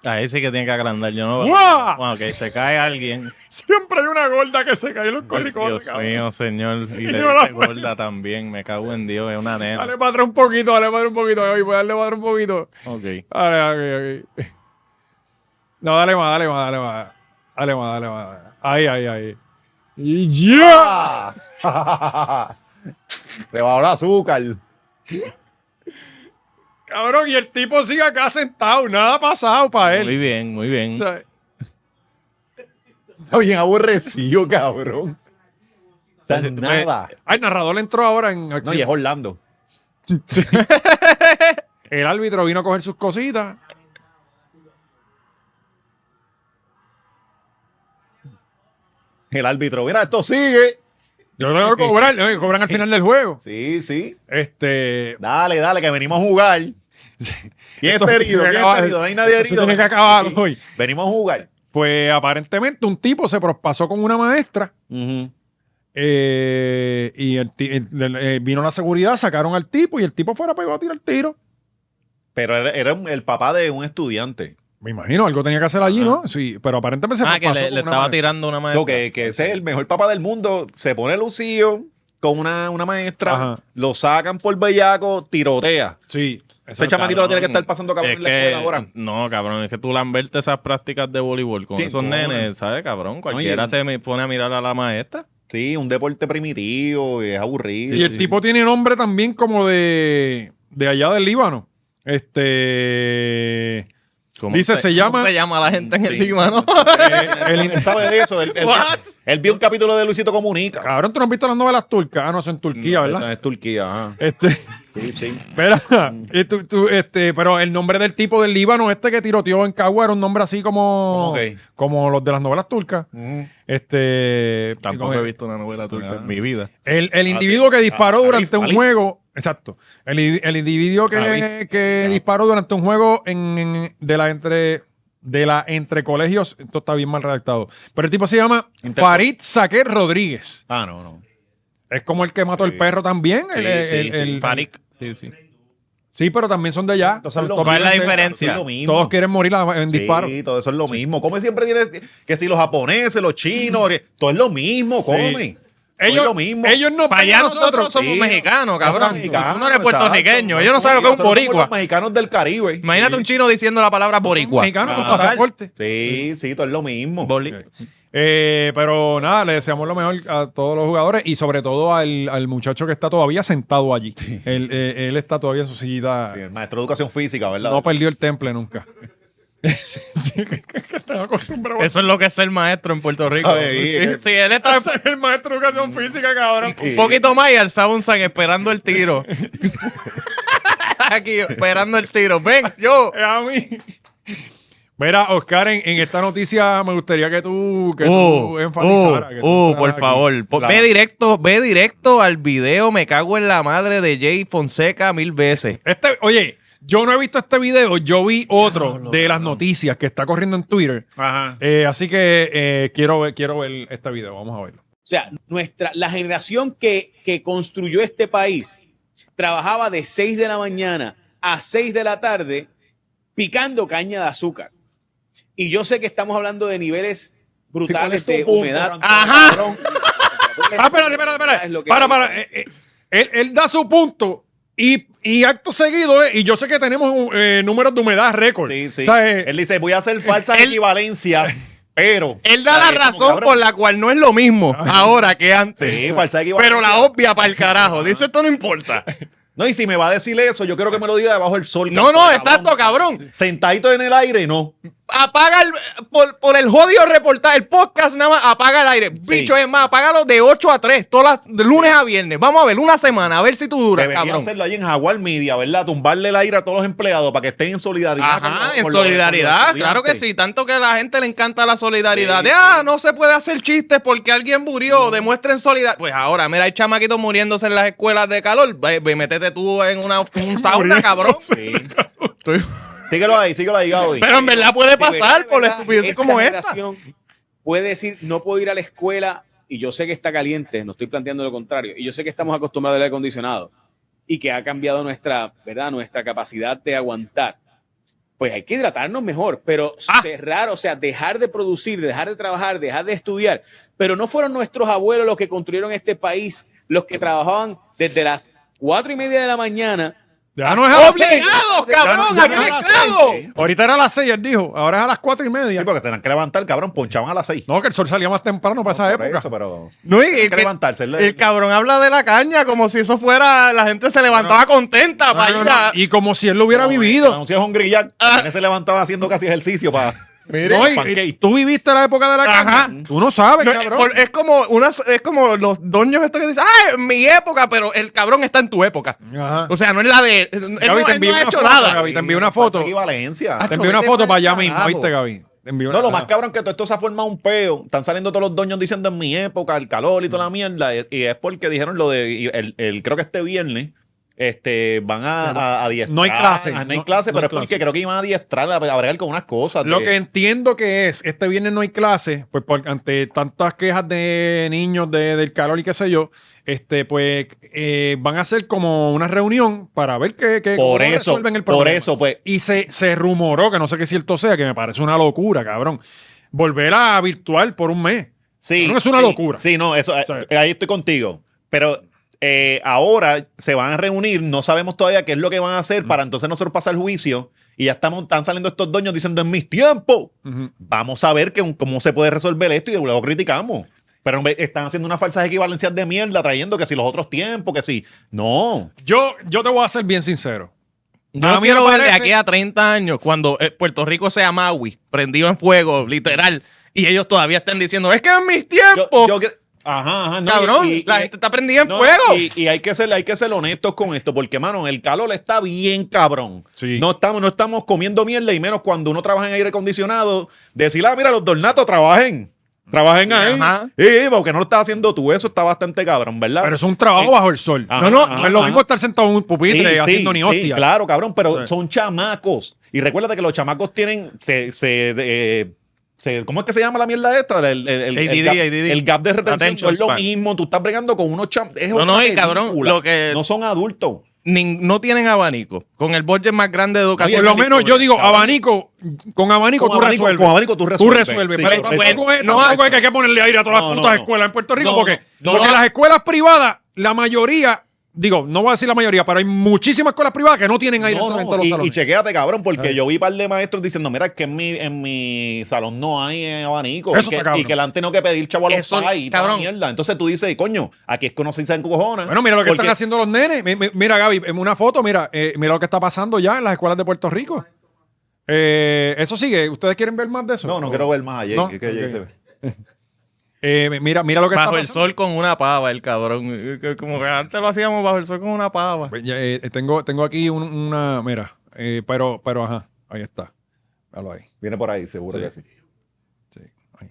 Speaker 3: Ahí sí que tiene que agrandar. Yo no
Speaker 1: ¡Guau!
Speaker 3: Bueno, que se cae alguien.
Speaker 1: Siempre hay una gorda que se cae en los corricones.
Speaker 3: Dios mío, señor. Y
Speaker 1: Yo
Speaker 3: le
Speaker 1: no la
Speaker 3: dice gorda también. Me cago en Dios. Es una nena.
Speaker 1: Dale para atrás un poquito, dale para atrás un poquito. Gaby, pues darle para atrás un poquito.
Speaker 3: Ok.
Speaker 1: Dale, ok, ok. No, dale más, dale más, dale más. Dale más, dale más. Ahí, ahí, ahí. ¡Y ya!
Speaker 2: Se bajó el azúcar.
Speaker 1: Cabrón, y el tipo sigue acá sentado. Nada ha pasado para
Speaker 3: Muy
Speaker 1: él.
Speaker 3: bien, muy bien.
Speaker 1: O sea,
Speaker 2: Está bien aborrecido, cabrón. O sea,
Speaker 3: Pues,
Speaker 2: nada.
Speaker 1: ah, el narrador entró ahora en
Speaker 2: No,
Speaker 1: acción.
Speaker 2: y es Orlando.
Speaker 1: Sí. El árbitro vino a coger sus cositas.
Speaker 2: El árbitro. Mira, esto sigue.
Speaker 1: Yo tengo que cobrar, ¿no? Que cobran al final del juego.
Speaker 2: Sí, sí.
Speaker 1: Este.
Speaker 2: Dale, dale, que venimos a jugar. ¿Quién
Speaker 1: esto
Speaker 2: está
Speaker 1: tiene que
Speaker 2: herido? ¿Quién está
Speaker 1: acabar.
Speaker 2: herido? No hay nadie
Speaker 1: Eso
Speaker 2: herido.
Speaker 1: tiene que acabar hoy.
Speaker 2: Venimos a jugar.
Speaker 1: Pues aparentemente un tipo se propasó con una maestra. eh, y el ti- el- el- eh, vino la seguridad, sacaron al tipo y el tipo fuera para iba a tirar el tiro.
Speaker 2: Pero era, era un- el papá de un estudiante.
Speaker 1: Me imagino, algo tenía que hacer allí,
Speaker 2: Ajá.
Speaker 1: ¿no? Sí, pero aparentemente se
Speaker 3: Ah, que
Speaker 1: propasó
Speaker 3: le,
Speaker 1: con
Speaker 3: le
Speaker 1: una
Speaker 3: estaba
Speaker 1: maestra.
Speaker 3: tirando una mano.
Speaker 2: So, que, que ese es el mejor papá del mundo. Se pone lucido con una, una maestra.
Speaker 1: Ajá.
Speaker 2: Lo sacan por bellaco, tirotea.
Speaker 1: Sí.
Speaker 2: Ese
Speaker 1: exacto.
Speaker 2: chamaquito lo tiene
Speaker 3: Mm.
Speaker 2: que estar pasando cabrón en la escuela ahora.
Speaker 3: No, cabrón, es que tú lamberte esas prácticas de voleibol con
Speaker 2: Sí,
Speaker 3: esos
Speaker 2: no, no.
Speaker 3: nenes, ¿sabes, cabrón? Cualquiera
Speaker 2: Oye.
Speaker 3: se me pone a mirar a la maestra.
Speaker 2: Sí, un deporte primitivo y es aburrido.
Speaker 1: Y el
Speaker 3: sí.
Speaker 1: tipo tiene nombre también como de, de allá del Líbano. Este.
Speaker 3: ¿Cómo
Speaker 1: Dice, se
Speaker 3: cómo
Speaker 1: llama-
Speaker 3: se llama la gente en el
Speaker 2: Sí.
Speaker 3: Líbano?
Speaker 2: Él, él sabe de eso. Él, él-
Speaker 3: What?
Speaker 2: él vio un capítulo de Luisito Comunica.
Speaker 1: Cabrón, tú no has visto las novelas turcas. Ah, no, son en Turquía, ¿verdad?
Speaker 2: Es Turquía, ajá.
Speaker 1: Este,
Speaker 2: Sí, sí.
Speaker 1: espera,
Speaker 2: Mm.
Speaker 1: y tú- tú, este, pero el nombre del tipo del Líbano, este que tiroteó en Cagua, era un nombre así como,
Speaker 2: ¿Cómo que?
Speaker 1: como los de las novelas turcas. Este,
Speaker 3: Tampoco he visto una novela turca
Speaker 2: Ah.
Speaker 3: en mi vida.
Speaker 1: El, el
Speaker 2: Ah,
Speaker 1: individuo
Speaker 2: sí.
Speaker 1: que disparó
Speaker 2: Ah,
Speaker 1: durante
Speaker 2: Arif,
Speaker 1: un
Speaker 2: Arif.
Speaker 1: juego, exacto. El, i- el individuo que,
Speaker 2: Arif.
Speaker 1: que
Speaker 2: Ya.
Speaker 1: disparó durante un juego en, en- de la entre de la entre colegios, esto está bien mal redactado. Pero el tipo se llama
Speaker 2: Inter-
Speaker 1: Farid Saquer Rodríguez.
Speaker 2: Ah, no, no.
Speaker 1: Es como el que mató
Speaker 2: Sí.
Speaker 1: al perro también.
Speaker 2: Sí,
Speaker 1: el- el-
Speaker 2: sí,
Speaker 1: el-
Speaker 2: sí.
Speaker 1: el-
Speaker 3: Farik. Sí, sí.
Speaker 1: Sí, pero también son de allá.
Speaker 2: Entonces,
Speaker 1: Los
Speaker 2: lo-
Speaker 1: top
Speaker 3: ¿Cuál es la
Speaker 1: ten de-
Speaker 3: diferencia?
Speaker 2: Es lo mismo.
Speaker 1: Todos quieren morir a- en
Speaker 2: Sí,
Speaker 1: disparo.
Speaker 2: todo eso es lo mismo. Come siempre tiene que si los japoneses, los chinos, que- todo es lo mismo, come. Todo
Speaker 1: Ellos,
Speaker 2: es lo mismo.
Speaker 1: ellos no
Speaker 3: Para allá
Speaker 1: pegan a
Speaker 3: nosotros somos
Speaker 2: sí.
Speaker 3: mexicanos,
Speaker 2: Son
Speaker 3: cabrón.
Speaker 2: mexicanos,
Speaker 3: tú no eres
Speaker 2: pues, exacto.
Speaker 3: puertorriqueño. Ellos no saben lo que es un
Speaker 2: Nosotros somos
Speaker 3: boricua.
Speaker 2: Los mexicanos del Caribe.
Speaker 3: Imagínate
Speaker 2: Sí.
Speaker 3: un chino diciendo la palabra boricua.
Speaker 1: mexicanos con
Speaker 2: Ah,
Speaker 1: pasaporte.
Speaker 2: Sí, sí, todo es lo mismo.
Speaker 3: Boli-
Speaker 1: Eh, pero nada, le deseamos lo mejor a todos los jugadores y sobre todo al, al muchacho que está todavía sentado allí. Él, eh, él está todavía en su sillita.
Speaker 2: Sí, el maestro de educación física, ¿verdad?
Speaker 3: pues,
Speaker 1: no perdió el temple nunca. Sí, sí, que- que estaba acostumbrado
Speaker 3: Eso es lo que es ser maestro en Puerto Rico.
Speaker 2: Sabe, y-
Speaker 3: Sí, sí, él está
Speaker 1: a ser el maestro de educación física, cabrón.
Speaker 3: un poquito más y alzaba un san esperando el tiro. Aquí, esperando el tiro. Ven, yo.
Speaker 1: Eh, A mí. Mira, Oscar, en, en esta noticia me gustaría que tú, que tú
Speaker 2: Oh,
Speaker 3: Uh,
Speaker 1: enfatizaras. que tú
Speaker 3: uh, uh,
Speaker 1: fueras
Speaker 3: por
Speaker 1: aquí.
Speaker 3: favor. Po-
Speaker 2: Claro.
Speaker 3: Ve directo, ve directo al video. Me cago en la madre de Jay Fonseca mil veces.
Speaker 1: Este, oye, yo no he visto este video, yo vi otro de las noticias que está corriendo en Twitter.
Speaker 2: Ajá.
Speaker 1: Eh, así que eh, quiero, ver, quiero ver este video, vamos a verlo.
Speaker 4: O sea, nuestra, la generación que, que construyó este país trabajaba de 6 de la mañana a 6 de la tarde picando caña de azúcar. Y yo sé que estamos hablando de niveles brutales de humedad.
Speaker 3: Ajá.
Speaker 1: Ah, espérate, espérate,
Speaker 4: Es
Speaker 1: espérate.
Speaker 4: lo que
Speaker 1: Para,
Speaker 4: hay.
Speaker 1: para. eh, eh, él, él da su punto y, y acto seguido, eh, y yo sé que tenemos eh, números de humedad récord.
Speaker 2: Sí, sí.
Speaker 1: O sea, eh,
Speaker 2: Él dice, voy a hacer falsas
Speaker 3: Él-
Speaker 2: equivalencias, pero...
Speaker 3: Él da la
Speaker 2: Ahí es como,
Speaker 3: razón
Speaker 2: cabrón.
Speaker 3: por la cual no es lo mismo ahora que antes.
Speaker 2: Sí, falsas equivalencias.
Speaker 3: Pero la obvia para el carajo. Dice, esto no importa.
Speaker 2: No, y si me va a decir eso, yo quiero que me lo diga debajo del sol.
Speaker 3: No, no, exacto, cabrón.
Speaker 2: Sentadito en el aire, no.
Speaker 3: apaga el, por, por el jodido reportaje, el podcast nada más apaga el aire. Bicho, es más, apágalo de 8 a 3, todas las, de lunes a viernes. Vamos a ver, una semana, a ver si tú duras,
Speaker 2: Deberían
Speaker 3: cabrón.
Speaker 2: hacerlo ahí en Jaguar Media, ¿verdad? Tumbarle el aire a todos los empleados para que estén en solidaridad. con
Speaker 3: Ajá,
Speaker 2: los- con los-
Speaker 3: en
Speaker 2: con los
Speaker 3: solidaridad, claro que
Speaker 2: estudiantes.
Speaker 3: sí. Tanto que a la gente le encanta la solidaridad.
Speaker 2: Sí,
Speaker 3: De,
Speaker 2: sí.
Speaker 3: ah, no se puede hacer chistes porque alguien murió, demuestren solidaridad. Pues ahora, mira, hay chamaquitos muriéndose en las escuelas de calor. Ve, ve, métete tú en una, un sauna, cabrón.
Speaker 2: Sí. Síguelo ahí, síguelo ahí, Gaby.
Speaker 3: Pero en verdad puede pasar por
Speaker 4: la
Speaker 3: estupideces como esta.
Speaker 4: Puede decir, no puedo ir a la escuela y yo sé que está caliente, no estoy planteando lo contrario, y yo sé que estamos acostumbrados al aire acondicionado y que ha cambiado nuestra, ¿verdad? Nuestra capacidad de aguantar. Pues hay que hidratarnos mejor, pero
Speaker 3: Ah.
Speaker 4: cerrar, o sea, dejar de producir, dejar de trabajar, dejar de estudiar. Pero no fueron nuestros abuelos los que construyeron este país, los que trabajaban desde las cuatro y media de la mañana.
Speaker 2: Ah,
Speaker 1: Ya no es
Speaker 2: oh,
Speaker 1: a las seis.
Speaker 3: ¡Obligados,
Speaker 1: Ya no-
Speaker 3: cabrón!
Speaker 1: ya
Speaker 3: ¡Aquí
Speaker 1: no es
Speaker 3: me
Speaker 1: a las
Speaker 3: clavo!
Speaker 1: Ahorita era a las 6, él dijo. Ahora es a las 4 y media.
Speaker 2: Sí, porque tenían que levantar, cabrón, ponchaban a las seis.
Speaker 1: No, que el sol salía más temprano para esa
Speaker 2: Por
Speaker 1: época.
Speaker 2: eso, pero
Speaker 3: No, y
Speaker 2: hay
Speaker 3: el,
Speaker 2: que
Speaker 3: que-
Speaker 2: levantarse. el-
Speaker 3: el cabrón habla de la caña como si eso fuera. La gente se levantaba contenta
Speaker 1: No,
Speaker 3: para
Speaker 1: no,
Speaker 3: ir
Speaker 1: no.
Speaker 3: a-
Speaker 1: Y como si él lo hubiera
Speaker 2: como
Speaker 1: vivido.
Speaker 2: Anuncias un grillac,
Speaker 3: Ah.
Speaker 2: también se levantaba haciendo casi ejercicio para...
Speaker 1: No, y-
Speaker 2: pancake.
Speaker 1: y tú viviste la época de la
Speaker 3: Ajá.
Speaker 1: caña. Tú no sabes,
Speaker 3: No,
Speaker 1: cabrón.
Speaker 3: por- es como una, es como los doños estos que dicen, ah, en mi época, pero el cabrón está en tu época.
Speaker 1: Ajá.
Speaker 3: O sea, no es la de. es-
Speaker 1: Gaby,
Speaker 3: Él, no,
Speaker 1: te
Speaker 3: él no
Speaker 1: envié
Speaker 3: ha
Speaker 1: una
Speaker 3: hecho
Speaker 1: foto,
Speaker 3: nada.
Speaker 1: Gaby, te envié una foto. Ah,
Speaker 2: Aquí Valencia.
Speaker 1: Te envié una
Speaker 3: Vete
Speaker 1: foto
Speaker 3: pa'l
Speaker 1: para allá mismo,
Speaker 3: carajo.
Speaker 1: ¿viste, Gaby? Te envié una-
Speaker 2: No, lo más
Speaker 1: Ajá.
Speaker 2: cabrón que todo esto se ha formado un peo. Están saliendo todos los doños diciendo en mi época, el calor y toda la mierda. Y, y es porque dijeron lo de, y el, el- creo que este viernes, este, van a, a, a adiestrar.
Speaker 1: No hay clase.
Speaker 2: Ah, No hay
Speaker 1: No-
Speaker 2: clase,
Speaker 1: no hay
Speaker 2: pero es porque
Speaker 1: clase.
Speaker 2: creo que iban a adiestrar, a, a bregar con unas cosas.
Speaker 1: Lo
Speaker 2: de-
Speaker 1: que entiendo que es, este viernes no hay clase, pues por- ante tantas quejas de niños de- del calor y qué sé yo, este, pues eh, van a hacer como una reunión para ver qué, qué- cómo
Speaker 2: por eso,
Speaker 1: resuelven el
Speaker 2: por
Speaker 1: problema.
Speaker 2: eso, pues,
Speaker 1: Y se, se rumoró, que no sé qué cierto sea, que me parece una locura, cabrón. Volver a virtual por un mes.
Speaker 2: Sí.
Speaker 1: No es una
Speaker 2: sí,
Speaker 1: locura.
Speaker 2: Sí, no, eso, eh,
Speaker 1: sea-
Speaker 2: ahí estoy contigo. Pero eh, ahora se van a reunir, no sabemos todavía qué es lo que van a hacer
Speaker 1: Mm.
Speaker 2: para entonces nosotros pasar el juicio y ya estamos, están saliendo estos doños diciendo en mis tiempos.
Speaker 1: Ujú.
Speaker 2: Vamos a ver que- cómo se puede resolver esto y luego criticamos. Pero hombre, están haciendo unas falsas equivalencias de mierda, trayendo que si los otros tiempos, que si. No.
Speaker 1: Yo, yo te voy a ser bien sincero.
Speaker 3: Yo
Speaker 1: A
Speaker 3: no
Speaker 1: mí
Speaker 3: quiero
Speaker 1: me
Speaker 3: ver de
Speaker 1: parece-
Speaker 3: aquí a 30 años cuando eh, Puerto Rico sea Maui, prendido en fuego, literal. Y ellos todavía están diciendo, es que en
Speaker 2: Yo-
Speaker 3: mis tiempos,
Speaker 2: yo cre- ajá, ajá. no,
Speaker 3: cabrón,
Speaker 2: y- y-
Speaker 3: la
Speaker 2: y-
Speaker 3: gente está prendida en
Speaker 2: no,
Speaker 3: fuego.
Speaker 2: Y, y hay, que ser, hay que ser honestos con esto, porque, mano, el calor está bien cabrón.
Speaker 1: Sí.
Speaker 2: No, estamos, no estamos comiendo mierda y menos cuando uno trabaja en aire acondicionado. Decir, ah, mira, los dornatos trabajen. Trabajen ahí.
Speaker 3: ajá.
Speaker 2: Sí, porque no lo estás haciendo tú. Eso está bastante cabrón, ¿verdad?
Speaker 1: Pero es un
Speaker 2: Eh,
Speaker 1: trabajo bajo el sol.
Speaker 2: Ajá,
Speaker 1: no, no,
Speaker 2: ajá,
Speaker 1: no es lo mismo
Speaker 2: ajá.
Speaker 1: estar sentado en un pupitre
Speaker 2: ah, Sí,
Speaker 1: haciendo
Speaker 2: sí,
Speaker 1: ni
Speaker 2: sí,
Speaker 1: hostias.
Speaker 2: claro, cabrón, pero
Speaker 1: Sí.
Speaker 2: son chamacos. Y recuérdate que los chamacos tienen. Se, se, eh, se- ¿Cómo es que se llama la mierda esta? El, el- el- el
Speaker 3: ADD,
Speaker 2: gap,
Speaker 3: ADD.
Speaker 2: el gap de retención
Speaker 3: Attention
Speaker 2: es lo
Speaker 3: span.
Speaker 2: mismo. Tú estás bregando con unos chamacos.
Speaker 3: No, no, y cabrón, lo que-
Speaker 2: No son adultos.
Speaker 3: Nin- no tienen abanico. Con el budget más grande de educación.
Speaker 1: Por lo
Speaker 3: en la
Speaker 1: menos yo
Speaker 3: historia,
Speaker 1: digo,
Speaker 3: cabrón.
Speaker 1: abanico, con abanico,
Speaker 2: Con
Speaker 1: tú,
Speaker 2: abanico-
Speaker 1: resuelves.
Speaker 2: con abanico tú resuelves. Sí,
Speaker 1: pero
Speaker 2: correcto.
Speaker 1: tampoco, es,
Speaker 3: No,
Speaker 1: tampoco es
Speaker 2: no.
Speaker 1: que hay que ponerle aire a todas
Speaker 2: No,
Speaker 1: las
Speaker 2: no,
Speaker 1: putas
Speaker 2: no.
Speaker 1: escuelas en Puerto Rico,
Speaker 2: No,
Speaker 1: porque,
Speaker 2: no,
Speaker 1: porque
Speaker 2: no.
Speaker 1: las escuelas privadas, la mayoría, digo, no voy a decir la mayoría, pero hay muchísimas escuelas privadas que no tienen aire
Speaker 2: No,
Speaker 1: en,
Speaker 2: no,
Speaker 1: to- en todos los
Speaker 2: y, y
Speaker 1: salones.
Speaker 2: chequéate, cabrón, porque
Speaker 1: Ay.
Speaker 2: yo vi un par de maestros diciendo, mira, es que en mi, en mi salón no hay eh, abanico.
Speaker 1: Eso
Speaker 2: y, que,
Speaker 1: está cabrón.
Speaker 2: y que le han tenido que pedir chavo a los
Speaker 3: Eso,
Speaker 2: pais y toda la
Speaker 3: cabrón.
Speaker 2: mierda. Entonces tú dices, coño, aquí es que no se en cojones.
Speaker 1: bueno, mira lo que están
Speaker 2: porque-
Speaker 1: haciendo los nenes. Mi- mi- Mira, Gaby, en una foto, mira, eh, mira lo que está pasando ya en las escuelas de Puerto Rico. Eh, eso sigue. ¿Ustedes quieren ver más de eso?
Speaker 2: No, no quiero ver más a Jake,
Speaker 1: No,
Speaker 2: es que Jake
Speaker 1: ok.
Speaker 2: se ve.
Speaker 1: Eh, mira, mira lo que
Speaker 3: Bajo
Speaker 1: está
Speaker 3: el
Speaker 1: pasando.
Speaker 3: sol con una pava, el cabrón. Como que antes lo hacíamos bajo el sol con una pava.
Speaker 1: Pues ya, eh, tengo, tengo aquí un- una, mira, eh, pero, pero, ajá, ahí está. Míralo ahí.
Speaker 2: Viene por ahí, seguro
Speaker 1: Sí.
Speaker 2: que sí.
Speaker 1: Sí. Ahí.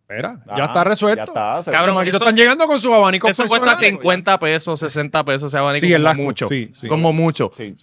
Speaker 1: Espera,
Speaker 2: Ajá,
Speaker 1: ya está resuelto.
Speaker 2: Ya está. se-
Speaker 3: Cabrón,
Speaker 1: Los
Speaker 3: eso,
Speaker 1: están llegando con sus abanicos
Speaker 3: eso cuesta
Speaker 1: personales.
Speaker 3: 50 pesos, 60 pesos ese abanico.
Speaker 1: Sí, el
Speaker 3: como
Speaker 1: lasco,
Speaker 3: mucho.
Speaker 1: sí, sí.
Speaker 3: Como mucho.
Speaker 2: Sí.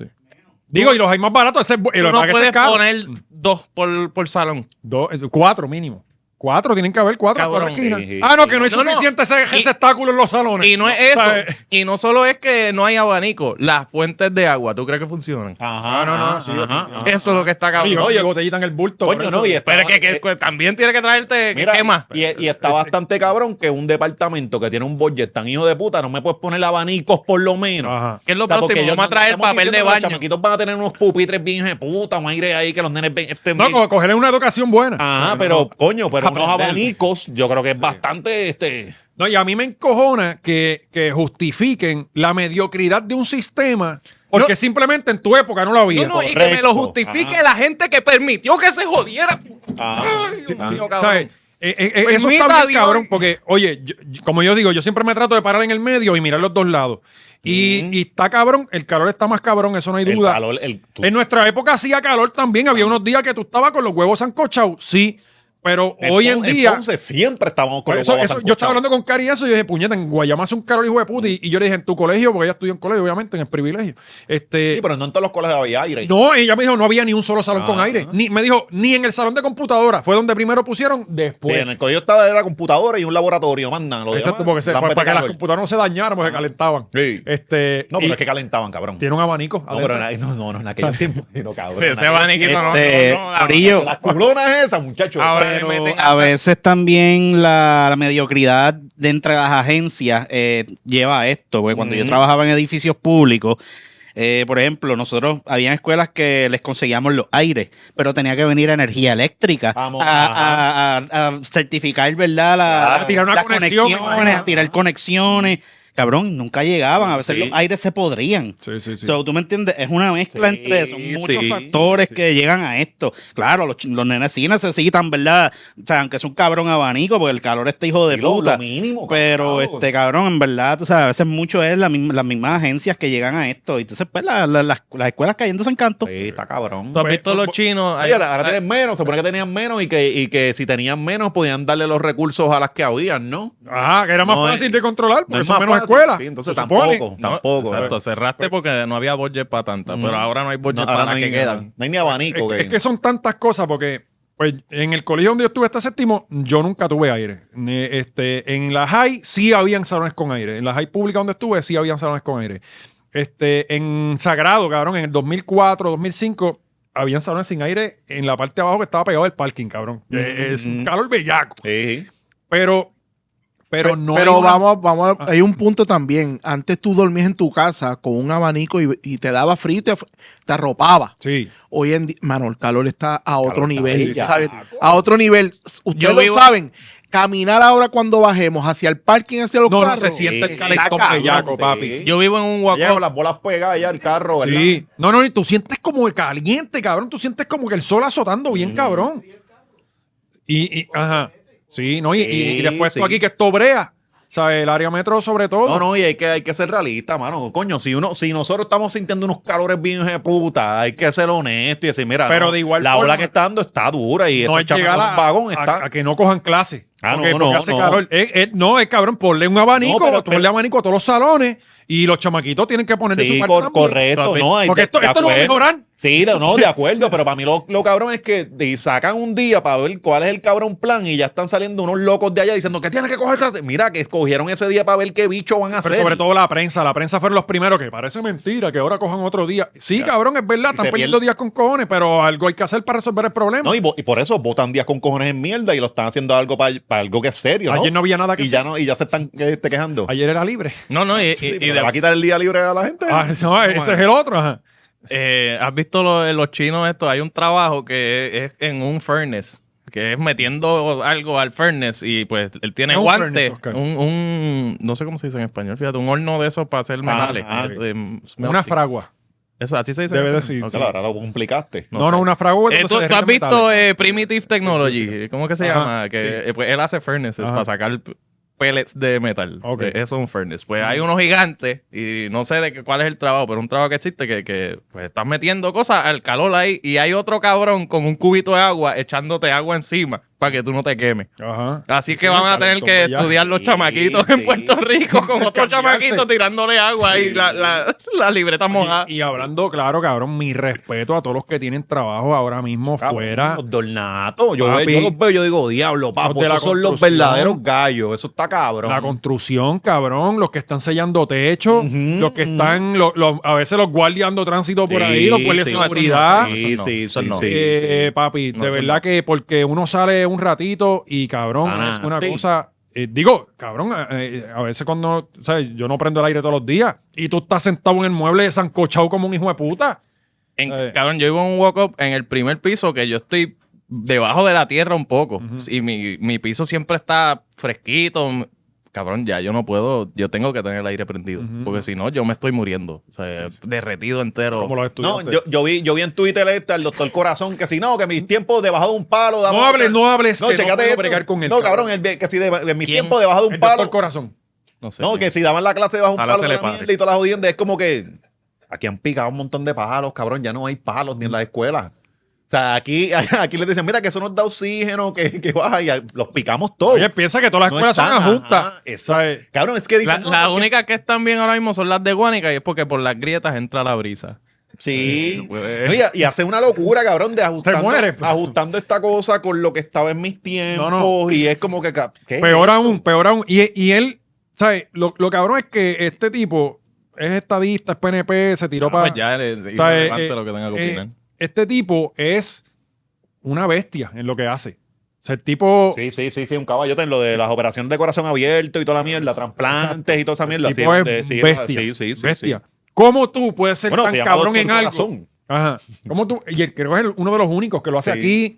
Speaker 1: Digo, y los hay más baratos, ese es bu- y
Speaker 3: Tú
Speaker 1: los
Speaker 3: no
Speaker 1: más que ese
Speaker 3: puedes
Speaker 1: es caro.
Speaker 3: poner dos por, por salón.
Speaker 1: Dos, eh, cuatro mínimo. Cuatro, tienen que haber cuatro,
Speaker 3: Cabrón,
Speaker 1: cuatro esquinas.
Speaker 2: sí, sí,
Speaker 1: ah, no, que no hay
Speaker 3: No, no.
Speaker 1: suficiente ese, ese
Speaker 3: Y-
Speaker 1: obstáculo en los salones. eh,
Speaker 3: Y no es eso.
Speaker 1: ¿Sabes?
Speaker 3: Y no solo es que no hay abanico, las fuentes de agua, ¿tú crees que funcionan?
Speaker 2: Ajá, Ah, no, no, no. Sí,
Speaker 1: ajá,
Speaker 2: sí,
Speaker 3: eso es lo que está
Speaker 1: Oye,
Speaker 3: cabrón.
Speaker 1: oye, botellita en el bulto.
Speaker 2: Coño,
Speaker 1: por eso.
Speaker 2: no, y está-
Speaker 3: Pero es que, que- que también tiene que traerte
Speaker 2: Mira, pues,
Speaker 3: ¿qué más?
Speaker 2: Y, y está bastante cabrón que un departamento que tiene un budget tan hijo de puta no me puedes poner abanicos por lo menos.
Speaker 1: Ajá.
Speaker 3: ¿Qué es lo
Speaker 2: porque
Speaker 3: próximo?
Speaker 2: ellos
Speaker 3: Vamos a
Speaker 2: no-
Speaker 3: traer
Speaker 2: estamos
Speaker 3: papel
Speaker 2: diciendo
Speaker 3: de
Speaker 2: que Los
Speaker 3: baño.
Speaker 2: chamaquitos van a tener unos pupitres bien de puta, un aire ahí que los nenes ven. Este,
Speaker 1: No, como cogerle una educación buena.
Speaker 3: Ah,
Speaker 2: Ajá,
Speaker 1: Porque
Speaker 2: pero
Speaker 1: no-
Speaker 2: coño, pero unos
Speaker 1: aprender.
Speaker 2: abanicos yo creo que es bastante este.
Speaker 1: No, y a mí me encojona que, que justifiquen la mediocridad de un sistema Porque simplemente en tu época no lo había.
Speaker 3: No, no, y que me lo
Speaker 2: Correcto.
Speaker 3: justifique la gente que permitió que se jodiera. Ay,
Speaker 1: Sí,
Speaker 3: Dios mío,
Speaker 1: sí,
Speaker 3: cabrón.
Speaker 1: ¿sabes? Eh, eh, eh, eso está
Speaker 3: Permita a
Speaker 1: bien,
Speaker 3: Dios.
Speaker 1: cabrón, porque, oye, yo- yo- como yo digo, yo siempre me trato de parar en el medio y mirar los dos lados. Y, y está cabrón, el calor está más cabrón, eso no hay
Speaker 2: El
Speaker 1: duda.
Speaker 2: calor, el- tú-
Speaker 1: En nuestra época hacía calor también, había unos días que tú estabas con los huevos ancochados, sí, pero
Speaker 2: en
Speaker 1: hoy en
Speaker 2: Ponce-
Speaker 1: día...
Speaker 2: Ponce siempre estábamos con los
Speaker 1: eso,
Speaker 2: huevos
Speaker 1: eso- yo estaba
Speaker 2: sancochados.
Speaker 1: hablando con Cari y eso, y yo dije, puñeta, en Guayama hace un calor hijo de puta. Y, y yo le dije, en tu colegio, porque ella estudió en colegio, obviamente, en el privilegio. Este,
Speaker 2: Sí, pero no en todos los colegios había aire.
Speaker 1: no, ella me dijo, no había ni un solo salón
Speaker 2: Ah.
Speaker 1: con aire. Ni, me dijo, ni en el salón de computadora. Fue donde primero pusieron,
Speaker 2: Sí,
Speaker 1: después.
Speaker 2: en el colegio estaba la computadora y un laboratorio, mandan. Lo
Speaker 1: pues. Exacto,
Speaker 2: demás,
Speaker 1: porque se- pues, para,
Speaker 2: lámpara de
Speaker 1: para que las
Speaker 2: calor.
Speaker 1: computadoras no se dañaran, porque se calentaban.
Speaker 2: Ah. Sí.
Speaker 1: Este,
Speaker 2: No,
Speaker 1: y
Speaker 2: pero es que calentaban, cabrón.
Speaker 1: tiene un abanico.
Speaker 2: No, pero
Speaker 1: adentro.
Speaker 2: en- no, no, no, en aquel tiempo. No, cabrón. en
Speaker 3: Ese
Speaker 2: aquel-
Speaker 3: abaniquito no,
Speaker 5: Este,
Speaker 3: no, no, no, no.
Speaker 5: Corillo,
Speaker 2: Las culonas esas, muchachos.
Speaker 3: Ahora
Speaker 2: Pero-
Speaker 3: le meten
Speaker 5: a veces también la, la mediocridad de entre las agencias eh, lleva a esto, porque cuando yo
Speaker 2: Ujú.
Speaker 5: trabajaba en edificios públicos, eh, por ejemplo, nosotros había escuelas que les conseguíamos los aires, pero tenía que venir energía eléctrica a,
Speaker 2: Vamos,
Speaker 5: a- a- a certificar, ¿verdad? La,
Speaker 2: Claro,
Speaker 5: la-
Speaker 1: tirar una
Speaker 5: las
Speaker 1: conexión, me
Speaker 5: conexiones,
Speaker 1: imagino.
Speaker 5: a tirar conexiones. Cabrón, nunca llegaban. A veces
Speaker 2: Sí.
Speaker 5: los aires se podrían.
Speaker 1: Sí, sí, sí.
Speaker 5: So, tú me entiendes, es una mezcla
Speaker 2: Sí,
Speaker 5: entre eso, muchos
Speaker 2: sí,
Speaker 5: factores que llegan a esto. Claro, los, ch- los nenes sí necesitan, ¿verdad? O sea, aunque es un cabrón abanico, porque el calor este hijo de
Speaker 2: Sí, lo-
Speaker 5: puta.
Speaker 2: lo mínimo,
Speaker 5: pero
Speaker 2: cabrón.
Speaker 5: este cabrón, en verdad, tú sabes, a veces mucho es la misma- las mismas agencias que llegan a esto. Y entonces, pues, la- la- las, las escuelas cayéndose en canto.
Speaker 2: Sí, está cabrón.
Speaker 3: ¿Tú has visto los chinos?
Speaker 2: Oye, pues, ahora ahora tienen menos, se supone que tenían menos y que, y que si tenían menos podían darle los recursos a las que habían, ¿no?
Speaker 1: Ajá, que era más
Speaker 2: No es-
Speaker 1: fácil de controlar, porque
Speaker 2: No es
Speaker 1: son
Speaker 2: más
Speaker 1: menos
Speaker 2: fácil.
Speaker 1: escuelas.
Speaker 2: Sí, entonces
Speaker 1: se supone.
Speaker 2: tampoco,
Speaker 3: No,
Speaker 2: tampoco.
Speaker 3: Exacto, cerraste porque no había budget para tanta,
Speaker 2: Ujú.
Speaker 3: pero ahora no hay budget
Speaker 2: No,
Speaker 3: para
Speaker 2: ahora no
Speaker 3: las
Speaker 2: hay,
Speaker 3: que quedan.
Speaker 2: no hay ni abanico.
Speaker 1: Es,
Speaker 2: que-
Speaker 1: es que son tantas cosas porque pues, en el colegio donde yo estuve hasta séptimo, yo nunca tuve aire. Ne- Este, en la high sí habían salones con aire. En la high pública donde estuve sí habían salones con aire. Este, en Sagrado, cabrón, en el 2004, 2005, habían salones sin aire en la parte de abajo que estaba pegado del parking, cabrón. Eh, Es un
Speaker 5: Ujú.
Speaker 1: calor bellaco.
Speaker 2: Sí.
Speaker 1: Pero, pero no
Speaker 6: Pero
Speaker 1: hay una- Ah.
Speaker 6: vamos, vamos, a- hay un punto también. Antes tú dormías en tu casa con un abanico y, y te daba frío y te, te arropaba.
Speaker 1: Sí.
Speaker 6: Hoy en día, mano, el calor está a otro
Speaker 2: Calor está
Speaker 6: nivel.
Speaker 2: bellaco.
Speaker 6: ¿sabes? A otro nivel. Ustedes
Speaker 3: Yo vivo-
Speaker 6: lo saben. Caminar ahora cuando bajemos hacia el parking, hacia los
Speaker 1: No, no
Speaker 6: carros.
Speaker 1: se siente el
Speaker 2: Sí,
Speaker 1: calentón
Speaker 6: está cabrón,
Speaker 1: bellaco,
Speaker 2: sí.
Speaker 1: papi.
Speaker 3: Yo vivo en un
Speaker 2: Oye,
Speaker 3: huacón.
Speaker 2: con las bolas pegadas ya al carro, ¿verdad?
Speaker 1: Sí. No, no, y tú sientes como el caliente, cabrón. Tú sientes como que el sol azotando bien, cabrón. Y, y- ajá. Sí, no, y, y- y
Speaker 2: Sí,
Speaker 1: después
Speaker 2: sí.
Speaker 1: tú aquí que esto brea. ¿Sabes? El área metro sobre todo.
Speaker 2: No, no, y hay que, hay que ser realista, mano. Coño, si uno, si nosotros estamos sintiendo unos calores bien de puta, hay que ser honesto y decir, mira,
Speaker 1: Pero
Speaker 2: no,
Speaker 1: de igual
Speaker 2: la
Speaker 1: forma-
Speaker 2: ola que está dando está dura y
Speaker 1: No
Speaker 2: no
Speaker 1: es llegar a,
Speaker 2: un vagón
Speaker 1: a-
Speaker 2: está.
Speaker 1: a que no cojan clase.
Speaker 2: Ah,
Speaker 1: porque,
Speaker 2: no,
Speaker 1: porque
Speaker 2: no,
Speaker 1: hace
Speaker 2: no.
Speaker 1: calor. Eh, eh, no, es cabrón, ponle un abanico,
Speaker 2: No, pero-
Speaker 1: ponle abanico a todos los salones y los chamaquitos tienen que poner de
Speaker 2: Sí,
Speaker 1: su parte
Speaker 2: cor-
Speaker 1: también.
Speaker 2: correcto,
Speaker 3: Papi,
Speaker 2: no. hay-
Speaker 1: Porque
Speaker 2: de-
Speaker 1: esto,
Speaker 2: de
Speaker 1: esto no va a
Speaker 2: acuerdo.
Speaker 1: mejorar.
Speaker 2: Sí, no, no, de acuerdo, pero para mí lo, lo cabrón es que te sacan un día para ver cuál es el cabrón plan y ya están saliendo unos locos de allá diciendo que tienes que coger clase. Mira, que escogieron ese día para ver qué bicho van a hacer.
Speaker 1: Pero sobre todo la prensa. La prensa fueron los primeros que parece mentira que ahora cojan otro día. Sí, cabrón, es verdad, están
Speaker 2: se
Speaker 1: perdiendo
Speaker 2: pierde-
Speaker 1: días con cojones, pero algo hay que hacer para resolver el problema.
Speaker 2: No, y, bo- y por eso votan días con cojones en mierda y lo están haciendo algo para algo que es serio. ¿no?
Speaker 1: Ayer no había nada que
Speaker 2: y
Speaker 1: hacer.
Speaker 2: ya no y ya se están eh, este, quejando.
Speaker 1: Ayer era libre.
Speaker 3: No, no, y, y-
Speaker 2: Sí,
Speaker 3: y
Speaker 2: pero
Speaker 3: de-
Speaker 2: ¿le va a quitar el día libre a la gente.
Speaker 1: Ah, no, ese es el otro. Ajá.
Speaker 3: eh, ¿has visto lo- los chinos esto? Hay un trabajo que es, es en un furnace, que es metiendo algo al furnace y pues él tiene
Speaker 1: Es un
Speaker 3: guantes,
Speaker 1: furnace, Oscar.
Speaker 3: un, un- no sé cómo se dice en español, fíjate, un horno de esos para hacer metales.
Speaker 2: ah,
Speaker 3: eh, em,
Speaker 1: Una
Speaker 3: smelting.
Speaker 1: fragua.
Speaker 3: Eso, así se dice.
Speaker 1: Debe
Speaker 3: en
Speaker 1: decir,
Speaker 3: español?
Speaker 1: sí.
Speaker 3: Ok.
Speaker 2: Claro, ahora lo complicaste.
Speaker 1: No,
Speaker 3: No
Speaker 1: no,
Speaker 3: sé.
Speaker 1: una fragua. es
Speaker 3: Eh,
Speaker 1: donde
Speaker 3: ¿tú,
Speaker 1: se
Speaker 3: tú has
Speaker 1: derriten
Speaker 3: visto
Speaker 1: metales.
Speaker 3: eh, Primitive Technology? ¿Cómo que se
Speaker 1: Ajá,
Speaker 3: llama? Que
Speaker 1: sí.
Speaker 3: eh, pues, él hace furnaces
Speaker 1: Ajá.
Speaker 3: para sacar p- pellets de metal.
Speaker 1: Ok.
Speaker 3: Eh, Eso es un furnace. Pues hay unos gigantes y no sé de qué- cuál es el trabajo, pero un trabajo que existe que, que pues, estás metiendo cosas al calor ahí y hay otro cabrón con un cubito de agua echándote agua encima para que tú no te quemes.
Speaker 1: Ajá.
Speaker 3: Así que
Speaker 1: Sí,
Speaker 3: van a tener
Speaker 1: calentón,
Speaker 3: que
Speaker 1: ya.
Speaker 3: estudiar los
Speaker 2: Sí,
Speaker 3: chamaquitos
Speaker 2: sí.
Speaker 3: en Puerto Rico con otros
Speaker 1: Cambiarse.
Speaker 3: chamaquitos tirándole agua y la, la, la libreta mojada.
Speaker 1: Y, y hablando, claro, cabrón, mi respeto a todos los que tienen trabajo ahora mismo
Speaker 2: Cabrón,
Speaker 1: fuera.
Speaker 2: Los dornatos. Yo,
Speaker 1: Papi.
Speaker 2: veo- yo los veo, yo digo, diablo, papo,
Speaker 1: de la
Speaker 2: esos son los
Speaker 1: construcción.
Speaker 2: verdaderos gallos. Eso está cabrón.
Speaker 1: La construcción, cabrón, los que están sellando techo,
Speaker 2: Ujú,
Speaker 1: los que
Speaker 2: ujú.
Speaker 1: están, los- los- a veces los guardias dando tránsito por
Speaker 2: Sí,
Speaker 1: ahí, los guardias
Speaker 2: sí,
Speaker 1: de
Speaker 3: no, eso no.
Speaker 1: seguridad.
Speaker 2: Sí,
Speaker 3: Eso no,
Speaker 2: sí,
Speaker 3: eso
Speaker 2: sí,
Speaker 3: no.
Speaker 2: sí,
Speaker 1: Eh, papi,
Speaker 3: No,
Speaker 1: de
Speaker 3: eso
Speaker 1: verdad
Speaker 3: no.
Speaker 1: que porque uno sale un ratito y cabrón,
Speaker 2: Ah,
Speaker 1: es una
Speaker 2: sí.
Speaker 1: cosa. eh, digo, cabrón, eh, eh, a veces cuando, ¿sabes? Yo no prendo el aire todos los días y tú estás sentado en el mueble zancochado como un hijo de puta.
Speaker 3: En-
Speaker 1: Eh.
Speaker 3: Cabrón, yo vivo en un walk-up en el primer piso que yo estoy debajo de la tierra un poco. Y mi, mi piso siempre está fresquito. m- cabrón, ya yo no puedo, yo tengo que tener el aire prendido,
Speaker 1: Ujú.
Speaker 3: porque si no, yo me estoy muriendo, o sea, derretido entero.
Speaker 1: Como los
Speaker 2: No,
Speaker 1: estudiantes.
Speaker 2: yo, yo vi, yo vi en Twitter esta, el doctor Corazón, que si no, que mis tiempos debajo de un palo. dame
Speaker 1: No
Speaker 2: otra-
Speaker 1: hables, no hables.
Speaker 2: No,
Speaker 1: que
Speaker 2: checate
Speaker 1: puedo
Speaker 2: esto.
Speaker 1: bregar con él.
Speaker 2: No, cabrón, el- que si de, en mis
Speaker 3: ¿Quién?
Speaker 2: tiempos debajo de
Speaker 1: El
Speaker 2: un
Speaker 1: doctor
Speaker 2: palo.
Speaker 1: corazón.
Speaker 3: no sé.
Speaker 2: No, que si daban la clase debajo de un
Speaker 3: Ojalá
Speaker 2: palo
Speaker 3: se
Speaker 2: de
Speaker 3: le
Speaker 2: la
Speaker 3: pare.
Speaker 2: mierda y todas las jodiendas, es como que aquí han picado un montón de palos, cabrón, ya no hay palos ni en las escuelas. O sea, aquí, aquí les dicen, mira, que eso nos da oxígeno, que, que baja y ahí los picamos todos.
Speaker 1: Oye, piensa que todas las
Speaker 2: Oh. No
Speaker 1: escuelas son
Speaker 2: están,
Speaker 1: adjuntas.
Speaker 2: ajá, exacto.
Speaker 1: ¿sabes?
Speaker 2: Cabrón, es que
Speaker 3: La-
Speaker 2: dicen...
Speaker 3: Las
Speaker 2: no, porque-
Speaker 3: únicas que están bien ahora mismo son las de Guánica y es porque por las grietas entra la brisa.
Speaker 2: Sí.
Speaker 3: Pues-
Speaker 2: No, y, y hace una locura, cabrón, de ajustando,
Speaker 1: mueres, pues.
Speaker 2: ajustando esta cosa con lo que estaba en mis tiempos.
Speaker 1: No,
Speaker 2: Y es como que. ca- ¿qué?
Speaker 1: Peor aún, peor aún. Y, y él, ¿sabes? Lo, lo cabrón es que este tipo es estadista, es PNP, se tiró
Speaker 3: Ah,
Speaker 1: para.
Speaker 3: pues ya, le- le-
Speaker 1: ¿Sabes?
Speaker 3: irrelevante
Speaker 1: Eh,
Speaker 3: lo que tenga que
Speaker 1: eh,
Speaker 3: opinar.
Speaker 1: Este tipo es una bestia en lo que hace. O sea, el tipo.
Speaker 2: Sí, sí, sí, sí, un caballote en lo de las operaciones de corazón abierto y toda la mierda, trasplantes y toda esa mierda.
Speaker 1: el
Speaker 2: sí,
Speaker 1: tipo es
Speaker 2: de- sí,
Speaker 1: bestia.
Speaker 2: sí, sí, sí,
Speaker 1: bestia. ¿Cómo tú puedes
Speaker 2: sí.
Speaker 1: ser
Speaker 2: Bueno, se
Speaker 1: tan
Speaker 2: llama
Speaker 1: cabrón
Speaker 2: Doctor
Speaker 1: en algo?
Speaker 2: Corazón.
Speaker 1: Ajá. ¿Cómo tú? Y él creo que es el- uno de los únicos que lo hace
Speaker 2: Sí.
Speaker 1: aquí.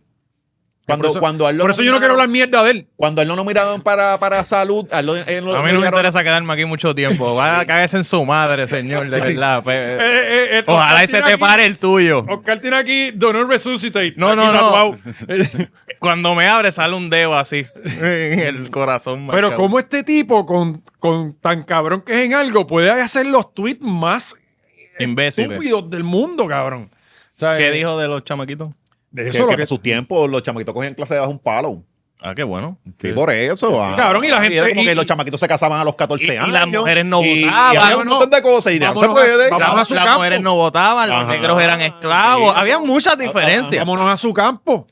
Speaker 2: Cuando,
Speaker 1: Por eso-
Speaker 2: cuando a él lo
Speaker 1: Por eso yo no quiero
Speaker 2: nominaron-
Speaker 1: hablar mierda de él.
Speaker 2: Cuando a él no lo miraron para, para salud, a él lo- él lo
Speaker 3: A mí
Speaker 1: eh,
Speaker 3: no me
Speaker 2: nominaron-
Speaker 3: interesa quedarme aquí mucho tiempo. Va a caerse en su madre, señor, de verdad.
Speaker 1: Eh,
Speaker 3: Pues,
Speaker 1: eh, eh,
Speaker 3: Ojalá
Speaker 1: Oscar
Speaker 3: y se
Speaker 1: tiene
Speaker 3: te
Speaker 1: aquí-
Speaker 3: pare el tuyo.
Speaker 1: Oscar tiene aquí Donor Resuscitate.
Speaker 3: No,
Speaker 1: aquí Eh,
Speaker 3: no, no.
Speaker 1: tatuado.
Speaker 3: Cuando me abre sale un dedo así en el corazón.
Speaker 1: Pero
Speaker 3: marcado.
Speaker 1: cómo este tipo, con, con tan cabrón que es en algo, puede hacer los tweets más
Speaker 3: Imbéciles.
Speaker 1: estúpidos del mundo, cabrón. O sea,
Speaker 3: ¿Qué
Speaker 1: eh,
Speaker 3: dijo de los chamaquitos?
Speaker 1: de
Speaker 2: Que,
Speaker 1: eso lo
Speaker 2: que
Speaker 1: que-
Speaker 2: en sus tiempos los chamaquitos cogían clase debajo de un palo.
Speaker 3: Ah, qué bueno.
Speaker 2: Sí, por eso. ah.
Speaker 1: Cabrón, y la gente-
Speaker 2: era como
Speaker 1: y-
Speaker 2: que los chamaquitos se casaban a los 14
Speaker 3: y- y
Speaker 2: años.
Speaker 3: las mujeres no
Speaker 2: y- y
Speaker 3: votaban,
Speaker 2: había un
Speaker 1: ¿no?
Speaker 2: montón de cosas. Y no se
Speaker 1: Vámonos a-
Speaker 2: puede.
Speaker 1: vámonos
Speaker 3: La-
Speaker 1: Vamos a
Speaker 3: Las
Speaker 1: su campo.
Speaker 3: mujeres no votaban, los
Speaker 2: Ajá.
Speaker 3: negros eran esclavos.
Speaker 2: Sí.
Speaker 3: Había muchas
Speaker 2: Este.
Speaker 3: diferencias.
Speaker 1: Vámonos a su campo.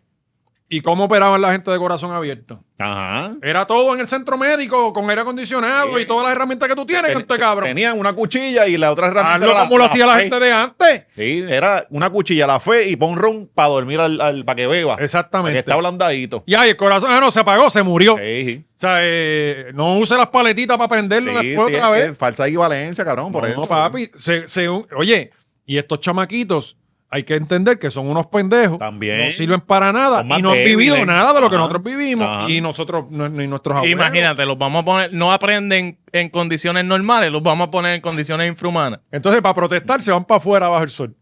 Speaker 1: ¿Y cómo operaban la gente de corazón abierto?
Speaker 2: Ajá.
Speaker 1: Era todo en el centro médico, con aire acondicionado
Speaker 2: Sí.
Speaker 1: y todas las herramientas que tú tienes,
Speaker 2: Ten-
Speaker 1: este cabrón.
Speaker 2: Tenían una cuchilla y la otra herramienta.
Speaker 1: Hazlo
Speaker 2: era
Speaker 1: como lo hacía la
Speaker 2: fe.
Speaker 1: gente de antes.
Speaker 2: Sí, era una cuchilla, la fe y pon ron para dormir, al, para que beba. Para que
Speaker 1: Exactamente.
Speaker 2: está ablandadito.
Speaker 1: Y ahí el corazón, ah, no, se apagó, se murió.
Speaker 2: Sí,
Speaker 1: O sea, eh, no use las paletitas para
Speaker 2: sí,
Speaker 1: prenderlo
Speaker 2: sí,
Speaker 1: después
Speaker 2: es
Speaker 1: otra
Speaker 2: que
Speaker 1: vez.
Speaker 2: es falsa equivalencia, cabrón, por
Speaker 1: no,
Speaker 2: eso.
Speaker 1: papi. se- se- oye, y estos chamaquitos, hay que entender que son unos pendejos.
Speaker 2: También.
Speaker 1: No sirven para nada.
Speaker 2: Son más
Speaker 1: Y no han
Speaker 2: débiles.
Speaker 1: vivido nada de lo que
Speaker 2: Ajá,
Speaker 1: nosotros vivimos.
Speaker 2: ajá.
Speaker 1: Y nosotros, no- ni nuestros
Speaker 3: Ah,
Speaker 1: abuelos.
Speaker 3: Imagínate, los vamos a poner, no aprenden en condiciones normales, los vamos a poner en condiciones infrahumanas.
Speaker 1: Entonces, para protestar, se van para afuera bajo el sol.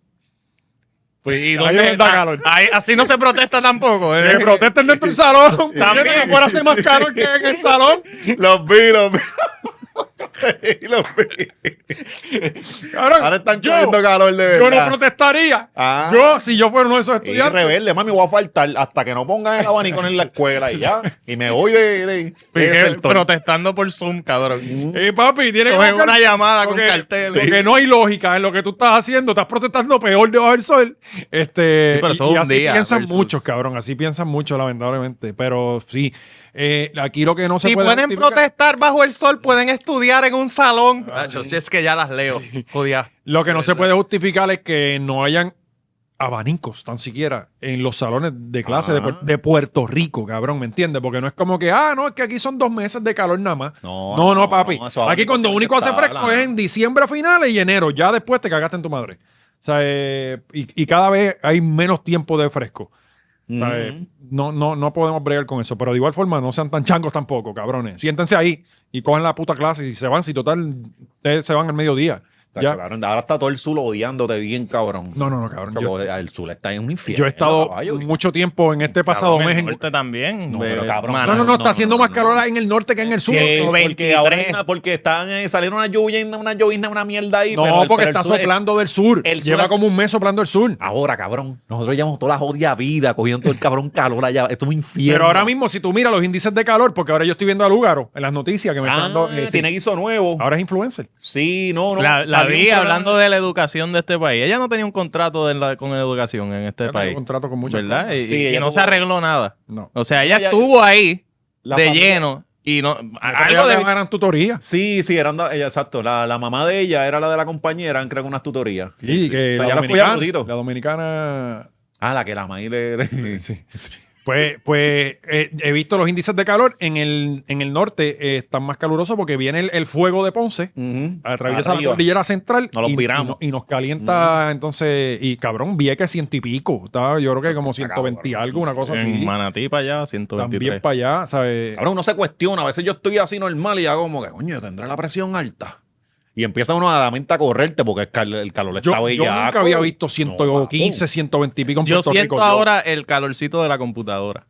Speaker 3: Pues, ¿Y
Speaker 1: no
Speaker 3: dónde
Speaker 1: les da
Speaker 3: está?
Speaker 1: calor.
Speaker 3: Ahí- así no se protesta tampoco. ¿eh?
Speaker 1: Que protesten dentro del salón. También afuera hace más calor que en el salón.
Speaker 2: Los vi, los vi. Sí, los vi.
Speaker 1: Cabrón,
Speaker 2: Ahora están
Speaker 1: yo,
Speaker 2: cogiendo calor de
Speaker 1: yo no
Speaker 2: verdad.
Speaker 1: protestaría.
Speaker 2: Ah.
Speaker 1: Yo, si yo fuera uno de esos
Speaker 2: Y
Speaker 1: estudiantes.
Speaker 2: rebelde, mami, voy a faltar hasta que no pongan el abanico en la escuela y ya. Y me voy de. de, de
Speaker 3: Piqué
Speaker 2: sector.
Speaker 3: protestando por Zoom, cabrón.
Speaker 1: Eh, papi, tiene que
Speaker 3: Cogen
Speaker 1: buscar-
Speaker 3: una llamada con
Speaker 1: porque,
Speaker 3: cartel.
Speaker 1: Porque no hay lógica en lo que tú estás haciendo. Estás protestando peor debajo del sol. Este,
Speaker 3: Sí, pero eso
Speaker 1: y,
Speaker 3: es
Speaker 1: y
Speaker 3: un
Speaker 1: así
Speaker 3: día
Speaker 1: piensan
Speaker 3: versus-
Speaker 1: muchos, cabrón. Así piensan mucho, lamentablemente. Pero sí, eh, aquí lo que no se
Speaker 3: Si
Speaker 1: puede...
Speaker 3: pueden
Speaker 1: justificar-
Speaker 3: protestar bajo el sol, pueden estudiar en un salón. Nacho, si es que ya las leo. Jodía.
Speaker 1: Lo que no se puede justificar es que no hayan abanicos tan siquiera en los salones de clase de,
Speaker 2: Ah.
Speaker 1: Puer- de Puerto Rico, cabrón, ¿me entiendes? Porque no es como que, ah, no, es que aquí son dos meses de calor nada más.
Speaker 2: No,
Speaker 1: No, no,
Speaker 2: no,
Speaker 1: papi.
Speaker 2: eso ahora
Speaker 1: aquí
Speaker 2: mismo
Speaker 1: cuando
Speaker 2: tiene que
Speaker 1: único hace
Speaker 2: estar,
Speaker 1: fresco
Speaker 2: ¿no?
Speaker 1: es en diciembre a finales y enero, ya después te cagaste en tu madre. O sea, eh, y, y cada vez hay menos tiempo de fresco. O sea, eh, no, no, no podemos bregar con eso, pero de igual forma no sean tan changos tampoco, cabrones. Siéntense ahí y cogen la puta clase y se van, si total, ustedes se van al mediodía.
Speaker 2: Tacho,
Speaker 1: Ya.
Speaker 2: cabrón, ahora está todo el sur odiándote bien, cabrón.
Speaker 1: No, no, no, cabrón.
Speaker 2: Tacho,
Speaker 1: yo-
Speaker 2: el sur está en un infierno.
Speaker 1: Yo he estado
Speaker 2: caballo.
Speaker 1: mucho tiempo en este pasado
Speaker 3: Cabrón,
Speaker 1: mes.
Speaker 3: el
Speaker 1: en-
Speaker 3: norte también.
Speaker 2: No,
Speaker 3: de-
Speaker 2: pero cabrón.
Speaker 3: Mano,
Speaker 1: No, no, no,
Speaker 2: no,
Speaker 1: está haciendo
Speaker 2: no,
Speaker 1: más
Speaker 2: no.
Speaker 1: calor en el norte que en el sur.
Speaker 2: Sí, porque,
Speaker 3: 123.
Speaker 2: ahora hay una- porque están, eh, salieron una llovizna, una llovizna, una mierda ahí.
Speaker 1: No,
Speaker 2: pero el-
Speaker 1: porque
Speaker 2: pero el
Speaker 1: está
Speaker 2: sur es-
Speaker 1: soplando del sur.
Speaker 2: el sur
Speaker 1: Lleva
Speaker 2: es-
Speaker 1: como un mes soplando del sur.
Speaker 2: Ahora, cabrón, nosotros llevamos toda la jodida vida cogiendo todo el cabrón calor allá. Esto es un infierno.
Speaker 1: Pero ahora mismo, si tú miras los índices de calor, porque ahora yo estoy viendo a Lugaro en las noticias que me
Speaker 2: Ah,
Speaker 1: están dando. eh, sí.
Speaker 2: tiene Este guiso nuevo.
Speaker 1: Ahora es influencer.
Speaker 2: Sí, no, no.
Speaker 3: La, la
Speaker 2: Salió un
Speaker 3: vi
Speaker 2: programa-
Speaker 3: hablando de la educación de este país. Ella no tenía un contrato de la- con educación en este
Speaker 1: Yo tengo
Speaker 3: país.
Speaker 1: contrato con muchas
Speaker 3: ¿Verdad?
Speaker 1: cosas.
Speaker 3: Y,
Speaker 2: Sí,
Speaker 3: y
Speaker 2: ella
Speaker 3: no se
Speaker 2: tuvo-
Speaker 3: arregló nada.
Speaker 1: No.
Speaker 3: O sea, ella
Speaker 2: Ella-
Speaker 3: estuvo ahí
Speaker 2: la
Speaker 3: de
Speaker 2: familia-
Speaker 3: lleno y no.
Speaker 1: Algo
Speaker 3: Algo de.
Speaker 1: eran tutorías.
Speaker 2: Sí, sí, eran da- ella, exacto. La, la mamá de ella era la de la compañera, eran creo que unas tutorías.
Speaker 1: Sí, que
Speaker 2: O sea,
Speaker 1: la,
Speaker 2: ya las cogía
Speaker 1: dominicana,
Speaker 2: brutito.
Speaker 1: la dominicana.
Speaker 2: Ah, la que la maíz le. le-
Speaker 1: Sí. Pues, pues eh, he visto los índices de calor en el, en el norte eh, están más calurosos porque viene el, el fuego de Ponce,
Speaker 2: Ujú.
Speaker 1: atraviesa la
Speaker 2: Arriba.
Speaker 1: cordillera central
Speaker 2: Nos los
Speaker 1: y,
Speaker 2: viramos. Mm.
Speaker 1: y no- y nos calienta entonces, y cabrón, Vieques ciento y pico, estaba yo creo que como
Speaker 2: Está
Speaker 1: 120 y
Speaker 2: cabrón.
Speaker 1: algo, una cosa
Speaker 3: En
Speaker 1: así.
Speaker 3: Manatí para allá,
Speaker 1: También
Speaker 3: 123.
Speaker 1: para allá, ¿sabes?
Speaker 2: Cabrón, uno se cuestiona. A veces yo estoy así normal y hago como que, coño, tendré la presión alta. Y empieza uno a la mente a correrte porque el, cal- el calor
Speaker 1: Yo,
Speaker 2: está
Speaker 1: yo
Speaker 2: bellaco.
Speaker 1: nunca había visto
Speaker 2: No,
Speaker 1: 115, 120 y pico en
Speaker 3: Yo
Speaker 1: Puerto
Speaker 3: siento
Speaker 1: Rico, yo.
Speaker 3: ahora el calorcito de la computadora.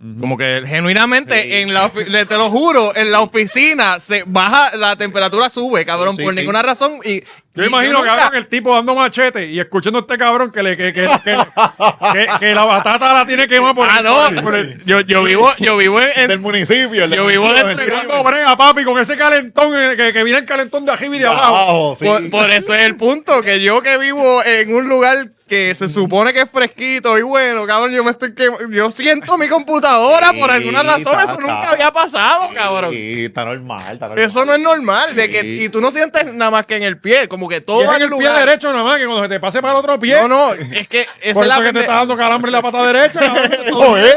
Speaker 1: Ujú.
Speaker 3: Como que genuinamente,
Speaker 2: Sí.
Speaker 3: en la ofi- le- te lo juro, en la oficina se baja, la temperatura sube, cabrón,
Speaker 2: Sí,
Speaker 3: por
Speaker 2: sí.
Speaker 3: ninguna razón. Y,
Speaker 1: Yo
Speaker 3: y
Speaker 1: imagino,
Speaker 3: nunca-
Speaker 1: cabrón, el tipo dando machete y escuchando a este cabrón que, le, que, que, que- que- que la batata la tiene quemada por
Speaker 3: Ah,
Speaker 1: el-
Speaker 3: no,
Speaker 1: por el-
Speaker 3: yo, yo vivo, yo vivo en,
Speaker 2: Del municipio. el
Speaker 3: Yo vivo
Speaker 2: municipio
Speaker 3: dentro-
Speaker 2: del-
Speaker 1: Tirando brea, papi, con ese calentón eh, que, que viene el calentón de arriba y de
Speaker 2: de
Speaker 1: abajo.
Speaker 2: abajo. sí.
Speaker 3: Por, por eso es el punto, que yo que vivo en un lugar que se supone que es fresquito y bueno, cabrón, yo me estoy quem- yo siento mi computadora por alguna
Speaker 2: Sí,
Speaker 3: razón,
Speaker 2: está,
Speaker 3: eso
Speaker 2: está.
Speaker 3: nunca había pasado, cabrón.
Speaker 2: Sí, está normal, está normal.
Speaker 3: Eso no es normal, de que
Speaker 2: Sí.
Speaker 3: y tú no sientes nada más que en el pie, como que todo
Speaker 1: Y es en
Speaker 3: al
Speaker 1: el
Speaker 3: lugar-
Speaker 1: pie derecho nada más, que cuando se te pase para el otro pie.
Speaker 3: No, no, es que esa
Speaker 1: por
Speaker 3: es
Speaker 1: eso
Speaker 3: la
Speaker 1: que te
Speaker 3: pende-
Speaker 1: está dando calambre en la pata derecha. cabrón.
Speaker 2: Eso es.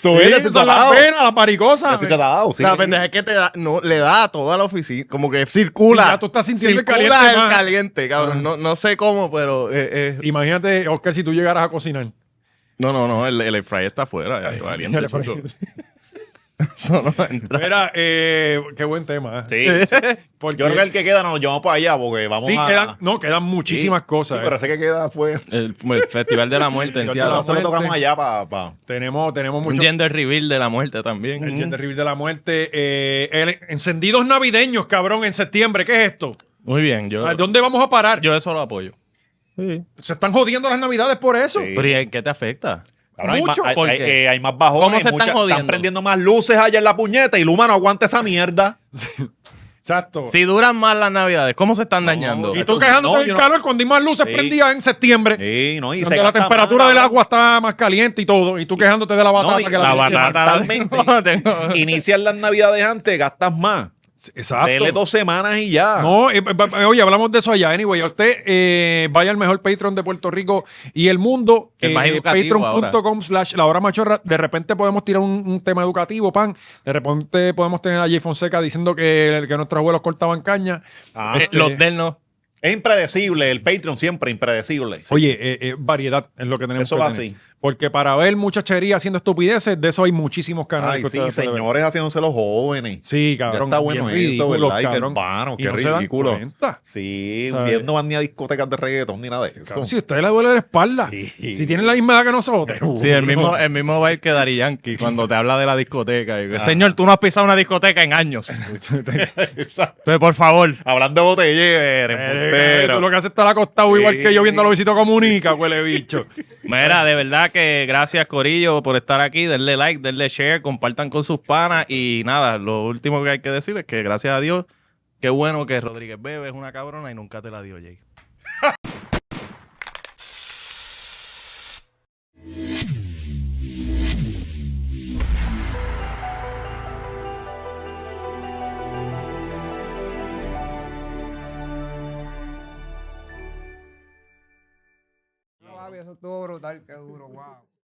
Speaker 2: Eso es,
Speaker 1: Sí,
Speaker 2: eso está
Speaker 1: son las
Speaker 2: dado.
Speaker 1: venas, las varicosas.
Speaker 2: Así te ha dado, sí,
Speaker 3: la
Speaker 2: sí.
Speaker 3: pendeja es que te da, no, le da a toda la oficina, como que circula.
Speaker 1: Sí, ya tú estás sintiendo el
Speaker 3: circula
Speaker 1: caliente
Speaker 3: el
Speaker 1: más.
Speaker 3: caliente, cabrón.
Speaker 1: Ah.
Speaker 3: No, no sé cómo, pero. eh, eh,
Speaker 1: Imagínate, Oscar, si tú llegaras a cocinar.
Speaker 3: No, no, no, el, el air fryer está afuera. eh, valiente, chucho. Eso no entra.
Speaker 1: Mira, eh, qué buen tema.
Speaker 2: Sí, sí.
Speaker 1: Porque,
Speaker 2: Yo creo que el que queda nos lo llevamos para allá porque vamos
Speaker 1: sí,
Speaker 2: a.
Speaker 1: quedan, no, quedan muchísimas
Speaker 2: Sí,
Speaker 1: cosas.
Speaker 2: sí, pero
Speaker 1: eh.
Speaker 2: ese que queda fue.
Speaker 3: El, el Festival de la Muerte en
Speaker 1: Festival de
Speaker 3: Seattle.
Speaker 1: la
Speaker 2: Nosotros
Speaker 1: muerte.
Speaker 2: tocamos allá para. Pa.
Speaker 1: Tenemos, tenemos
Speaker 3: Un
Speaker 1: mucho.
Speaker 3: gender reveal de la muerte también.
Speaker 1: El Gender Reveal de la Muerte. eh, el- encendidos navideños, cabrón, en septiembre. ¿Qué es esto?
Speaker 3: Muy bien, yo,
Speaker 1: ¿A dónde vamos a parar?
Speaker 3: yo eso lo apoyo.
Speaker 1: Se están jodiendo las navidades por eso.
Speaker 2: Sí.
Speaker 3: Pero ¿y en qué te afecta?
Speaker 2: Cabrón, hay
Speaker 3: Mucho,
Speaker 2: más- hay,
Speaker 3: ¿por
Speaker 2: hay-
Speaker 3: qué?
Speaker 2: eh, hay más bajones.
Speaker 3: ¿Cómo se están jodiendo?
Speaker 2: Están prendiendo más luces allá en la puñeta y Luma no aguanta esa mierda.
Speaker 1: Exacto.
Speaker 3: Si duran más las navidades, ¿cómo se están dañando?
Speaker 1: Y tú quejándote
Speaker 2: No,
Speaker 1: del
Speaker 2: yo no-
Speaker 1: calor cuando hay más luces
Speaker 2: Sí.
Speaker 1: prendidas en septiembre.
Speaker 2: Sí, no, y se
Speaker 1: Cuando la
Speaker 2: gasta más,
Speaker 1: temperatura del
Speaker 2: cabrón.
Speaker 1: agua está más caliente y todo. Y tú quejándote de la batata.
Speaker 2: y
Speaker 1: que
Speaker 2: la
Speaker 1: leche-
Speaker 2: batata. Inician las navidades antes, gastas más. Dele
Speaker 1: Exacto.
Speaker 2: dos semanas y ya.
Speaker 1: No, eh, eh, eh, oye, hablamos de eso allá. Anyway, a usted eh, vaya al mejor Patreon de Puerto Rico y el mundo. eh,
Speaker 3: El más educativo ahora.
Speaker 1: Patreon.com slash la hora machorra. De repente podemos tirar un, un tema educativo, pan. De repente podemos tener a Jay Fonseca diciendo que, que nuestros abuelos cortaban caña.
Speaker 2: Ah,
Speaker 3: Los del no.
Speaker 2: es impredecible, el Patreon siempre impredecible.
Speaker 1: Oye, eh, eh, variedad es lo que tenemos
Speaker 2: Eso
Speaker 1: que
Speaker 2: va
Speaker 1: tener.
Speaker 2: así.
Speaker 1: Porque para ver muchachería haciendo estupideces, de eso hay muchísimos canales.
Speaker 2: Ay,
Speaker 1: que
Speaker 2: sí,
Speaker 1: ustedes pueden ver.
Speaker 2: señores haciéndose los jóvenes.
Speaker 1: Sí,
Speaker 2: Ya
Speaker 1: cabrón.
Speaker 2: está bueno
Speaker 1: bien
Speaker 2: eso,
Speaker 1: ridículos,
Speaker 2: ¿verdad? Y que
Speaker 1: cabrón.
Speaker 2: hermano,
Speaker 1: Y
Speaker 2: qué
Speaker 1: no se dan
Speaker 2: ridículo.
Speaker 1: cuenta.
Speaker 2: Sí,
Speaker 1: ¿Sabe?
Speaker 2: bien no van ni a discotecas de reggaetón ni nada de eso.
Speaker 1: Cabrón, Si a usted le duele la espalda,
Speaker 2: Sí.
Speaker 1: si tienen la misma edad que nosotros. Eh,
Speaker 3: Sí, el mismo, el mismo vibe que Dari Yankee cuando te habla de la discoteca. Y,
Speaker 2: Ah.
Speaker 3: Señor, tú no has pisado una discoteca en años. Entonces,
Speaker 2: Exacto.
Speaker 3: por favor.
Speaker 2: Hablando de botellera,
Speaker 1: Eh,
Speaker 2: embustero.
Speaker 1: tú lo que hace es estar acostado igual
Speaker 2: Sí.
Speaker 1: que yo viendo a Luisito Comunica, huele bicho.
Speaker 3: Mira, de verdad que gracias Corillo por estar aquí, denle like, denle share, compartan con sus panas y nada, lo último que hay que decir es que gracias a Dios, qué bueno que Rodríguez Bebe es una cabrona y nunca te la dio, Jake.
Speaker 7: Eso estuvo brutal, qué duro, wow.